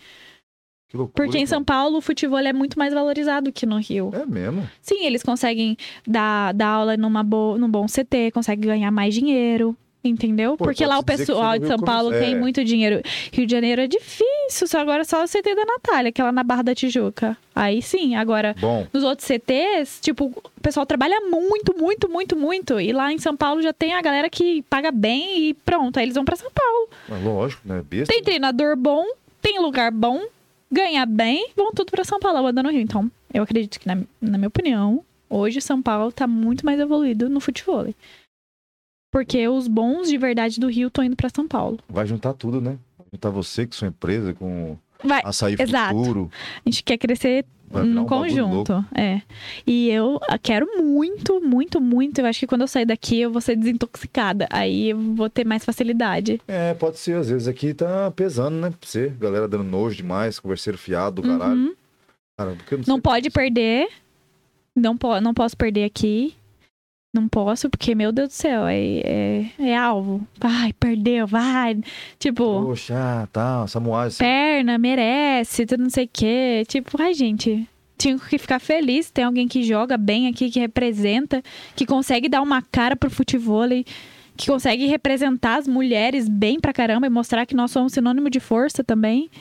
S2: Que loucura.
S1: Porque em São Paulo o futebol é muito mais valorizado que no Rio.
S2: É mesmo?
S1: Sim, eles conseguem dar, dar aula numa bo, num bom CT, conseguem ganhar mais dinheiro, entendeu?
S2: Pô,
S1: Porque
S2: posso
S1: lá o
S2: dizer que foi
S1: pessoal
S2: no
S1: de
S2: Rio
S1: São Paulo
S2: Cruz, é.
S1: tem muito dinheiro. Rio de Janeiro é difícil, só agora só o CT da Natália, que é lá na Barra da Tijuca. Aí sim, agora
S2: Bom,
S1: nos outros CTs, tipo, o pessoal trabalha muito, muito, muito, muito. E lá em São Paulo já tem a galera que paga bem e pronto, aí eles vão pra São Paulo.
S2: mas lógico, né? Besta.
S1: Tem treinador bom, tem lugar bom, ganha bem, vão tudo pra São Paulo, andando no Rio. Então, eu acredito que, na, na minha opinião, hoje São Paulo tá muito mais evoluído no futebol. Porque os bons de verdade do Rio estão indo pra São Paulo.
S2: Vai juntar tudo, né? Vai juntar você com sua empresa, com
S1: Vai,
S2: açaí
S1: exato.
S2: futuro.
S1: a gente quer crescer
S2: Ah. Vai virar
S1: no
S2: um bagulho louco.
S1: conjunto. É. E eu quero muito, muito, muito. Eu acho que quando eu sair daqui, eu vou ser desintoxicada. Aí eu vou ter mais facilidade.
S2: É, pode ser. Às vezes aqui tá pesando, né? Pra você. Galera dando nojo demais, converseiro fiado, do caralho.
S1: Uhum.
S2: Cara, porque eu não,
S1: Não
S2: sei-
S1: pode perder. Não, po não posso perder aqui. Não posso, porque, meu Deus do céu, é, é, é alvo. Vai, perdeu, vai. Tipo,
S2: Poxa, ah, tá, Samuás.
S1: perna, merece, tu não sei o quê. Tipo, ai, gente, tinha que ficar feliz. Tem alguém que joga bem aqui, que representa, que consegue dar uma cara pro futebol, que consegue representar as mulheres bem pra caramba e mostrar que nós somos sinônimo de força também.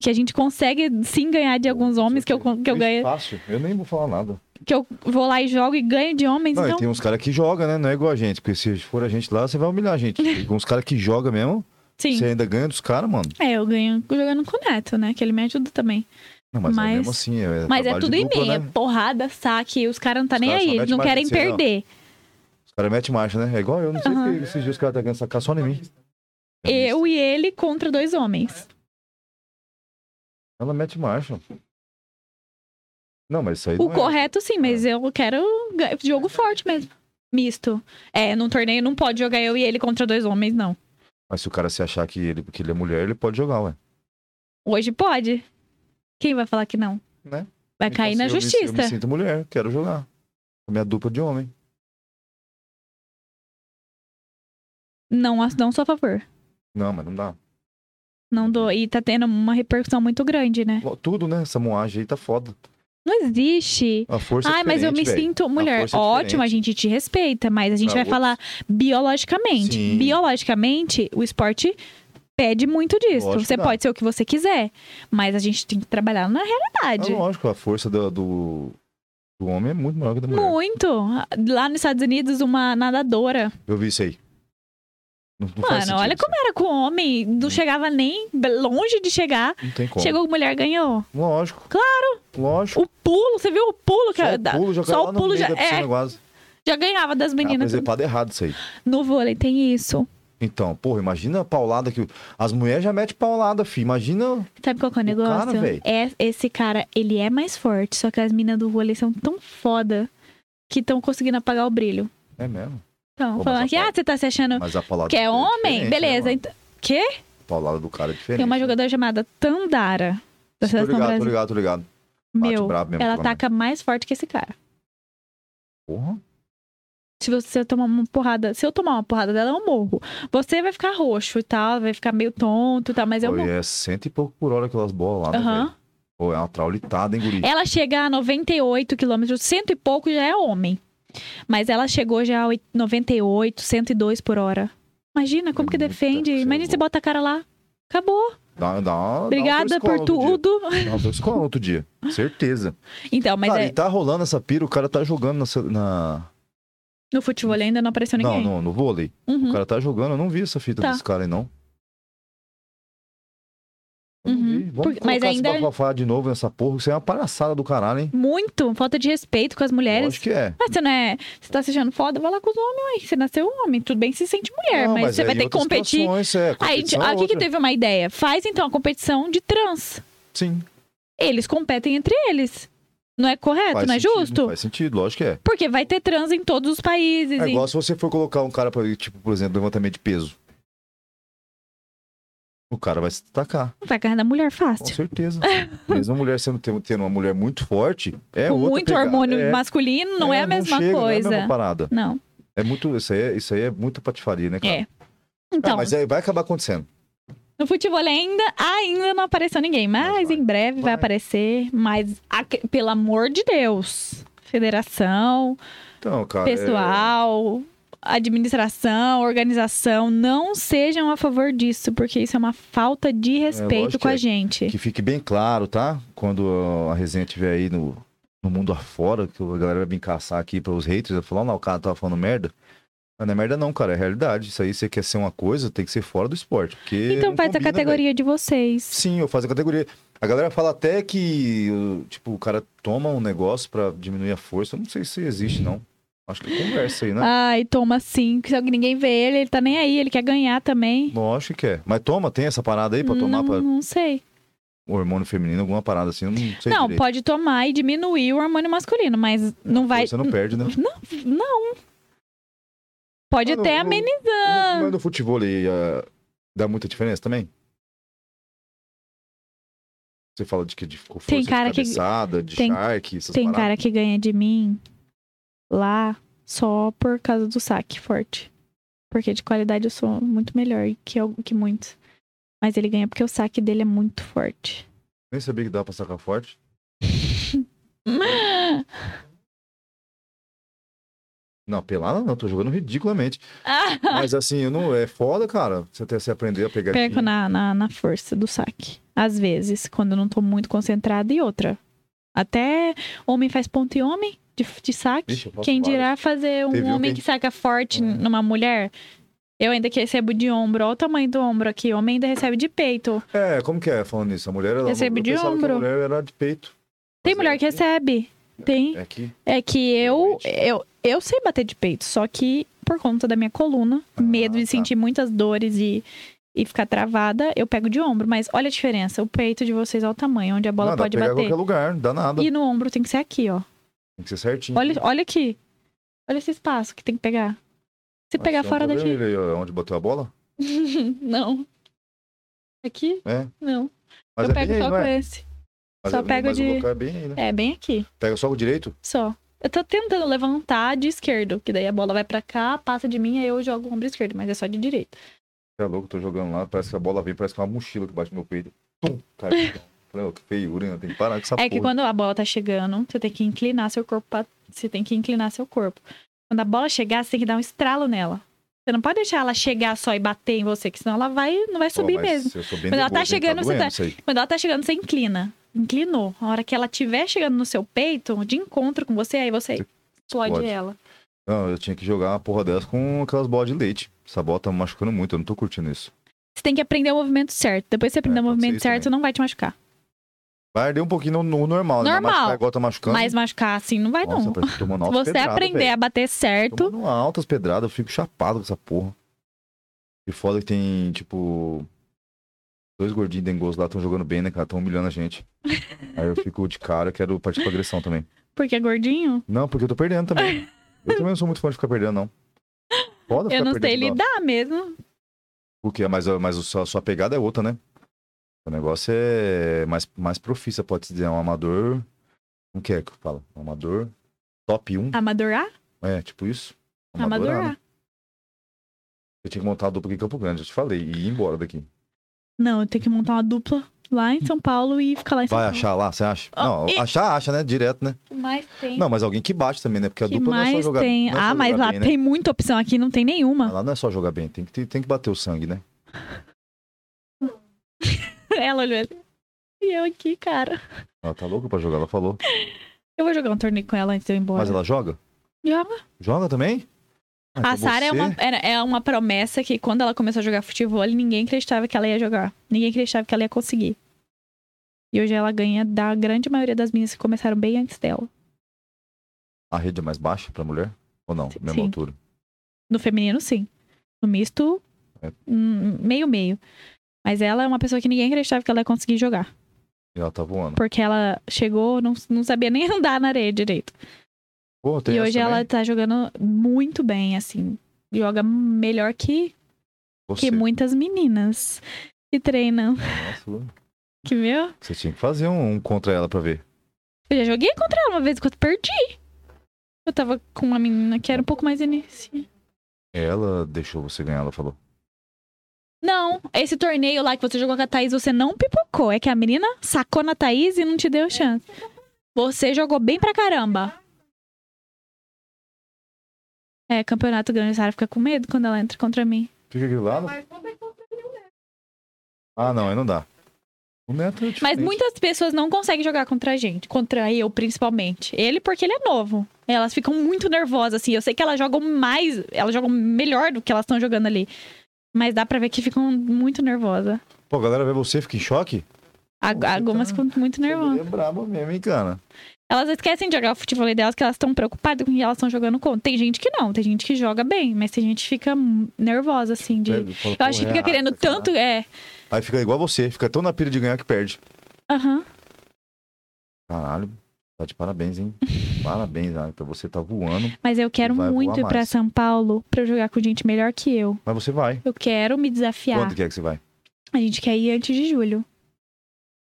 S1: Que a gente consegue sim ganhar de alguns homens que eu, con- que eu ganhei
S2: é Fácil. Eu nem vou falar nada.
S1: que eu vou lá e jogo e ganho de homens,
S2: Não, e
S1: então.
S2: tem uns caras que jogam, né? Não é igual a gente, porque se for a gente lá, você vai humilhar a gente. Tem uns caras que jogam mesmo,
S1: Sim.
S2: você ainda ganha dos caras, mano.
S1: É, eu ganho jogando com o Neto, né? Que ele me ajuda também.
S2: Não, mas,
S1: Mas-
S2: é mesmo assim. É
S1: Mas é
S2: trabalho de
S1: tudo em
S2: dupla,
S1: mim, é
S2: Né?
S1: porrada, saque, os caras não tá
S2: Os
S1: nem
S2: caras só
S1: aí, eles
S2: metem
S1: não
S2: mais
S1: querem
S2: em você, não.
S1: perder.
S2: Os caras metem marcha, né? É igual eu, não sei
S1: Aham.
S2: porque esses dias os caras tá ganhando sacar só em mim. É
S1: Eu e ele contra dois homens.
S2: Ela mete marcha. Não, mas isso aí
S1: O
S2: não é-
S1: correto sim, mas eu quero ga- jogo forte mesmo. Misto. É, num torneio não pode jogar eu e ele contra dois homens, não.
S2: Mas se o cara se achar que ele, que ele é mulher, ele pode jogar, ué.
S1: Hoje pode. Quem vai falar que não?
S2: Né?
S1: Vai
S2: Então,
S1: cair
S2: assim,
S1: na
S2: eu me-
S1: justiça.
S2: eu me sinto mulher, quero jogar. Com Minha dupla de homem.
S1: Não, não sou a favor.
S2: Não, mas não dá.
S1: Não dou. E tá tendo uma repercussão muito grande, né?
S2: Lo- Tudo, né? Essa moagem aí tá foda.
S1: Não existe.
S2: A força é
S1: Ai, mas eu me
S2: diferente, velho.
S1: sinto mulher.
S2: força é
S1: Ótimo,
S2: diferente.
S1: a gente te respeita, mas a gente
S2: Pra
S1: vai falar biologicamente.
S2: Sim.
S1: Biologicamente, o esporte pede muito disso.
S2: Lógico que
S1: você
S2: dá.
S1: pode ser o que você quiser, mas a gente tem que trabalhar na
S2: É
S1: realidade.
S2: lógico, a força do, do, do homem é muito maior que a da mulher.
S1: muito. Lá nos Estados Unidos, uma nadadora.
S2: Eu vi isso aí. Não, não faz
S1: Mano,
S2: sentido
S1: olha
S2: isso.
S1: como era com o homem. Não chegava nem longe de chegar.
S2: Não tem Hum. como.
S1: é- Chegou mulher, ganhou.
S2: Lógico. Claro. Lógico.
S1: O pulo, você viu o pulo que
S2: Só
S1: a-
S2: o
S1: da-
S2: pulo, já
S1: só
S2: caiu
S1: o
S2: lá no
S1: pulo
S2: meio
S1: já-
S2: da piscina
S1: é.
S2: quase.
S1: já ganhava das
S2: Ah,
S1: meninas.
S2: preservado errado isso aí.
S1: no vôlei tem isso.
S2: Então, porra, imagina a paulada que... o- As mulheres já metem paulada, fi. Imagina...
S1: Sabe qual que é o
S2: O
S1: negócio?
S2: cara, véi.
S1: é, esse cara, ele é mais forte, só que as minas do vôlei são tão foda que estão conseguindo apagar o brilho.
S2: É mesmo.
S1: Então,
S2: Pô,
S1: falando
S2: mas
S1: que,
S2: a
S1: ah,
S2: pau-
S1: você tá se achando
S2: Mas a paulada...
S1: que é
S2: do cara
S1: homem?
S2: diferente,
S1: Beleza.
S2: né, mano?
S1: então, quê?
S2: A paulada do cara é diferente.
S1: Tem uma
S2: né?
S1: jogadora chamada Tandara, da
S2: Tô
S1: Seleção
S2: ligado, tô
S1: Brasil.
S2: ligado, tô ligado. Bate
S1: Meu,
S2: brabo mesmo.
S1: ela tá
S2: pelo menos.
S1: ataca mais forte que esse cara.
S2: Porra.
S1: Se você tomar uma porrada, se eu tomar uma porrada dela, eu morro. Você vai ficar roxo e tal, vai ficar meio tonto e tal, mas eu
S2: Pô, e
S1: morro.
S2: é cento e pouco por hora aquelas bolas lá, né,
S1: Aham. É.
S2: velho? Pô, é uma traulitada, hein, guri?
S1: Ela chega a 98 quilômetros, cento e pouco já é homem. Mas ela chegou já a oit- 98, 102 por hora. Imagina, como que
S2: Muita
S1: defende?
S2: coisa
S1: Imagina você
S2: boa.
S1: bota a cara lá. Acabou.
S2: Dá, dá, dá um
S1: Obrigada
S2: dois
S1: por
S2: colos outro
S1: tudo.
S2: dia. Dá um dois colos outro dia. Certeza.
S1: Então, mas
S2: cara,
S1: é,
S2: e tá rolando essa pira, o cara tá jogando nessa- na...
S1: no futebol ainda não apareceu
S2: Não,
S1: ninguém.
S2: no, no vôlei.
S1: Uhum.
S2: O cara tá jogando, eu não vi essa fita
S1: Tá.
S2: desse cara aí, não. Eu não
S1: Uhum.
S2: vi. Vamos
S1: Porque-
S2: colocar
S1: mas
S2: esse
S1: ainda-
S2: bafafá de novo nessa porra, isso aí é uma palhaçada do caralho, hein?
S1: Muito. Falta de respeito com as mulheres.
S2: Acho que é.
S1: Ah, você não é. Você tá se achando foda? Vai lá com os homens aí. Você nasceu um homem. Tudo bem, que se sente mulher,
S2: Não,
S1: é, mas, você
S2: aí
S1: vai ter que
S2: outras
S1: competir.
S2: situações,
S1: Aí,
S2: é,
S1: a gente-
S2: competição é
S1: aqui que
S2: outra.
S1: teve uma ideia. Faz então a competição de trans.
S2: Sim.
S1: Eles competem entre eles. Não é correto,
S2: Faz
S1: não é
S2: sentido,
S1: justo.
S2: Faz sentido, lógico que é.
S1: Porque vai ter trans em todos os países.
S2: É
S1: e-
S2: igual se você for colocar um cara pra, tipo, por exemplo, levantamento de peso. O cara vai se destacar,
S1: Vai ganhar da mulher
S2: com
S1: fácil.
S2: certeza. Mesmo a mulher sendo tendo uma mulher muito forte, é
S1: Com
S2: outra
S1: muito
S2: pegada.
S1: hormônio
S2: É,
S1: masculino, não é, a mesma
S2: chega,
S1: coisa.
S2: Não é a
S1: Não.
S2: mesma parada. É muito, isso aí é, isso aí é muito patifaria, né, cara?
S1: É.
S2: Ah,
S1: Então,
S2: mas aí vai acabar acontecendo.
S1: no futebol ainda, ainda não apareceu ninguém. Mas,
S2: Mas vai.
S1: em breve vai,
S2: Vai.
S1: aparecer. Mas, aque- pelo amor de Deus, federação,
S2: Então, cara. é-
S1: pessoal, administração, organização, não sejam a favor disso, porque isso é uma falta de respeito
S2: lógico
S1: com a
S2: que é.
S1: gente.
S2: Que fique bem claro, tá? Quando a resenha estiver aí no, no mundo afora, que a galera vai vir caçar aqui para os haters, vai falar, "Ó, não, o cara tava falando merda. Mas não é merda não, cara, é realidade. Isso aí, você quer ser uma coisa, tem que ser fora do esporte. Porque
S1: Então
S2: não
S1: faz a
S2: combina,
S1: categoria de vocês.
S2: Sim, eu faço a categoria. A galera fala até que, uh, tipo, o cara toma um negócio pra diminuir a força. Eu não sei se existe, não. Acho que conversa aí, né?
S1: Ai, toma sim, que se ninguém vê ele, ele tá nem aí, ele quer ganhar também.
S2: Lógico que é. Mas toma, tem essa parada aí pra tomar
S1: não,
S2: pra
S1: não sei.
S2: hormônio feminino, alguma parada assim, eu não sei
S1: não,
S2: direito. É,
S1: pode tomar e diminuir o hormônio masculino, mas não vai.
S2: Você não perde, né?
S1: Não. Pode
S2: Mas tá no-
S1: até
S2: no-
S1: amenizar.
S2: Mas no futebol aí, ah, dá muita diferença também? Você fala de que de força
S1: Tem cara
S2: de
S1: que-
S2: cabeçada, de
S1: tem-
S2: charque, essas
S1: Tem
S2: paradas.
S1: cara que ganha de mim lá só por causa do saque forte. Porque de qualidade eu sou muito melhor que, al- que muitos. Mas ele ganha porque o saque dele é muito forte.
S2: Nem sabia que dá pra sacar forte. Não, pelada não, tô jogando ridiculamente. Mas assim, eu não, é foda, cara. Você até se aprender a pegar.
S1: Perco na, na, na força do saque. Às vezes, quando eu não tô muito concentrada. E outra. Até homem faz ponto em homem de, de saque.
S2: Vixe, eu faço
S1: Quem
S2: várias.
S1: dirá fazer um
S2: Teve um
S1: homem
S2: que-
S1: que saca forte
S2: É.
S1: numa mulher? Eu ainda que recebo de ombro. Olha o tamanho do ombro aqui. Homem ainda recebe de peito.
S2: É, como que é falando isso? A mulher ela
S1: Recebe
S2: eu
S1: de
S2: pensava Que
S1: ombro.
S2: a mulher era de peito.
S1: Tem
S2: Mas
S1: mulher
S2: é
S1: que
S2: aqui.
S1: recebe. Tem.
S2: É aqui.
S1: É que eu,
S2: Realmente.
S1: eu, eu sei bater de peito, só que por conta da minha coluna,
S2: Ah,
S1: medo de
S2: tá.
S1: sentir muitas dores e, e ficar travada, eu pego de ombro. Mas olha a diferença, o peito de vocês, olha o tamanho, onde a bola
S2: não, dá
S1: pode
S2: pra pegar
S1: bater.
S2: qualquer Uhum. lugar, não dá nada.
S1: E no ombro tem que ser aqui, ó.
S2: Tem que ser certinho.
S1: Olha, olha aqui. Olha esse espaço que tem que pegar. Se
S2: Nossa,
S1: pegar
S2: tem um
S1: fora daqui.
S2: vermelho aí, ó, onde bateu a bola?
S1: não. Aqui?
S2: É.
S1: Não.
S2: Mas
S1: eu
S2: é
S1: pego
S2: bem aí,
S1: só
S2: não
S1: com
S2: é?
S1: esse.
S2: Mas
S1: só
S2: é-
S1: pego
S2: mas o
S1: de-
S2: local é bem aí, né?
S1: É, bem aqui.
S2: Pega só o direito?
S1: Só. Eu tô tentando levantar de esquerdo, que daí a bola vai pra cá, passa de mim, aí eu jogo o ombro esquerdo, mas é só de direita.
S2: Você é louco, tô jogando lá, parece que a bola vem, parece que é uma mochila que bate no meu peito. Pum, caiu. Falei, ô, que feiura, hein? Tem que parar com essa
S1: é que
S2: porra.
S1: quando a bola tá chegando, você tem que inclinar seu corpo pra... Você tem que inclinar seu corpo. Quando a bola chegar, você tem que dar um estralo nela. Você não pode deixar ela chegar só e bater em você, que senão ela vai, não vai
S2: Pô,
S1: subir
S2: mas
S1: mesmo.
S2: Eu sou bem
S1: Quando ela
S2: nervoso,
S1: tá
S2: hein?
S1: chegando, você
S2: doendo
S1: tá-
S2: isso aí.
S1: Quando ela tá chegando, você inclina. Inclinou. A hora que ela tiver chegando no seu peito, de encontro com você, aí você explode
S2: explode.
S1: ela.
S2: Não, eu tinha que jogar uma porra dessa com aquelas bolas de leite. Essa bola tá me machucando muito, eu não tô curtindo isso.
S1: Você tem que aprender o movimento certo. Depois que você aprender o
S2: É, pode ser
S1: movimento
S2: isso
S1: certo,
S2: também.
S1: não vai te machucar.
S2: Vai arder um pouquinho no, no normal, né? Mas
S1: Normal.
S2: machucar igual tá machucando.
S1: Mas machucar assim não vai,
S2: Nossa,
S1: não.
S2: parece que tô tomando
S1: Se
S2: altas
S1: você
S2: pedradas,
S1: aprender
S2: velho.
S1: a bater certo,
S2: Tomando altas pedradas, eu fico chapado com essa porra. E foda que tem, tipo. Dois gordinhos dengosos lá estão jogando bem, né, cara? Tão humilhando a gente. Aí eu fico de cara, eu quero partir pra agressão também.
S1: porque é gordinho,
S2: Não, porque eu tô perdendo também. Eu também não sou muito fã de ficar perdendo, não. Foda
S1: eu
S2: ficar
S1: não sei
S2: tá perdendo, não.
S1: lidar mesmo.
S2: Porque, mas, mas a sua, a sua pegada é outra, né? O negócio é mais, mais profissa, pode se dizer. É um amador. Como que é que eu falo? Um amador top 1.
S1: Amador A?
S2: É, tipo isso.
S1: Amador
S2: A, né?
S1: A.
S2: Eu tinha que montar a dupla aqui em Campo Grande, eu te falei, e ir embora daqui.
S1: Não, eu tenho que montar uma dupla lá em São Paulo e ficar lá em São
S2: Vai
S1: Paulo.
S2: achar lá, você acha?
S1: Ah,
S2: não,
S1: e-
S2: achar, acha, né? Direto, né?
S1: O que mais tem?
S2: Não, mas alguém que bate também, né? Porque a
S1: que
S2: dupla não é só
S1: mais
S2: jogar
S1: tem?
S2: não é só
S1: ah, mas
S2: jogar
S1: lá
S2: bem, né?
S1: tem muita opção. Aqui não tem nenhuma.
S2: Mas Lá não é só jogar bem, tem que, tem que bater o sangue, né?
S1: Ela olhou assim. E eu aqui, cara.
S2: Ela tá louca pra jogar, ela falou.
S1: Eu vou jogar um torneio com ela antes de eu ir embora.
S2: Mas ela joga?
S1: Joga.
S2: Joga também? Ah,
S1: A
S2: então
S1: Sara é
S2: você-
S1: uma, era- é uma promessa que quando ela começou a jogar futebol, ninguém acreditava que ela ia jogar. Ninguém acreditava que ela ia conseguir. E hoje ela ganha da grande maioria das minhas que começaram bem antes dela.
S2: A rede é mais baixa pra mulher? Ou não?
S1: Sim,
S2: Mesma
S1: sim.
S2: altura.
S1: No feminino, sim. No misto,
S2: É.
S1: hum, meio-meio. Mas ela é uma pessoa que ninguém acreditava que ela ia conseguir jogar.
S2: E ela tá voando.
S1: Porque ela chegou, não, não sabia nem andar na areia direito.
S2: Pô, tem
S1: e
S2: essa
S1: hoje ela
S2: também?
S1: tá jogando muito bem, assim. Joga melhor que, que
S2: Você.
S1: muitas meninas que treinam.
S2: Nossa,
S1: Que meu?
S2: você tinha que fazer um, um contra ela pra ver.
S1: Eu já joguei contra ela uma vez quando perdi. Eu tava com uma menina que era um pouco mais iniciante.
S2: Ela deixou você ganhar, ela falou.
S1: Não, esse torneio lá que você jogou com a Thaís, você não pipocou. É que a menina sacou na Thaís e não te deu chance. Você jogou bem pra caramba. É, campeonato grande, Sara fica com medo quando ela entra contra mim.
S2: Fica grilado? Ah, não, aí não dá. O neto é
S1: Mas
S2: diferente.
S1: muitas pessoas não conseguem jogar contra a gente, contra eu principalmente. Ele porque ele é novo. Elas ficam muito nervosas assim. Eu sei que elas jogam mais, elas jogam melhor do que elas estão jogando ali. Mas dá pra ver que ficam muito nervosas.
S2: Pô, a galera vê você, fica em choque?
S1: Ag-
S2: Você
S1: Algumas
S2: tá-
S1: ficam muito nervosas.
S2: Você é brabo mesmo, hein, cara?
S1: Elas esquecem de jogar o futebol delas, que elas estão preocupadas com o que elas estão jogando contra. Tem gente que não, tem gente que joga bem, mas tem gente que fica hum, nervosa, assim, de. Eu
S2: Pega, fala,
S1: acho
S2: pô,
S1: que fica
S2: é
S1: querendo
S2: rata, cara.
S1: tanto. É.
S2: Aí fica igual você, fica tão na pira de ganhar que perde.
S1: Aham.
S2: Caralho, tá de parabéns, hein? parabéns, Agatha. Você tá voando,
S1: Mas eu quero
S2: Vai voar
S1: muito ir pra
S2: mais.
S1: São Paulo pra eu jogar com gente melhor que eu.
S2: mas você vai.
S1: Eu quero me desafiar.
S2: Quando que é que você vai?
S1: A gente quer ir antes de julho.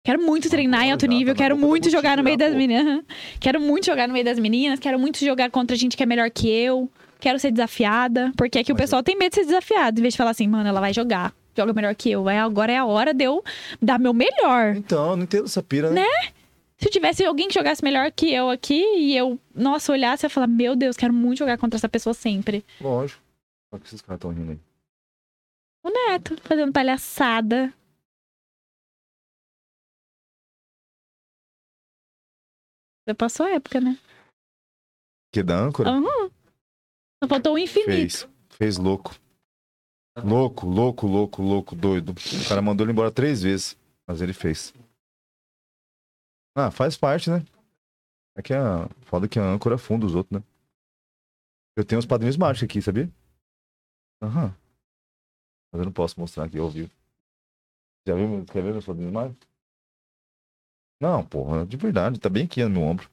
S1: Quero muito treinar em
S2: Agora
S1: alto
S2: já, tá
S1: nível,
S2: na
S1: quero
S2: boca do
S1: muito jogar no
S2: motivo
S1: meio
S2: já,
S1: das
S2: pô.
S1: meninas. Quero muito jogar no meio das meninas, quero muito jogar contra gente que é melhor que eu. Quero ser desafiada, porque é que o
S2: Mas
S1: pessoal tem medo de ser desafiado, em vez de falar assim, mano, ela vai jogar, joga melhor que eu. Vai, agora é a hora de eu dar meu melhor.
S2: Então, eu não entendo essa pira, né?
S1: Se tivesse alguém que jogasse melhor que eu aqui e eu, nossa, olhasse, eu ia falar, meu Deus, quero muito jogar contra essa pessoa sempre.
S2: Lógico. Só que esses caras tão rindo aí.
S1: O Neto, fazendo palhaçada. Já passou a época, né?
S2: Que da âncora?
S1: Uhum. Só faltou o infinito.
S2: Fez. Fez louco. Louco, louco, louco, louco, doido. O cara mandou ele embora três vezes, mas ele fez. Ah, faz parte, né? É que a. Foda que a âncora afunda os outros, né? Eu tenho uns padrinhos mágicos aqui, sabia? Aham. Mas eu não posso mostrar aqui ao vivo. Já viu? meu- Quer ver meus padrinhos mágicos? Não, porra, de verdade, tá bem aqui no meu ombro.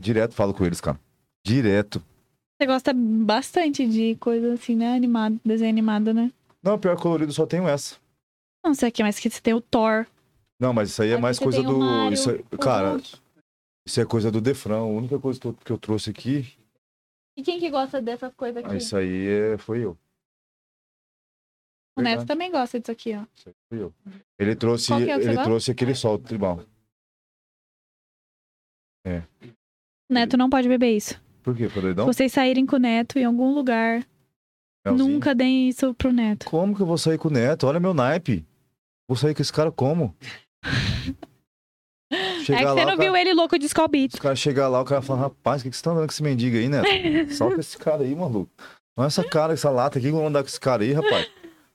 S2: Direto falo com eles, cara. Direto.
S1: Você gosta bastante de coisa assim, né? Animado, desenho animado, né?
S2: Não, pior colorido só tenho essa.
S1: Não sei o que mais que você tem o Thor.
S2: Não, mas isso aí é
S1: Aqui
S2: mais
S1: você
S2: coisa
S1: tem o
S2: do.
S1: Mario,
S2: isso é-
S1: o
S2: Cara,
S1: Hulk.
S2: isso é coisa do Defrão. A única coisa que eu, que eu trouxe aqui.
S1: E quem que gosta dessas coisas
S2: Ah,
S1: aqui?
S2: Isso aí é- foi eu.
S1: o Neto
S2: é Verdade,
S1: também gosta disso aqui, ó.
S2: isso aí foi eu. Ele trouxe.
S1: Qual que é o que você
S2: ele
S1: gosta?
S2: trouxe aquele sol tribal.
S1: O Neto não pode beber isso.
S2: Por quê? Foi
S1: Se
S2: doidão?
S1: vocês saírem com o Neto em algum lugar,
S2: Melzinho?
S1: nunca deem isso pro Neto.
S2: Como que eu vou sair com o Neto? Olha meu naipe. Vou sair com esse cara como?
S1: é que
S2: Chegar
S1: você
S2: lá,
S1: não
S2: o cara,
S1: viu ele louco de Scalbit.
S2: os caras chegam lá, o cara fala, rapaz, o que, que você tá andando com esse mendigo aí, Neto? Solta esse cara aí, maluco. Olha essa cara, essa lata aqui, vamos andar com esse cara aí, rapaz.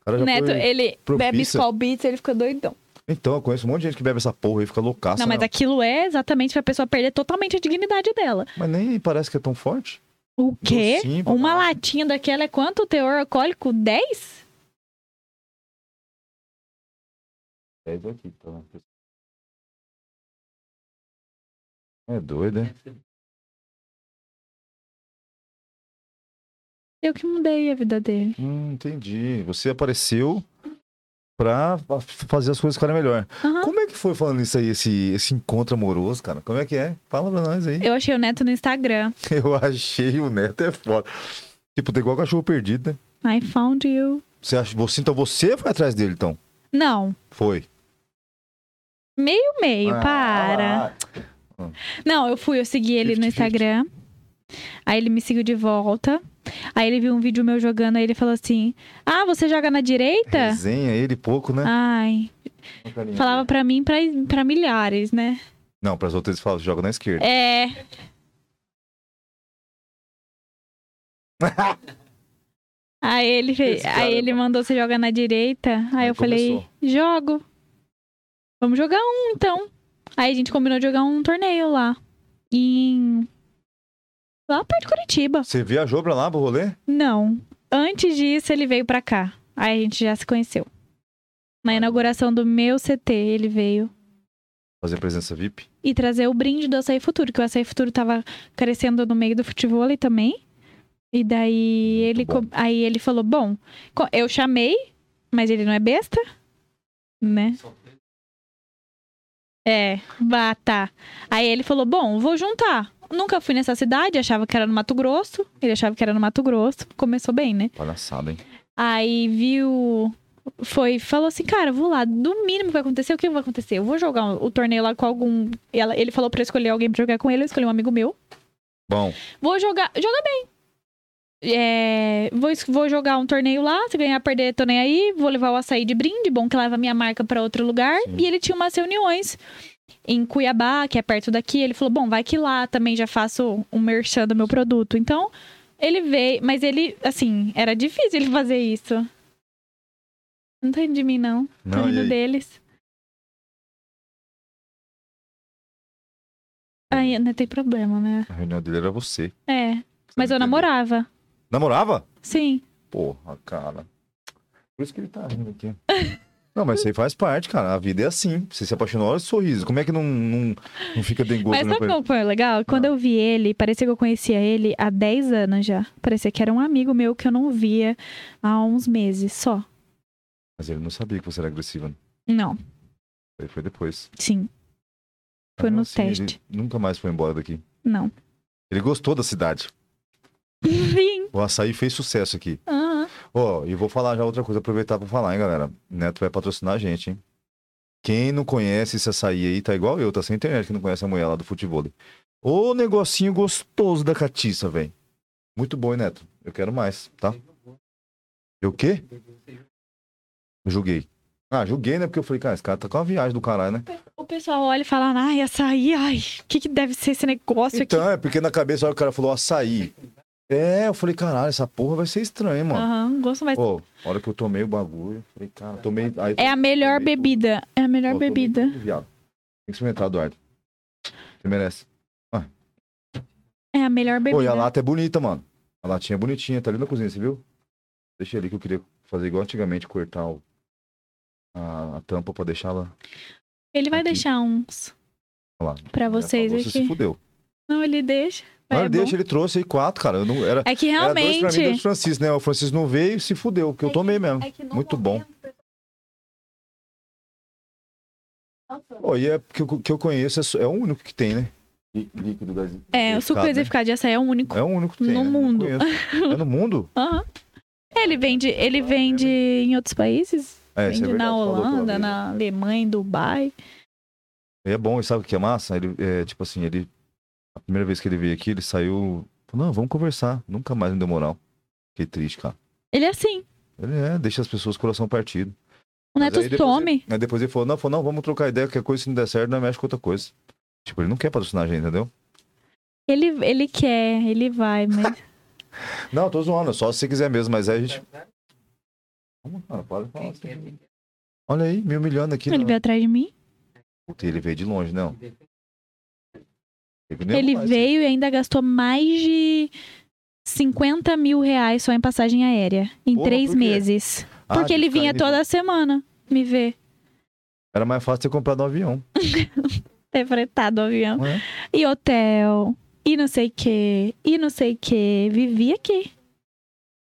S2: O cara já
S1: Neto,
S2: foi-
S1: ele bebe
S2: propícia.
S1: Scalbit, ele fica doidão.
S2: Então, eu conheço um monte de gente que bebe essa porra e fica loucaça.
S1: não, mas
S2: né?
S1: aquilo é exatamente pra pessoa perder totalmente a dignidade dela.
S2: Mas nem parece que é tão forte.
S1: O quê?
S2: Docinho,
S1: Uma
S2: papai.
S1: latinha daquela é quanto o teor alcoólico? 10?
S2: É isso aqui, tá vendo? É doido, é?
S1: Eu que mudei a vida dele.
S2: Hum, entendi. Você apareceu pra fa- fazer as coisas ficarem melhor.
S1: Aham.
S2: Como é que foi falando isso aí, esse, esse encontro amoroso, cara? Como é que é? Fala pra nós aí.
S1: Eu achei o Neto no Instagram.
S2: Eu achei o neto é foda. Tipo, tem igual cachorro perdido, né?
S1: I found you.
S2: Você acha, você, então você foi atrás dele, então?
S1: Não,
S2: Foi.
S1: meio meio,
S2: Ah,
S1: para.
S2: lá.
S1: Não, eu fui, eu segui ele no
S2: 50-50.
S1: Instagram. Aí ele me seguiu de volta. Aí ele viu um vídeo meu jogando, aí ele falou assim: Ah, você joga na direita?
S2: Resenha ele pouco, né?
S1: Ai, Ah. falava pra mim pra, pra milhares, né?
S2: Não, pras outras eles falam, joga na esquerda.
S1: É. aí ele, fe-
S2: Esse cara
S1: aí
S2: é
S1: ele
S2: bom.
S1: mandou você joga na direita. Aí,
S2: Aí
S1: eu falei,
S2: começou.
S1: jogo. Vamos jogar um então. Aí a gente combinou de jogar um torneio lá. Em. Lá perto de Curitiba.
S2: Você viajou pra lá pro rolê?
S1: Não. Antes disso, ele veio pra cá. Aí a gente já se conheceu. Na inauguração do meu CT, ele veio.
S2: fazer presença VIP.
S1: E trazer o brinde do Açaí Futuro, que o Açaí Futuro tava crescendo no meio do futebol também. E daí
S2: Muito
S1: ele, co-
S2: bom.
S1: aí ele falou: Bom, co- eu chamei, mas ele não é besta, né? É, bah, tá. Aí ele falou: Bom, vou juntar. Nunca fui nessa cidade, achava que era no Mato Grosso. Ele achava que era no Mato Grosso. Começou bem, né?
S2: Palhaçada, hein?
S1: Aí viu. Foi, falou assim, cara, vou lá, do mínimo que vai acontecer, o que vai acontecer? Eu vou jogar o torneio lá com algum. Ela, ele falou pra eu escolher alguém pra jogar com ele, eu escolhi um amigo meu.
S2: Bom,
S1: Vou jogar. Joga bem. É, vou, es- vou jogar um torneio lá, se ganhar, perder, tô nem aí. Vou levar o açaí de brinde, bom que leva a minha marca pra outro lugar.
S2: Sim.
S1: E ele tinha umas reuniões em Cuiabá, que é perto daqui. Ele falou, bom, vai que lá também já faço um merchan do meu produto. Então, ele veio... Mas ele, assim, era difícil ele fazer isso. Não tá rindo de mim, não. Tá
S2: não, e
S1: rindo
S2: aí?
S1: deles. Aí, não tem problema, né?
S2: A reunião dele era você. Você
S1: É, mas eu
S2: não entendeu.
S1: namorava.
S2: Namorava?
S1: Sim.
S2: Porra, cara. Por isso que ele tá rindo aqui. Não, mas isso aí faz parte, cara. A vida é assim. Você se apaixonou, olha o sorriso. Como é que não, não, não Tá. fica dengoso?
S1: Mas tá
S2: né,
S1: sabe
S2: pra-
S1: como foi legal? Quando eu vi ele, parecia que eu conhecia ele há 10 anos já. Parecia que era um amigo meu que eu não via há uns meses só.
S2: Mas ele não sabia que você era agressiva. né?
S1: Não,
S2: Ele foi depois. Assim,
S1: sim, Foi no
S2: ele
S1: teste.
S2: nunca mais foi embora daqui.
S1: não.
S2: Ele gostou da cidade.
S1: Sim.
S2: O açaí fez sucesso aqui.
S1: Aham.
S2: Ó, e vou falar já outra coisa, aproveitar pra falar, hein, galera. Neto vai patrocinar a gente, hein? Quem não conhece esse açaí aí, tá igual eu, tá sem internet, que não conhece a mulher lá do futebol. Ô negocinho gostoso da catiça, velho. Muito bom, hein, Neto? Eu quero mais, tá? Eu o quê? Julguei. Ah, julguei, né? Porque eu falei, cara, esse cara tá com uma viagem do caralho, né?
S1: O pessoal olha e fala, ai, açaí, ai, o que, que deve ser esse negócio aqui?
S2: Então, é porque na cabeça, a hora que o cara falou açaí. É, eu falei, caralho, essa porra vai ser estranha, hein, mano.
S1: Aham, gosto mais.
S2: Pô, a hora que eu tomei o bagulho, eu falei, cara, tomei. Aí,
S1: É a melhor
S2: tomei tudo.
S1: bebida. É a melhor
S2: Pô, tô
S1: bebida.
S2: muito viado. Tem que experimentar, Eduardo. Você merece.
S1: É a melhor
S2: Pô, e a
S1: bebida.
S2: lata é bonita, mano. A latinha é bonitinha, tá ali na cozinha, você viu? Deixa ali que eu queria fazer igual antigamente, cortar o- a, a tampa pra deixar lá.
S1: Ele vai
S2: aqui.
S1: deixar uns
S2: Olha lá.
S1: pra vocês
S2: é Você se
S1: aqui.
S2: fudeu.
S1: Não, ele deixa. Mas
S2: Ah,
S1: é,
S2: deixa,
S1: bom.
S2: ele trouxe aí quatro, cara. Eu não, era,
S1: é que
S2: era dois pra mim e
S1: realmente. É
S2: dois pro Francisco, né? O Francisco não veio e se fudeu, porque eu tomei mesmo. Muito bom. Pô, e é que eu, que eu conheço, é, só- é o único que tem, né? Lí- Líquido gás-
S1: É, o suco
S2: né?
S1: gasificado de açaí é o único.
S2: É o único que tem.
S1: No
S2: né? Eu não
S1: mundo.
S2: conheço. é no mundo?
S1: Aham. Ele vende, ele vende em outros países?
S2: É, isso
S1: Vende
S2: é verdade,
S1: na
S2: falou outra
S1: Holanda,
S2: vez.
S1: na Alemanha, em Dubai.
S2: E é bom, e sabe o que é massa? Ele, é, tipo assim, ele. A primeira vez que ele veio aqui, ele saiu. Falou, não, vamos conversar. Nunca mais me deu moral. Fiquei triste, cara.
S1: Ele é assim.
S2: Ele é, deixa as pessoas com o coração partido.
S1: O
S2: Mas
S1: Neto
S2: aí depois
S1: some.
S2: Aí depois ele falou, não, falou, não, vamos trocar ideia, qualquer coisa, se não der certo, não mexe com outra coisa. Tipo, ele não quer patrocinar a gente, entendeu?
S1: Ele, ele quer, ele vai, mas.
S2: Não, tô zoando, só se você quiser mesmo, mas aí a gente. Vamos, cara, para de falar assim. Olha aí, me humilhando aqui.
S1: ele
S2: não.
S1: veio atrás de mim.
S2: Puta, ele veio de longe, não. Teve nenhum
S1: ele
S2: mais,
S1: veio e ainda gastou mais de 50 mil reais só em passagem aérea. Em
S2: Porra,
S1: três
S2: por quê?
S1: meses.
S2: né? Ah,
S1: Porque
S2: de
S1: ele
S2: ficar
S1: vinha
S2: indo e
S1: toda semana me ver.
S2: voltando. Era mais fácil ter comprado um avião.
S1: Ter fretado o avião.
S2: Não é?
S1: E hotel. E não sei o que. E não sei o que. Vivi aqui.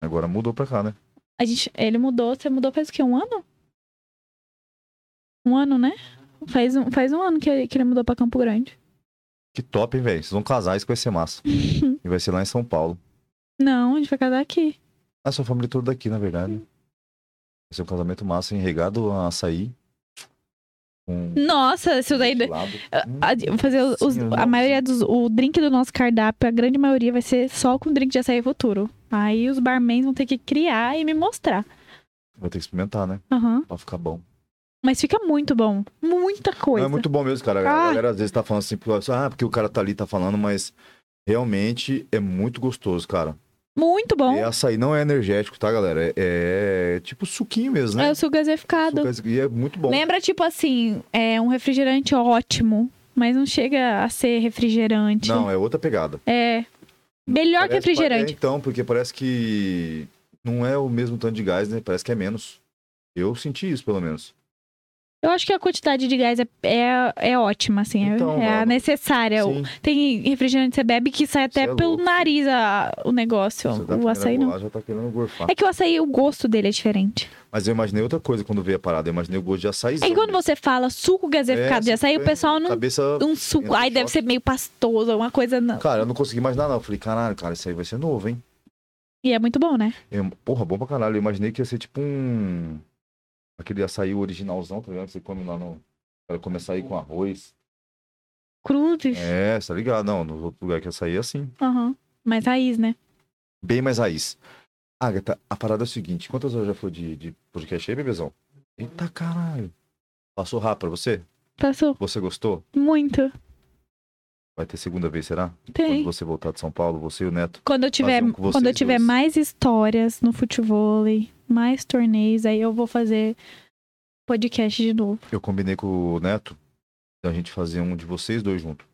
S2: Agora mudou pra cá, né?
S1: A gente, ele mudou, você mudou faz o quê? Um ano? Um ano, né? Faz um, faz um ano que ele, que ele mudou pra Campo Grande.
S2: Que top, hein, velho? Vocês vão casar, isso que vai ser massa. e vai ser lá em São Paulo.
S1: Não, a gente vai casar aqui.
S2: A sua família é toda daqui, na verdade. né? Vai ser um casamento massa, hein? Regado a açaí. Com
S1: Nossa, isso daí. né? Ah,
S2: destilado. Hum,
S1: a- de- fazer os- os-
S2: sim,
S1: a
S2: nossa.
S1: maioria dos. O drink do nosso cardápio, a grande maioria vai ser só com drink de açaí futuro. Aí os barmans vão ter que criar e me mostrar.
S2: Vou ter que experimentar, né?
S1: Aham.
S2: Pra ficar bom.
S1: Mas fica muito bom. Muita
S2: Não,
S1: coisa.
S2: é muito bom mesmo, cara. A
S1: Ah.
S2: galera às vezes tá falando assim, pro- ah, porque o cara tá ali, tá falando, mas realmente é muito gostoso, cara.
S1: Muito bom.
S2: E açaí não é energético, tá, galera? É, é tipo suquinho mesmo,
S1: É
S2: né?
S1: o suco gaseificado.
S2: Suco- E é muito bom.
S1: Lembra, tipo assim, é um refrigerante ótimo, mas não chega a ser refrigerante.
S2: Não, é outra pegada.
S1: É. Melhor que
S2: Parece- é,
S1: refrigerante.
S2: então, porque parece que não é o mesmo tanto de gás, né? Parece que é menos. Eu senti isso, pelo menos.
S1: Eu acho que a quantidade de gás é, é, é ótima, assim, é-
S2: Então,
S1: é, a
S2: mano,
S1: necessária. O-
S2: Sim,
S1: Tem refrigerante que você bebe que sai até
S2: Cê é
S1: pelo
S2: louco.
S1: nariz a- o negócio.
S2: você dá
S1: Então,
S2: a
S1: o
S2: primeira
S1: açaí não.
S2: bolacha, já tá querendo gorfar.
S1: É que o açaí, o gosto dele é diferente.
S2: Mas eu imaginei outra coisa quando veio a parada. Eu imaginei o gosto de açaí. É, assim,
S1: É que quando você fala suco gaseificado de açaí, o pessoal não.
S2: Cabeça...
S1: Um suco.
S2: entra em
S1: Ai, deve
S2: choque.
S1: ser meio pastoso, alguma coisa. Não.
S2: Cara, eu não consegui mais nada. Eu falei, caralho, cara, isso aí vai ser novo, hein?
S1: E é muito bom, né?
S2: Eu- porra, bom pra caralho. Eu imaginei que ia ser tipo um. Aquele açaí originalzão, tá ligado? Que você come lá no. Cara, come açaí com arroz.
S1: Cruzes.
S2: É, você tá ligado? Não, no outro lugar que açaí é assim.
S1: Aham. Mas raiz, né?
S2: Bem mais raiz. Agatha, a parada é o seguinte: quantas horas já foi de, de podcast aí, bebezão? Eita caralho. Passou rápido pra você?
S1: Passou
S2: Você gostou?
S1: muito.
S2: Vai ter segunda vez, será? Quando
S1: Tem.
S2: você voltar de São Paulo, você e o Neto.
S1: Quando eu tiver,
S2: Fazer um com vocês
S1: quando eu tiver
S2: dois.
S1: mais histórias no futebol, mais torneios, aí eu vou fazer podcast de novo.
S2: Eu combinei com o Neto da gente fazer um de vocês dois junto.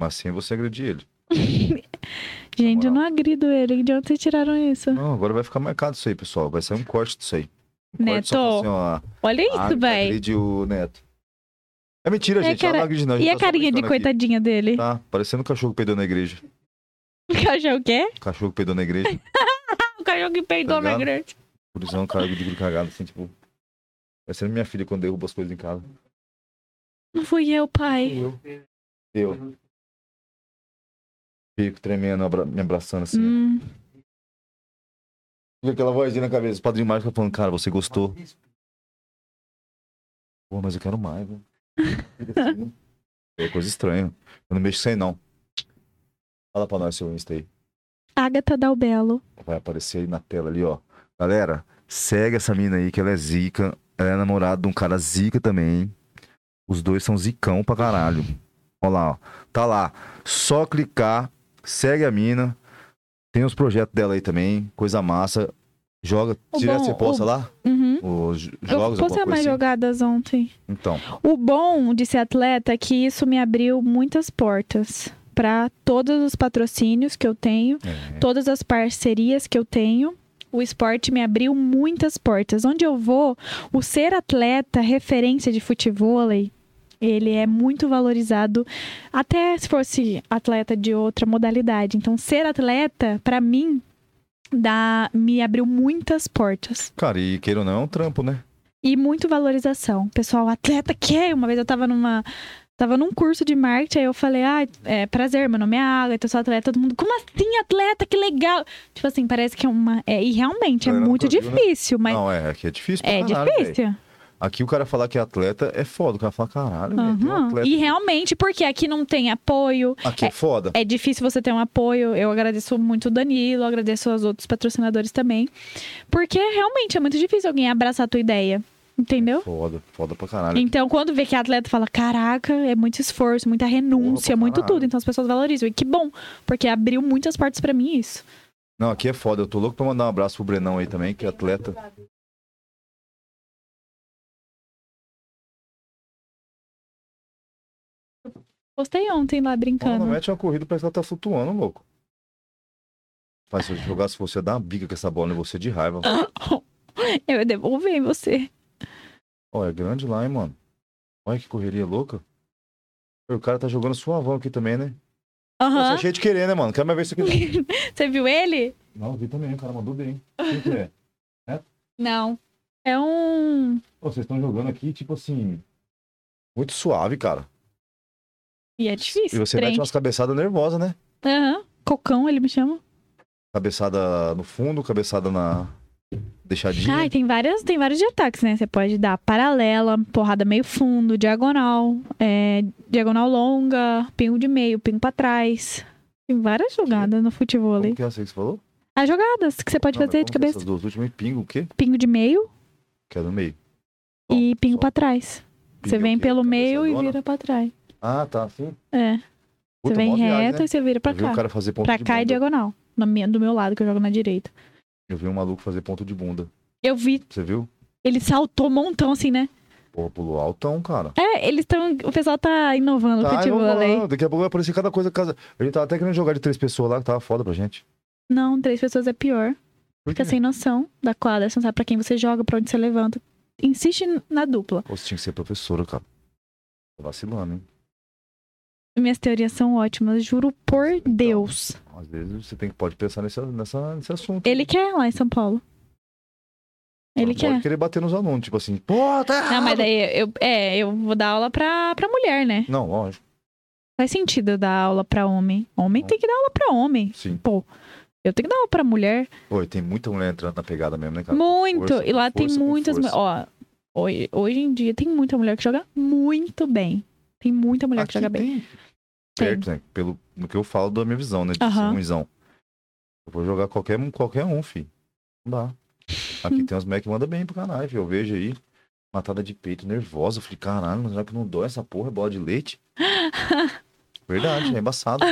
S2: Mas sem você agredir ele.
S1: Gente, é- eu
S2: moral.
S1: não agrido ele. De onde vocês tiraram isso?
S2: Não, agora vai ficar marcado isso aí, pessoal. Vai sair um corte disso aí. Um corte só
S1: Neto,
S2: assim, ó.
S1: Olha
S2: a
S1: isso,
S2: Agatha
S1: véi.
S2: agride o Neto. É mentira,
S1: E a
S2: gente. ela
S1: cara-
S2: não agride, não. gente
S1: E a
S2: tá só
S1: carinha de
S2: brincando aqui.
S1: coitadinha dele?
S2: Tá, parecendo um cachorro que peidou na igreja. Um
S1: O cachorro o quê?
S2: Cachorro que peidou na igreja.
S1: O cachorro que peidou na
S2: Tá ligado?
S1: grande.
S2: Por isso é um cara de cagado, assim, tipo. Parecendo minha filha quando derruba as coisas em casa.
S1: Não fui eu, pai.
S3: Eu.
S2: Eu fico tremendo, abra- me abraçando assim.
S1: Hum,
S2: Fica aquela vozinha na cabeça. O padrinho mágico falando, cara, você gostou. Pô, mas eu quero mais, velho. É coisa estranha. Eu não mexo sem, não. Fala pra nós seu Insta aí.
S1: Agatha Dalbelo.
S2: Vai aparecer aí na tela ali, ó. Galera, segue essa mina aí, que ela é zica. Ela é namorada de um cara zica também. Os dois são zicão pra caralho. Ó lá, ó. Tá lá. Só clicar, segue a mina. Tem os projetos dela aí também. Coisa massa. Joga,
S1: O
S2: direto
S1: bom-
S2: você posta lá?
S1: Uhum.
S2: Os j-
S1: Eu
S2: jogos,
S1: postei
S2: alguma
S1: mais
S2: coisa assim?
S1: jogadas ontem.
S2: Então,
S1: O bom de ser atleta é que isso me abriu muitas portas para todos os patrocínios que eu tenho,
S2: é,
S1: todas as parcerias que eu tenho. O esporte me abriu muitas portas. Onde eu vou, o ser atleta, referência de futebol, ele é muito valorizado, até se fosse atleta de outra modalidade. Então, ser atleta, para mim, dá, me abriu muitas portas
S2: Cara, e queira ou não, é um trampo, né?
S1: e muito valorização. Pessoal, atleta que uma vez eu tava numa tava num curso de marketing, aí eu falei: "Ah, é, prazer, meu nome é Agatha, eu sou atleta". Todo mundo: "Como assim, atleta? Que legal". Tipo assim, parece que é uma é, e realmente é
S2: Galera,
S1: muito
S2: nunca viu, né?
S1: difícil, mas
S2: Não, é, aqui é difícil pra
S1: é
S2: caralho, velho.
S1: difícil.
S2: Aqui o cara falar que é atleta é foda. O cara fala, caralho, velho, tem um
S1: Uhum.
S2: atleta.
S1: E realmente, porque aqui não tem apoio,
S2: Aqui é, foda.
S1: é difícil você ter um apoio. Eu agradeço muito o Danilo, agradeço aos outros patrocinadores também. Porque realmente é muito difícil alguém abraçar a tua ideia, entendeu?
S2: Foda, foda pra caralho.
S1: Então, quando vê que atleta fala, caraca, é muito esforço, muita renúncia,
S2: Porra, pra
S1: muito
S2: caralho.
S1: tudo. Então as pessoas valorizam. E que bom, porque abriu muitas portas pra mim isso.
S2: Não, aqui é foda. Eu tô louco pra mandar um abraço pro Brenão aí também, que é atleta.
S1: Postei ontem lá
S2: Mano,
S1: brincando.
S2: não mete uma corrida, parece que ela tá flutuando, louco. Mas se eu jogasse você, dá uma bica com essa bola em você de raiva.
S1: Eu ia devolver em você.
S2: Ó, é grande lá, hein, mano. Olha que correria louca. O cara tá jogando suavão aqui também, né? Pô, Você
S1: Aham.
S2: é cheio de querer, né, mano? Quero mais ver isso aqui. não.
S1: Você viu ele?
S2: Não, vi também, o cara mandou bem. Quem que é?
S1: Não. É um.
S2: Pô, vocês estão jogando aqui, tipo assim. Muito suave, cara.
S1: E é
S2: E
S1: difícil.
S2: você
S1: trem.
S2: mete umas cabeçadas nervosas, né?
S1: Aham. Cocão, ele me chama.
S2: Cabeçada no fundo, cabeçada na. Deixadinha.
S1: Ai, tem várias, tem vários de ataques, né? Você pode dar paralela, porrada meio fundo, diagonal, é, diagonal longa, pingo de meio, pingo pra trás. Tem várias jogadas no futebol.
S2: Como que é essa aí que você falou?
S1: As jogadas que você pode
S2: Não, mas
S1: fazer
S2: como
S1: de
S2: que é
S1: cabeça.
S2: Essas duas últimas e pingo o quê?
S1: Pingo de meio
S2: Que é no meio.
S1: e
S2: Bom,
S1: pingo
S2: só
S1: pra trás.
S2: pingo
S1: você
S2: é o
S1: vem
S2: quê?
S1: pelo meio e
S2: Cabeçadona?
S1: vira pra trás.
S2: Ah, tá, sim.
S1: É. você
S2: Puta,
S1: vem
S2: mó viagem,
S1: reto
S2: né?
S1: e você vira pra
S2: Eu vi
S1: cá.
S2: um cara fazer ponto
S1: Pra
S2: de
S1: cá e
S2: bunda.
S1: diagonal. Na minha- do meu lado, que eu jogo na direita.
S2: Eu vi um maluco fazer ponto de bunda.
S1: Eu vi,
S2: Você viu?
S1: ele saltou um montão assim, né?
S2: Porra, pulou altão, cara.
S1: É, eles estão. O pessoal tá inovando o
S2: Tá,
S1: futebol né?
S2: vamos
S1: aí.
S2: lá. Daqui a pouco vai aparecer cada coisa. Casa... A gente tava até querendo jogar de três pessoas lá, que tava foda pra gente.
S1: Não, três pessoas é pior.
S2: Por
S1: Fica
S2: quê?
S1: sem noção da quadra, você não sabe pra quem você joga, pra onde você levanta. insiste na dupla.
S2: Pô, você tinha que ser professora, cara. Tô vacilando, hein?
S1: Minhas teorias são ótimas, juro por
S2: Então.
S1: Deus.
S2: Às vezes você tem, que- pode pensar nesse, nessa, nesse assunto.
S1: Ele quer lá em São Paulo. Ele
S2: Não
S1: quer.
S2: Pode querer bater nos alunos, tipo assim, pô, tá
S1: Não, mas
S2: errado.
S1: daí eu, é, eu vou dar aula pra, pra mulher, né?
S2: Não, lógico,
S1: Faz sentido eu dar aula pra homem. Homem tem que dar aula pra homem.
S2: sim.
S1: Pô, eu tenho que dar aula pra mulher.
S2: Pô, e tem muita mulher entrando na pegada mesmo, né, cara?
S1: muito!
S2: força,
S1: e lá
S2: com força,
S1: tem
S2: com
S1: muitas. mu-
S2: força.
S1: Ó, hoje, hoje em dia tem muita mulher que joga muito bem. Tem muita mulher que
S2: Aqui
S1: joga bem.
S2: tem Perto, né? Pelo no que eu falo da minha visão, né? De
S1: Aham.
S2: ruimzão. Eu vou jogar qualquer, um- qualquer um, fi. Não dá. Aqui tem uns Mac que manda bem pro canal, fi. Eu vejo aí. Matada de peito, nervosa. Eu falei, caralho, mas será que não dói essa porra? É bola de leite? Verdade, é embaçado.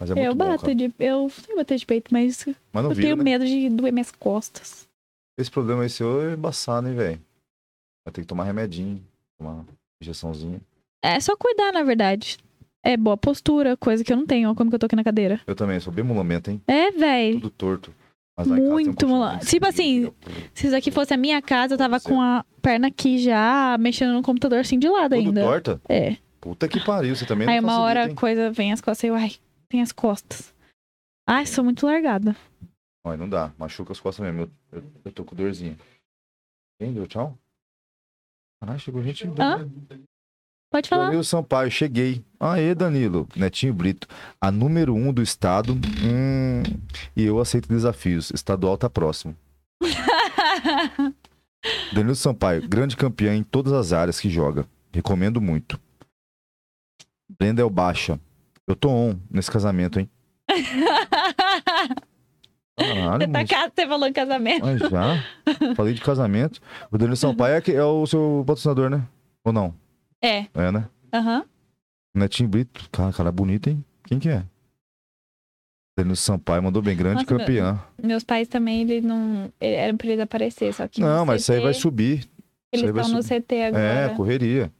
S2: Mas é muito
S1: eu
S2: bom,
S1: bato
S2: cara.
S1: de. Eu sei bater de peito, mas
S2: Mas não
S1: eu
S2: vira,
S1: tenho
S2: né?
S1: medo de doer minhas costas.
S2: Esse problema aí seu é embaçado, hein, velho? Vai ter que tomar remedinho, tomar injeçãozinha.
S1: É só cuidar, na verdade. É boa postura, coisa que eu não tenho. Olha como que eu tô aqui na cadeira.
S2: Eu também sou bem mulamento, hein?
S1: É, véi.
S2: Tudo torto. Mas lá em casa tem um
S1: Muito
S2: colchão
S1: mula-
S2: bem
S1: tipo
S2: servido, eu-
S1: Se isso aqui fosse a minha casa, eu tava com a perna aqui já, mexendo no computador assim de lado
S2: Tudo
S1: ainda.
S2: torta?
S1: É.
S2: Puta que pariu, você também
S1: Aí
S2: não
S1: uma
S2: facilita,
S1: hora a
S2: hein?
S1: coisa vem as costas e eu, ai, tem as costas. Ai, sou muito largada.
S2: Ai, não dá, machuca as costas mesmo. Eu, eu, eu tô com dorzinha. Entendeu? Tchau. Caralho, chegou gente.
S1: Hã? Pode falar.
S2: Danilo Sampaio, cheguei. Aê, Danilo. Netinho Brito, a número um do estado. Hum, e eu aceito desafios. Estadual tá próximo. Danilo Sampaio, grande campeã em todas as áreas que joga. Recomendo muito. Brenda Baixa. Eu tô on nesse casamento, hein? Caralho,
S1: Você, tá
S2: moço.
S1: ca- você falou em casamento.
S2: Mas já? Falei de casamento. O Danilo Sampaio é, que- é o seu patrocinador, né? Ou não?
S1: É,
S2: É, né?
S1: aham.
S2: Netinho é Brito. Cara, cara bonito, hein? Quem que é? Danilo Sampaio mandou bem grande
S1: Nossa,
S2: campeã.
S1: Meus pais também, ele não. Ele, era pra eles aparecer, só que.
S2: Não,
S1: no
S2: mas isso aí
S1: CT,
S2: vai subir.
S1: Eles
S2: aí vai
S1: estão no CT
S2: É,
S1: agora.
S2: correria.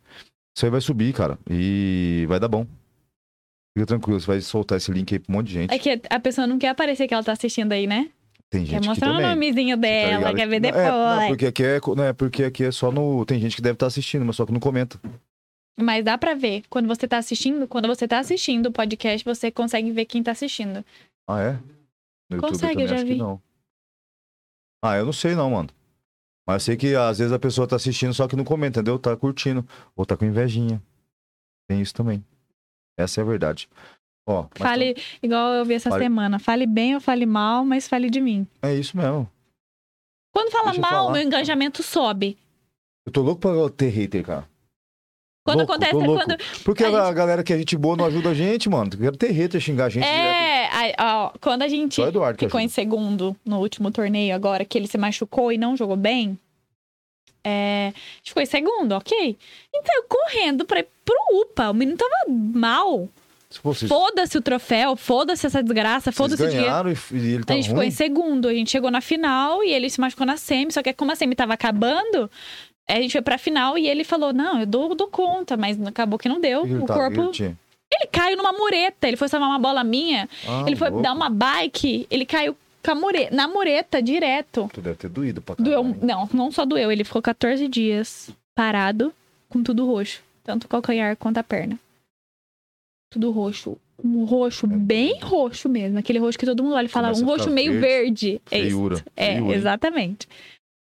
S2: Isso aí vai subir, cara. E vai dar bom. Fica tranquilo, você vai soltar esse link aí pra um monte de gente.
S1: É, que a pessoa não quer aparecer que ela tá assistindo aí, né?
S2: Tem gente
S1: quer
S2: que
S1: mostrar o
S2: também.
S1: nomezinho
S2: Você tá
S1: dela,
S2: ligado?
S1: quer ver
S2: Não,
S1: depois.
S2: É, não, porque aqui é, co- não, é porque aqui é só no. Tem gente que deve estar assistindo, mas só que não comenta.
S1: Mas dá pra ver. Quando você tá assistindo, quando você tá assistindo o podcast, você consegue ver quem tá assistindo.
S2: Ah, é? No YouTube
S1: Consegue,
S2: também
S1: eu já
S2: acho que
S1: vi.
S2: não. Ah, eu não sei não, mano. Mas eu sei que às vezes a pessoa tá assistindo, só que não comenta, entendeu? Tá curtindo. Ou tá com invejinha. Tem isso também. Essa é a verdade. Ó, mas tá-
S1: fale, igual eu vi essa
S2: Fale-
S1: semana, fale bem ou fale mal, mas fale de mim.
S2: então, é isso mesmo.
S1: Quando fala
S2: Deixa eu
S1: mal,
S2: falar.
S1: meu engajamento sobe.
S2: Eu tô louco pra eu ter hater, cara.
S1: Quando
S2: Louco,
S1: acontece, é
S2: tô louco.
S1: quando.
S2: Porque
S1: a
S2: a, galera que é gente boa não ajuda a gente, mano. Eu quero ter hater, xingar a gente. direto.
S1: É, aí, ó, quando a gente
S2: Só o Eduardo que
S1: ficou em
S2: ajuda.
S1: segundo no último torneio agora, que ele se machucou e não jogou bem. É, a gente ficou em segundo, ok? Então, eu correndo pra ir pro UPA. O menino tava mal.
S2: Se vocês,
S1: Foda-se o troféu, foda-se essa desgraça,
S2: vocês
S1: foda-se o dinheiro.
S2: ganharam e, f- e ele tá
S1: a gente ficou
S2: ruim.
S1: em segundo, a gente chegou na final e ele se machucou na semi, só que como a semi tava acabando, a gente foi pra final e ele falou: Não, eu dou, dou conta, mas acabou que não deu.
S2: Por que ele
S1: o
S2: tá
S1: corpo.
S2: doente?
S1: Ele caiu numa mureta, ele foi salvar uma bola minha,
S2: Ah,
S1: ele foi
S2: louco.
S1: dar uma bike, ele caiu com a mure- na mureta direto.
S2: Tu deve ter doído pra caralho.
S1: Doeu. um Não, não só doeu, ele ficou 14 dias parado, com tudo roxo. Tanto o calcanhar quanto a perna. Tudo roxo. Um roxo bem roxo mesmo. Aquele roxo que todo mundo olha e fala,
S2: Começa
S1: um
S2: a
S1: roxo
S2: ficar
S1: meio verde. É isso.
S2: Feiura.
S1: É,
S2: feiura, hein?
S1: exatamente.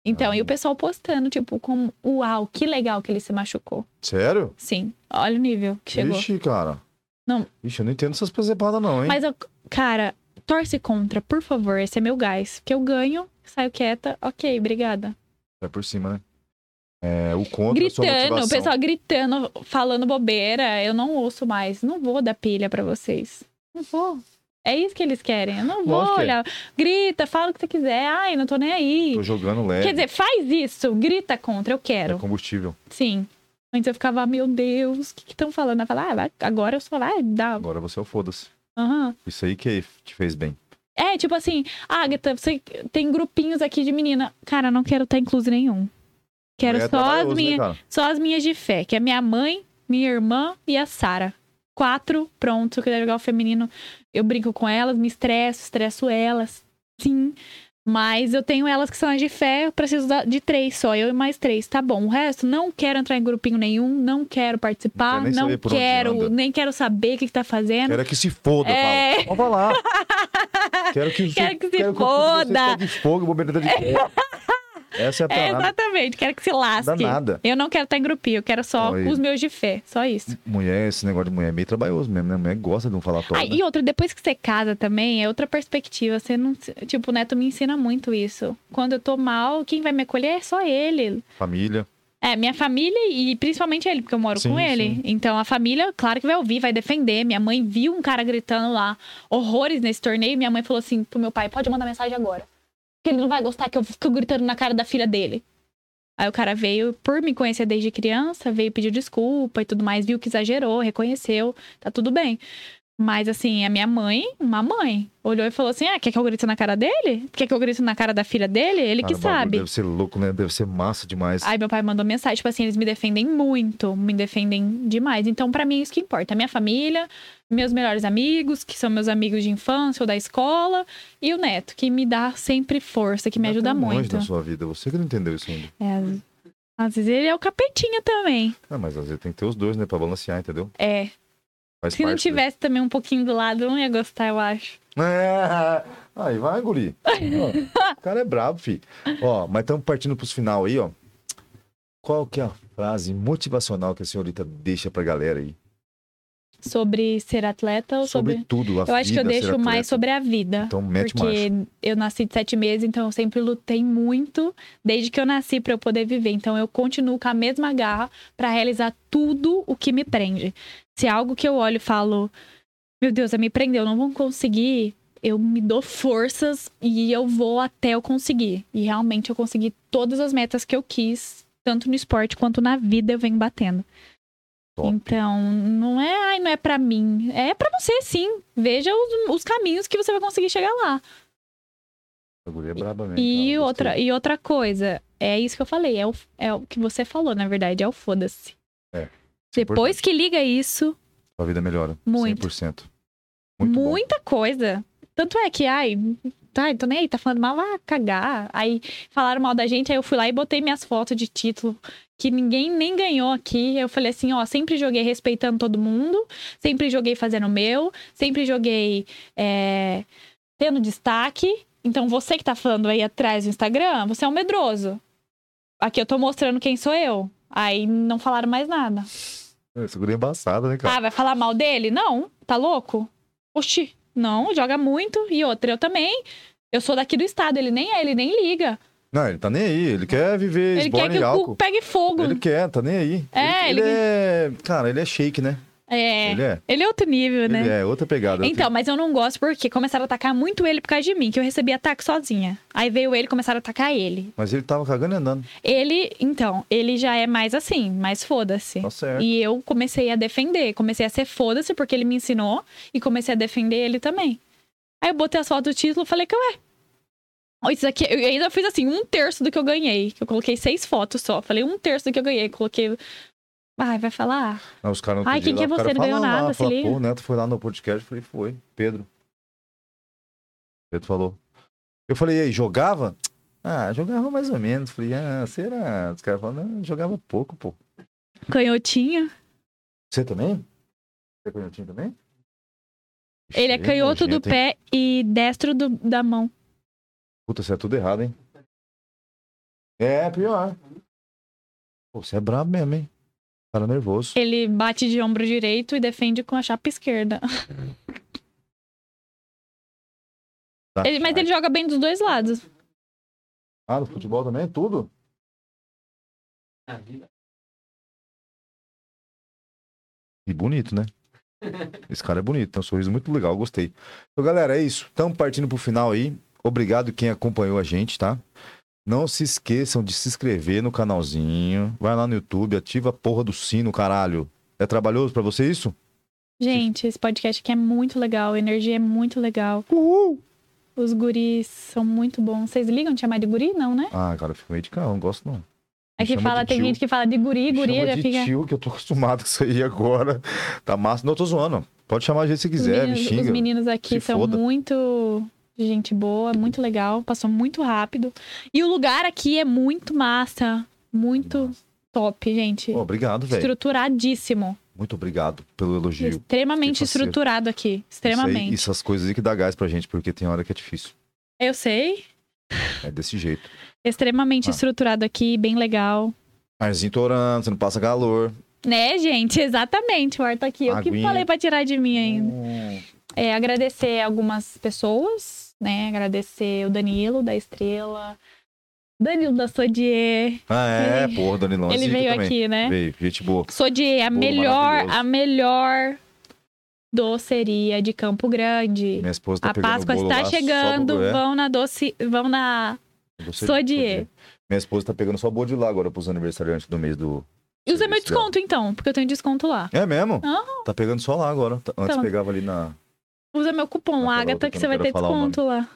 S1: Então, e
S2: Ah.
S1: o pessoal postando, tipo, como, uau, que legal que ele se machucou.
S2: Sério?
S1: Sim, olha o nível que chegou.
S2: Ixi, cara.
S1: Não.
S2: Ixi, eu não entendo essas presepadas, não, hein?
S1: Mas, eu- cara, torce contra, por favor, esse é meu gás. Porque eu ganho, saio quieta, ok, obrigada.
S2: É por cima, né? É, o contra é sua
S1: gritando,
S2: motivação.
S1: o pessoal gritando, falando bobeira, eu não ouço mais. Não vou dar pilha pra vocês. Não vou. É isso que eles querem. Eu não vou
S2: Lógico que é.
S1: olhar. Grita, fala o que você quiser. Ai, não tô nem aí.
S2: Tô jogando leve.
S1: assim, Quer dizer, faz isso, grita contra, eu quero.
S2: é combustível.
S1: Sim. Antes eu ficava, "Ah, meu Deus, o que estão falando? Eu falava, ah, vai- agora eu só vai dar.
S2: Agora você é o foda-se.
S1: Aham.
S2: Isso aí que te fez bem.
S1: É, tipo assim, Agatha, você tem grupinhos aqui de menina. Cara, eu não quero estar incluso nenhum. Quero
S2: Mulher é
S1: só, as
S2: trabalhoso,
S1: minha,
S2: Né, cara?
S1: só as minhas de fé, que é minha mãe, minha irmã e a Sara. Quatro, pronto. Se eu quiser jogar o feminino, eu brinco com elas, me estresso, estresso elas. Sim. Mas eu tenho elas que são as de fé, eu preciso da- de três só, eu e mais três, tá bom. O resto, não quero entrar em grupinho nenhum, não quero participar,
S2: Não quero nem
S1: não,
S2: saber por onde
S1: quero,
S2: anda.
S1: nem quero saber o que, que tá fazendo.
S2: Quero é que se foda,
S1: É.
S2: Paulo. Vamos lá. Quero que, os-
S1: Quero que se
S2: o fogo
S1: foda.
S2: seja tá de fogo, bobeira de terra. Essa é a
S1: É,
S2: parada.
S1: exatamente, quero que se lasque.
S2: Danada.
S1: Eu não quero estar em grupinho, eu quero só
S2: Olha aí.
S1: os meus de fé, só isso.
S2: Mulher, esse negócio de mulher é meio trabalhoso mesmo, né? Mulher gosta de um falatório.
S1: Ah,
S2: né?
S1: e outra, depois que você casa também, é outra perspectiva. Você não. Tipo, o Neto me ensina muito isso. Quando eu tô mal, quem vai me acolher é só ele.
S2: Família.
S1: É, minha família e principalmente ele, porque eu moro
S2: Sim,
S1: com ele.
S2: sim.
S1: Então a família, claro que vai ouvir, vai defender. Minha mãe viu um cara gritando lá horrores nesse torneio. Minha mãe falou assim pro meu pai: pode mandar mensagem agora. Porque ele não vai gostar que eu fico gritando na cara da filha dele. Aí o cara veio, por me conhecer desde criança, veio pedir desculpa e tudo mais, viu que exagerou, reconheceu, tá tudo bem. Mas assim, a minha mãe, uma mãe, olhou e falou assim: ah, quer que eu grite na cara dele? Quer que eu grite na cara da filha dele? Ele que
S2: Cara, o bagulho
S1: sabe.
S2: Deve ser louco, né? Deve ser massa demais.
S1: Aí meu pai mandou mensagem, tipo assim, eles me defendem muito, me defendem demais. Então, pra mim, é isso que importa. A minha família, meus melhores amigos, que são meus amigos de infância ou da escola, e o neto, que me dá sempre força, que me
S2: Ainda
S1: ajuda
S2: tem um anjo
S1: muito.
S2: na sua vida. Você que não entendeu isso ainda.
S1: É, às- às vezes ele é o capetinha também.
S2: Ah, mas às vezes tem que ter os dois, né? Pra balancear, entendeu?
S1: É.
S2: Faz
S1: Se não
S2: parte né? dele.
S1: tivesse também um pouquinho do lado, eu não ia gostar, eu acho.
S2: É. Aí vai, guri. Ó, o cara é brabo, fi. Ó, mas estamos partindo pros final aí, ó. Qual que é a frase motivacional que a senhorita deixa pra galera aí?
S1: Sobre ser atleta ou sobre.
S2: tudo, a
S1: Eu acho que eu
S2: vida, ser
S1: deixo mais
S2: atleta.
S1: sobre a vida.
S2: Então mete
S1: Porque
S2: mais.
S1: eu nasci de sete meses, então eu sempre lutei muito desde que eu nasci para eu poder viver. Então eu continuo com a mesma garra para realizar tudo o que me prende. Se é algo que eu olho e falo, meu Deus, me prendeu, não vou conseguir, eu me dou forças e eu vou até eu conseguir. E realmente eu consegui todas as metas que eu quis, tanto no esporte quanto na vida, eu venho batendo.
S2: Top.
S1: Então, não é, ai, não é pra mim. É pra você, sim. Veja os, os caminhos que você vai conseguir chegar lá.
S2: A guria é braba mesmo.
S1: E
S2: cara, gostei.
S1: outra, e outra coisa, é isso que eu falei, é o, é o que você falou, na verdade, é o foda-se.
S2: Isso é
S1: Depois
S2: importante.
S1: que liga isso,
S2: Sua vida melhora.
S1: Muito.
S2: 100%. Muito. bom.
S1: muita coisa. Tanto é que, ai, tá, então nem aí, tá falando mal, vai cagar. Aí falaram mal da gente, aí eu fui lá e botei minhas fotos de título, que ninguém nem ganhou aqui. Eu falei assim, ó, sempre joguei respeitando todo mundo, sempre joguei fazendo o meu, sempre joguei é, tendo destaque. Então você que tá falando aí atrás do Instagram, você é um medroso. Aqui eu tô mostrando quem sou eu. Aí não falaram mais nada.
S2: Essa guria é embaçada, né, cara?
S1: Ah, vai falar mal dele? Não, tá louco? Oxi, não, joga muito. E outra, eu também. Eu sou daqui do estado, ele nem é, ele nem liga.
S2: Não, ele tá nem aí. Ele quer viver
S1: Ele quer
S2: esborne
S1: que
S2: e
S1: o cu
S2: álcool.
S1: pegue fogo.
S2: Ele quer, tá nem aí.
S1: É,
S2: ele,
S1: ele-
S2: é. Cara, ele é shake, né?
S1: É,
S2: Ele
S1: ele é.
S2: é.
S1: outro nível, né?
S2: Ele é outra pegada. outra-
S1: Então, mas eu não gosto porque começaram a atacar muito ele por causa de mim, que eu recebi ataque sozinha. Aí veio ele e começaram a atacar ele.
S2: Mas ele tava cagando e andando.
S1: Ele, então, ele já é mais assim, mais foda-se.
S2: Tá certo.
S1: E eu comecei a defender. Comecei a ser foda-se porque ele me ensinou e comecei a defender ele também. Aí eu botei as fotos do título e falei que, ué. ó, Isso aqui, eu ainda fiz assim, um terço do que eu ganhei. que Eu coloquei seis fotos só. Falei um terço do que eu ganhei. Coloquei. Ai, vai falar.
S2: Não, os caras não
S1: Ai,
S2: podiam
S1: quem
S2: ir lá,
S1: que é
S2: o
S1: você?
S2: cara
S1: Não ganhou
S2: falando lá,
S1: nada, se
S2: fala,
S1: liga.
S2: Pô, o Neto foi lá no podcast, eu falei, foi, Pedro. Pedro falou. Eu falei, e aí, jogava? Ah, jogava mais ou menos. Falei, ah, será? Os caras falaram, não, jogava pouco, pô.
S1: Canhotinho.
S2: Você também? Você é canhotinho também?
S1: Ele é
S2: Ixi,
S1: canhoto do
S2: nojento, hein?
S1: pé e destro do- da mão.
S2: Puta, você é tudo errado, hein? É, pior. Pô, você é brabo mesmo, hein? Cara nervoso.
S1: Ele bate de ombro direito e defende com a chapa esquerda.
S2: Ah, Tá
S1: Ele- mas ele joga bem dos dois lados.
S2: Ah, no futebol também? Tudo?
S3: Na vida.
S2: E bonito, né? Esse cara é bonito, tem um sorriso muito legal, gostei. Então, galera, é isso. Estamos partindo pro final aí. Obrigado quem acompanhou a gente, tá? Não se esqueçam de se inscrever no canalzinho. Vai lá no YouTube, ativa a porra do sino, caralho. É trabalhoso pra você isso?
S1: Gente, esse podcast aqui é muito legal, a energia é muito legal.
S2: Uhul!
S1: Os guris são muito bons. Vocês ligam de chamar de guri? Não, né?
S2: Ah, cara, eu fico meio de carro, não gosto não.
S1: É que
S2: chama
S1: fala,
S2: de
S1: tem
S2: tio.
S1: gente que fala de guri,
S2: Me
S1: guria
S2: Chama
S1: já
S2: de
S1: fica.
S2: tio, que eu tô acostumado com isso aí agora. Tá massa. Não, eu tô zoando. Pode chamar a gente se
S1: Os
S2: quiser, me
S1: meninos, os
S2: xinga.
S1: meninos aqui
S2: se
S1: são
S2: foda.
S1: muito de gente boa, muito legal, passou muito rápido. E o lugar aqui é muito massa, muito top, gente.
S2: Pô, obrigado, velho.
S1: Estruturadíssimo.
S2: Muito obrigado pelo elogio.
S1: Extremamente
S2: que parceiro.
S1: estruturado aqui.
S2: Isso aí-
S1: Extremamente.
S2: essas coisas aí que dá gás pra gente, porque tem hora que é difícil.
S1: Eu sei.
S2: É desse jeito.
S1: Extremamente
S2: Ah.
S1: estruturado aqui, bem legal.
S2: Arzinho torando, você não passa calor.
S1: Né, gente? Exatamente. O ar tá aqui. Eu que
S2: Aguinha.
S1: falei pra tirar de mim ainda.
S2: Hum.
S1: É, agradecer algumas pessoas, né? Agradecer o Danilo da Estrela, Danilo da Sodier.
S2: Ah, é, porra, Danilão. é
S1: Ele
S2: zica
S1: veio
S2: também.
S1: aqui, né?
S2: Veio, gente boa.
S1: Sodier, a
S2: Bolo
S1: melhor,
S2: maravilhoso.
S1: a melhor doceria de Campo Grande.
S2: Minha esposa tá
S1: A
S2: pegando
S1: Páscoa
S2: o bolo
S1: está
S2: lá, só
S1: chegando,
S2: bolo, é.
S1: vão na doce, vão na
S2: Eu sei
S1: Sou
S2: disso,
S1: de-
S2: sou Minha esposa tá pegando só bolo de lá agora pros aniversariantes do mês do...
S1: E usa meu
S2: Serviço dela.
S1: desconto, então, porque eu tenho desconto lá.
S2: É mesmo?
S1: Ah.
S2: Tá pegando só lá agora. Tá- Antes
S1: Então.
S2: pegava ali na...
S1: Usa meu cupom,
S2: Naquela
S1: Agatha,
S2: outra
S1: que
S2: que
S1: você
S2: Tá
S1: vai
S2: eu não
S1: ter
S2: quero falar o nome.
S1: desconto lá.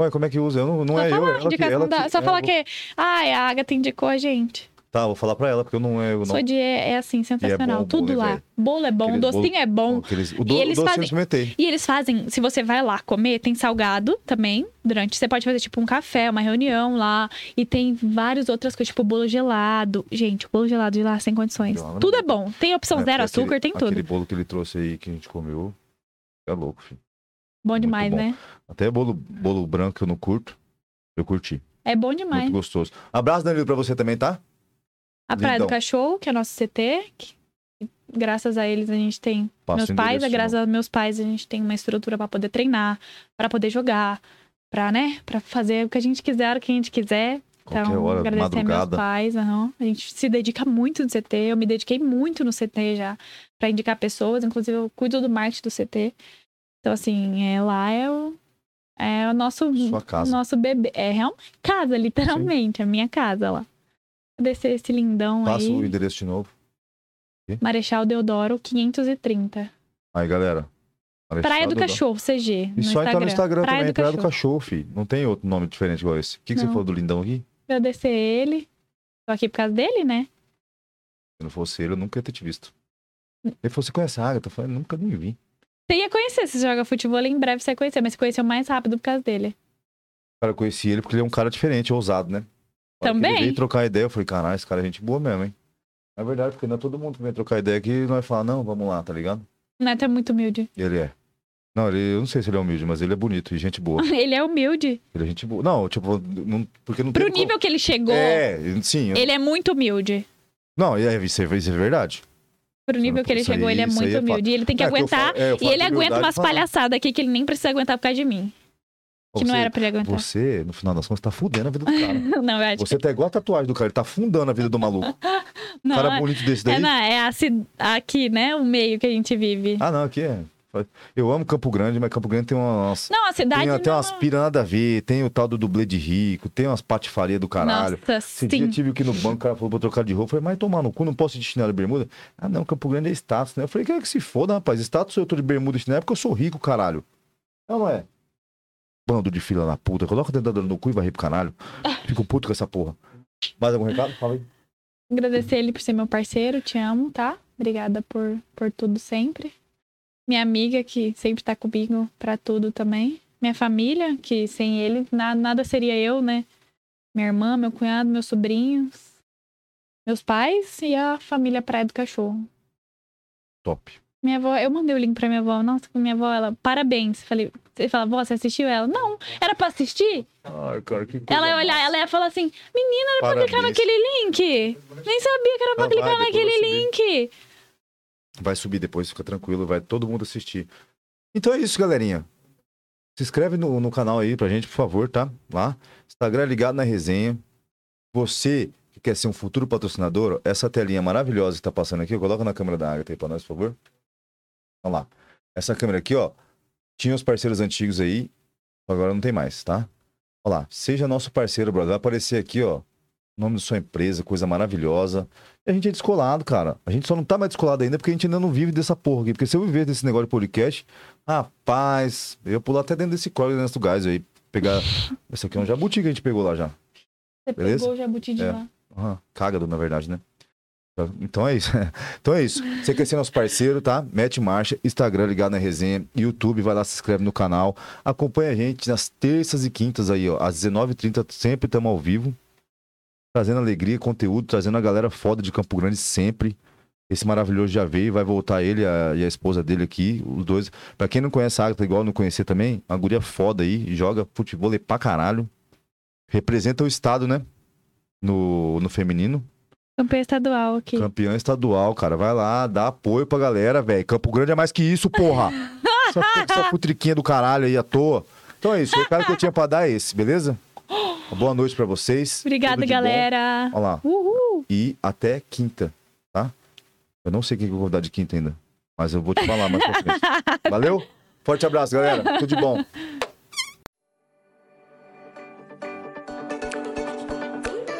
S2: Ué, como é que usa? Eu não, não
S1: Só
S2: é eu,
S1: falar,
S2: ela que...
S1: indicação
S2: Ela
S1: da-
S2: que-
S1: Só
S2: é,
S1: falar
S2: eu vou-
S1: que. Ai, a Agatha indicou a gente.
S2: Tá, vou falar pra ela, porque eu não... Eu não...
S1: Sou de é, é assim, sensacional.
S2: bom o
S1: Tudo
S2: bolo,
S1: lá.
S2: hein, velho?
S1: Bolo é bom,
S2: Aqueles
S1: docinho é bom.
S2: Aqueles... O do...
S1: eles
S2: docinho
S1: fazem-
S2: eu experimentei.
S1: E eles fazem, se você vai lá comer, tem salgado também. Durante, você pode fazer tipo um café, uma reunião lá. E tem várias outras coisas, tipo bolo gelado. Gente, o bolo gelado de lá sem condições.
S2: Gelado,
S1: tudo
S2: né?
S1: é bom. Tem opção
S2: É,
S1: zero
S2: porque aquele-
S1: açúcar, tem tudo.
S2: Aquele bolo que ele trouxe aí, que a gente comeu... É louco, filho.
S1: Bom demais,
S2: bom.
S1: né?
S2: Até bolo, bolo branco que eu não curto. Eu curti.
S1: É bom demais.
S2: Muito gostoso. Abraço, Danilo, pra você também, tá?
S1: A Praia do
S2: Lindão.
S1: Cachorro, que é nosso CT. que- graças a eles a gente tem.
S2: Passa
S1: meus
S2: o
S1: pais,
S2: endereço,
S1: graças aos meus pais, a gente tem uma estrutura pra poder treinar, pra poder jogar, pra, né? Pra fazer o que a gente quiser, a hora que a gente quiser.
S2: Qualquer
S1: então,
S2: hora,
S1: agradecer a meus
S2: madrugada.
S1: pais. aham. A gente se dedica muito no CT. Eu me dediquei muito no CT já pra indicar pessoas. Inclusive, eu cuido do marketing do CT. Então, assim, é, lá é o, é o nosso,
S2: Sua casa.
S1: nosso bebê. É real casa, literalmente. A minha casa lá. Agradecer esse lindão
S2: Passa o
S1: aí.
S2: endereço de novo.
S1: Marechal Deodoro 530.
S2: Aí, galera.
S1: Praia do
S2: Alexandre,
S1: Cachorro, CG.
S2: tá? E
S1: no
S2: só
S1: Instagram.
S2: entrar no Instagram
S1: Praia
S2: também,
S1: do
S2: Praia
S1: Cachorro.
S2: do Cachorro, filho. Não tem outro nome diferente igual esse. O que, que você
S1: Não.
S2: falou do lindão aqui?
S1: Agradecer ele. Tô aqui por causa dele, né?
S2: Se não fosse ele, eu nunca ia ter te visto. Ele falou, você conhece a Agatha? Eu falei, nunca nem vi.
S1: Você ia conhecer, você joga futebol, em breve você ia conhecer, mas você conheceu mais rápido por causa dele.
S2: Cara, eu conheci ele porque ele é um cara diferente, ousado, né? Na hora que
S1: Também.
S2: Ele veio trocar ideia, eu falei, caralho, esse cara é gente boa mesmo, hein? Na verdade, porque não é todo mundo que vem trocar ideia aqui não vai falar, não, vamos lá, tá ligado?
S1: O Neto é muito humilde.
S2: Ele é. Não, ele, eu não sei se ele é humilde, mas ele é bonito e gente boa.
S1: Ele é humilde.
S2: Ele é gente boa. Não, tipo, não, porque não
S1: Pro
S2: tem. como-
S1: nível que ele chegou,
S2: É, sim. eu-
S1: ele é muito humilde.
S2: Não, é, isso, é, isso é verdade.
S1: Pro nível
S2: não-
S1: que ele
S2: isso aí-
S1: chegou, ele é
S2: isso aí
S1: muito
S2: é fato.
S1: humilde. E ele tem que
S2: É, eu
S1: aguentar.
S2: falo- é, eu
S1: e
S2: falo
S1: ele
S2: de
S1: aguenta
S2: humildade
S1: umas
S2: falando.
S1: palhaçadas aqui que ele nem precisa aguentar por causa de mim. Que não é
S2: Você-
S1: era pra ele aguentar.
S2: Você, no final das contas, tá fudendo a vida do cara.
S1: não, eu acho
S2: Você tá igual a tatuagem do cara, ele tá afundando a vida do maluco.
S1: que. Não,
S2: cara
S1: é-
S2: bonito desse
S1: é,
S2: daí.
S1: não, é a ci- aqui, né? O meio que a gente vive.
S2: Ah, não, aqui é. Eu amo Campo Grande, mas Campo Grande tem umas.
S1: Não, a cidade.
S2: tem
S1: não...
S2: até umas pira nada a ver, tem o tal do dublê de rico, tem umas patifaria do caralho.
S1: Nossa,
S2: Esse
S1: sim.
S2: dia eu tive aqui no banco, o cara falou pra eu trocar de roupa. Eu falei, mas tomar no cu, não posso ir de chinelo e bermuda? Ah, não, Campo Grande é status, né? Eu falei, quer que se foda, rapaz. Status eu tô de bermuda e chinelo é porque eu sou rico, caralho. Não, não é? Bando de fila na puta. Coloca o dedador no cu e vai rir pro caralho. Fico puto com essa porra. Mais algum recado? Fala aí.
S1: Agradecer ele por ser meu parceiro, te amo, tá? Obrigada por, por tudo sempre. Minha amiga, que sempre tá comigo pra tudo também. Minha família, que sem ele na- nada seria eu, né? Minha irmã, meu cunhado, meus sobrinhos, meus pais e a família Praia do Cachorro.
S2: Top.
S1: Minha avó, eu mandei o link pra minha avó. Nossa, minha avó, ela, parabéns. Falei, você fala, vó, você assistiu ela? Não, era pra assistir?
S2: Ai, cara, que
S1: Ela ia olhar, ela ia falar assim: menina, era pra clicar naquele link. Nem sabia que era pra
S2: Ah, vai,
S1: clicar
S2: depois eu
S1: naquele
S2: subi.
S1: link.
S2: Vai subir depois, fica tranquilo, vai todo mundo assistir. Então é isso, galerinha. Se inscreve no, no canal aí pra gente, por favor, tá? Lá. Instagram é ligado na resenha. Você que quer ser um futuro patrocinador, essa telinha maravilhosa que tá passando aqui, coloca na câmera da Agatha aí pra nós, por favor. Olha lá. Essa câmera aqui, ó. Tinha os parceiros antigos aí, agora não tem mais, tá? Olha lá. Seja nosso parceiro, brother. Vai aparecer aqui, ó. o Nome da sua empresa, coisa maravilhosa. E a gente é descolado, cara. A gente só não tá mais descolado ainda porque a gente ainda não vive dessa porra aqui. Porque se eu viver desse negócio de podcast, rapaz, eu ia pular até dentro desse córrego dentro do gás aí. Pegar. Esse aqui é um jabuti que a gente pegou lá já.
S1: Você
S2: Beleza?
S1: pegou o jabuti de
S2: É.
S1: lá.
S2: Aham, Cágado, na verdade, né? Tá? Então é isso. então é isso. Você quer ser nosso parceiro, tá? Mete marcha, Instagram ligado na resenha, YouTube, vai lá, se inscreve no canal. Acompanha a gente nas terças e quintas aí, ó. Às 19h30, sempre estamos ao vivo. Trazendo alegria, conteúdo, trazendo a galera foda de Campo Grande sempre. Esse maravilhoso já veio, vai voltar ele a- e a esposa dele aqui, os dois. Pra quem não conhece a Agatha, igual não conhecer também, uma guria foda aí, joga futebol pra caralho. Representa o estado, né? No, no feminino.
S1: Campeão estadual aqui.
S2: Campeão estadual, cara. Vai lá, dá apoio pra galera, velho. Campo Grande é mais que isso, porra. Essa, essa putriquinha do caralho aí à toa. Então é isso, o recado que eu tinha pra dar é esse, beleza? Uma boa noite pra vocês. Tudo
S1: Obrigada,
S2: de bom.
S1: galera.
S2: Ó lá.
S1: Uhul.
S2: E até quinta, tá? Eu não sei o que eu vou dar de quinta ainda, mas eu vou te falar mais pra frente. Valeu? Forte abraço, galera. Tudo de bom.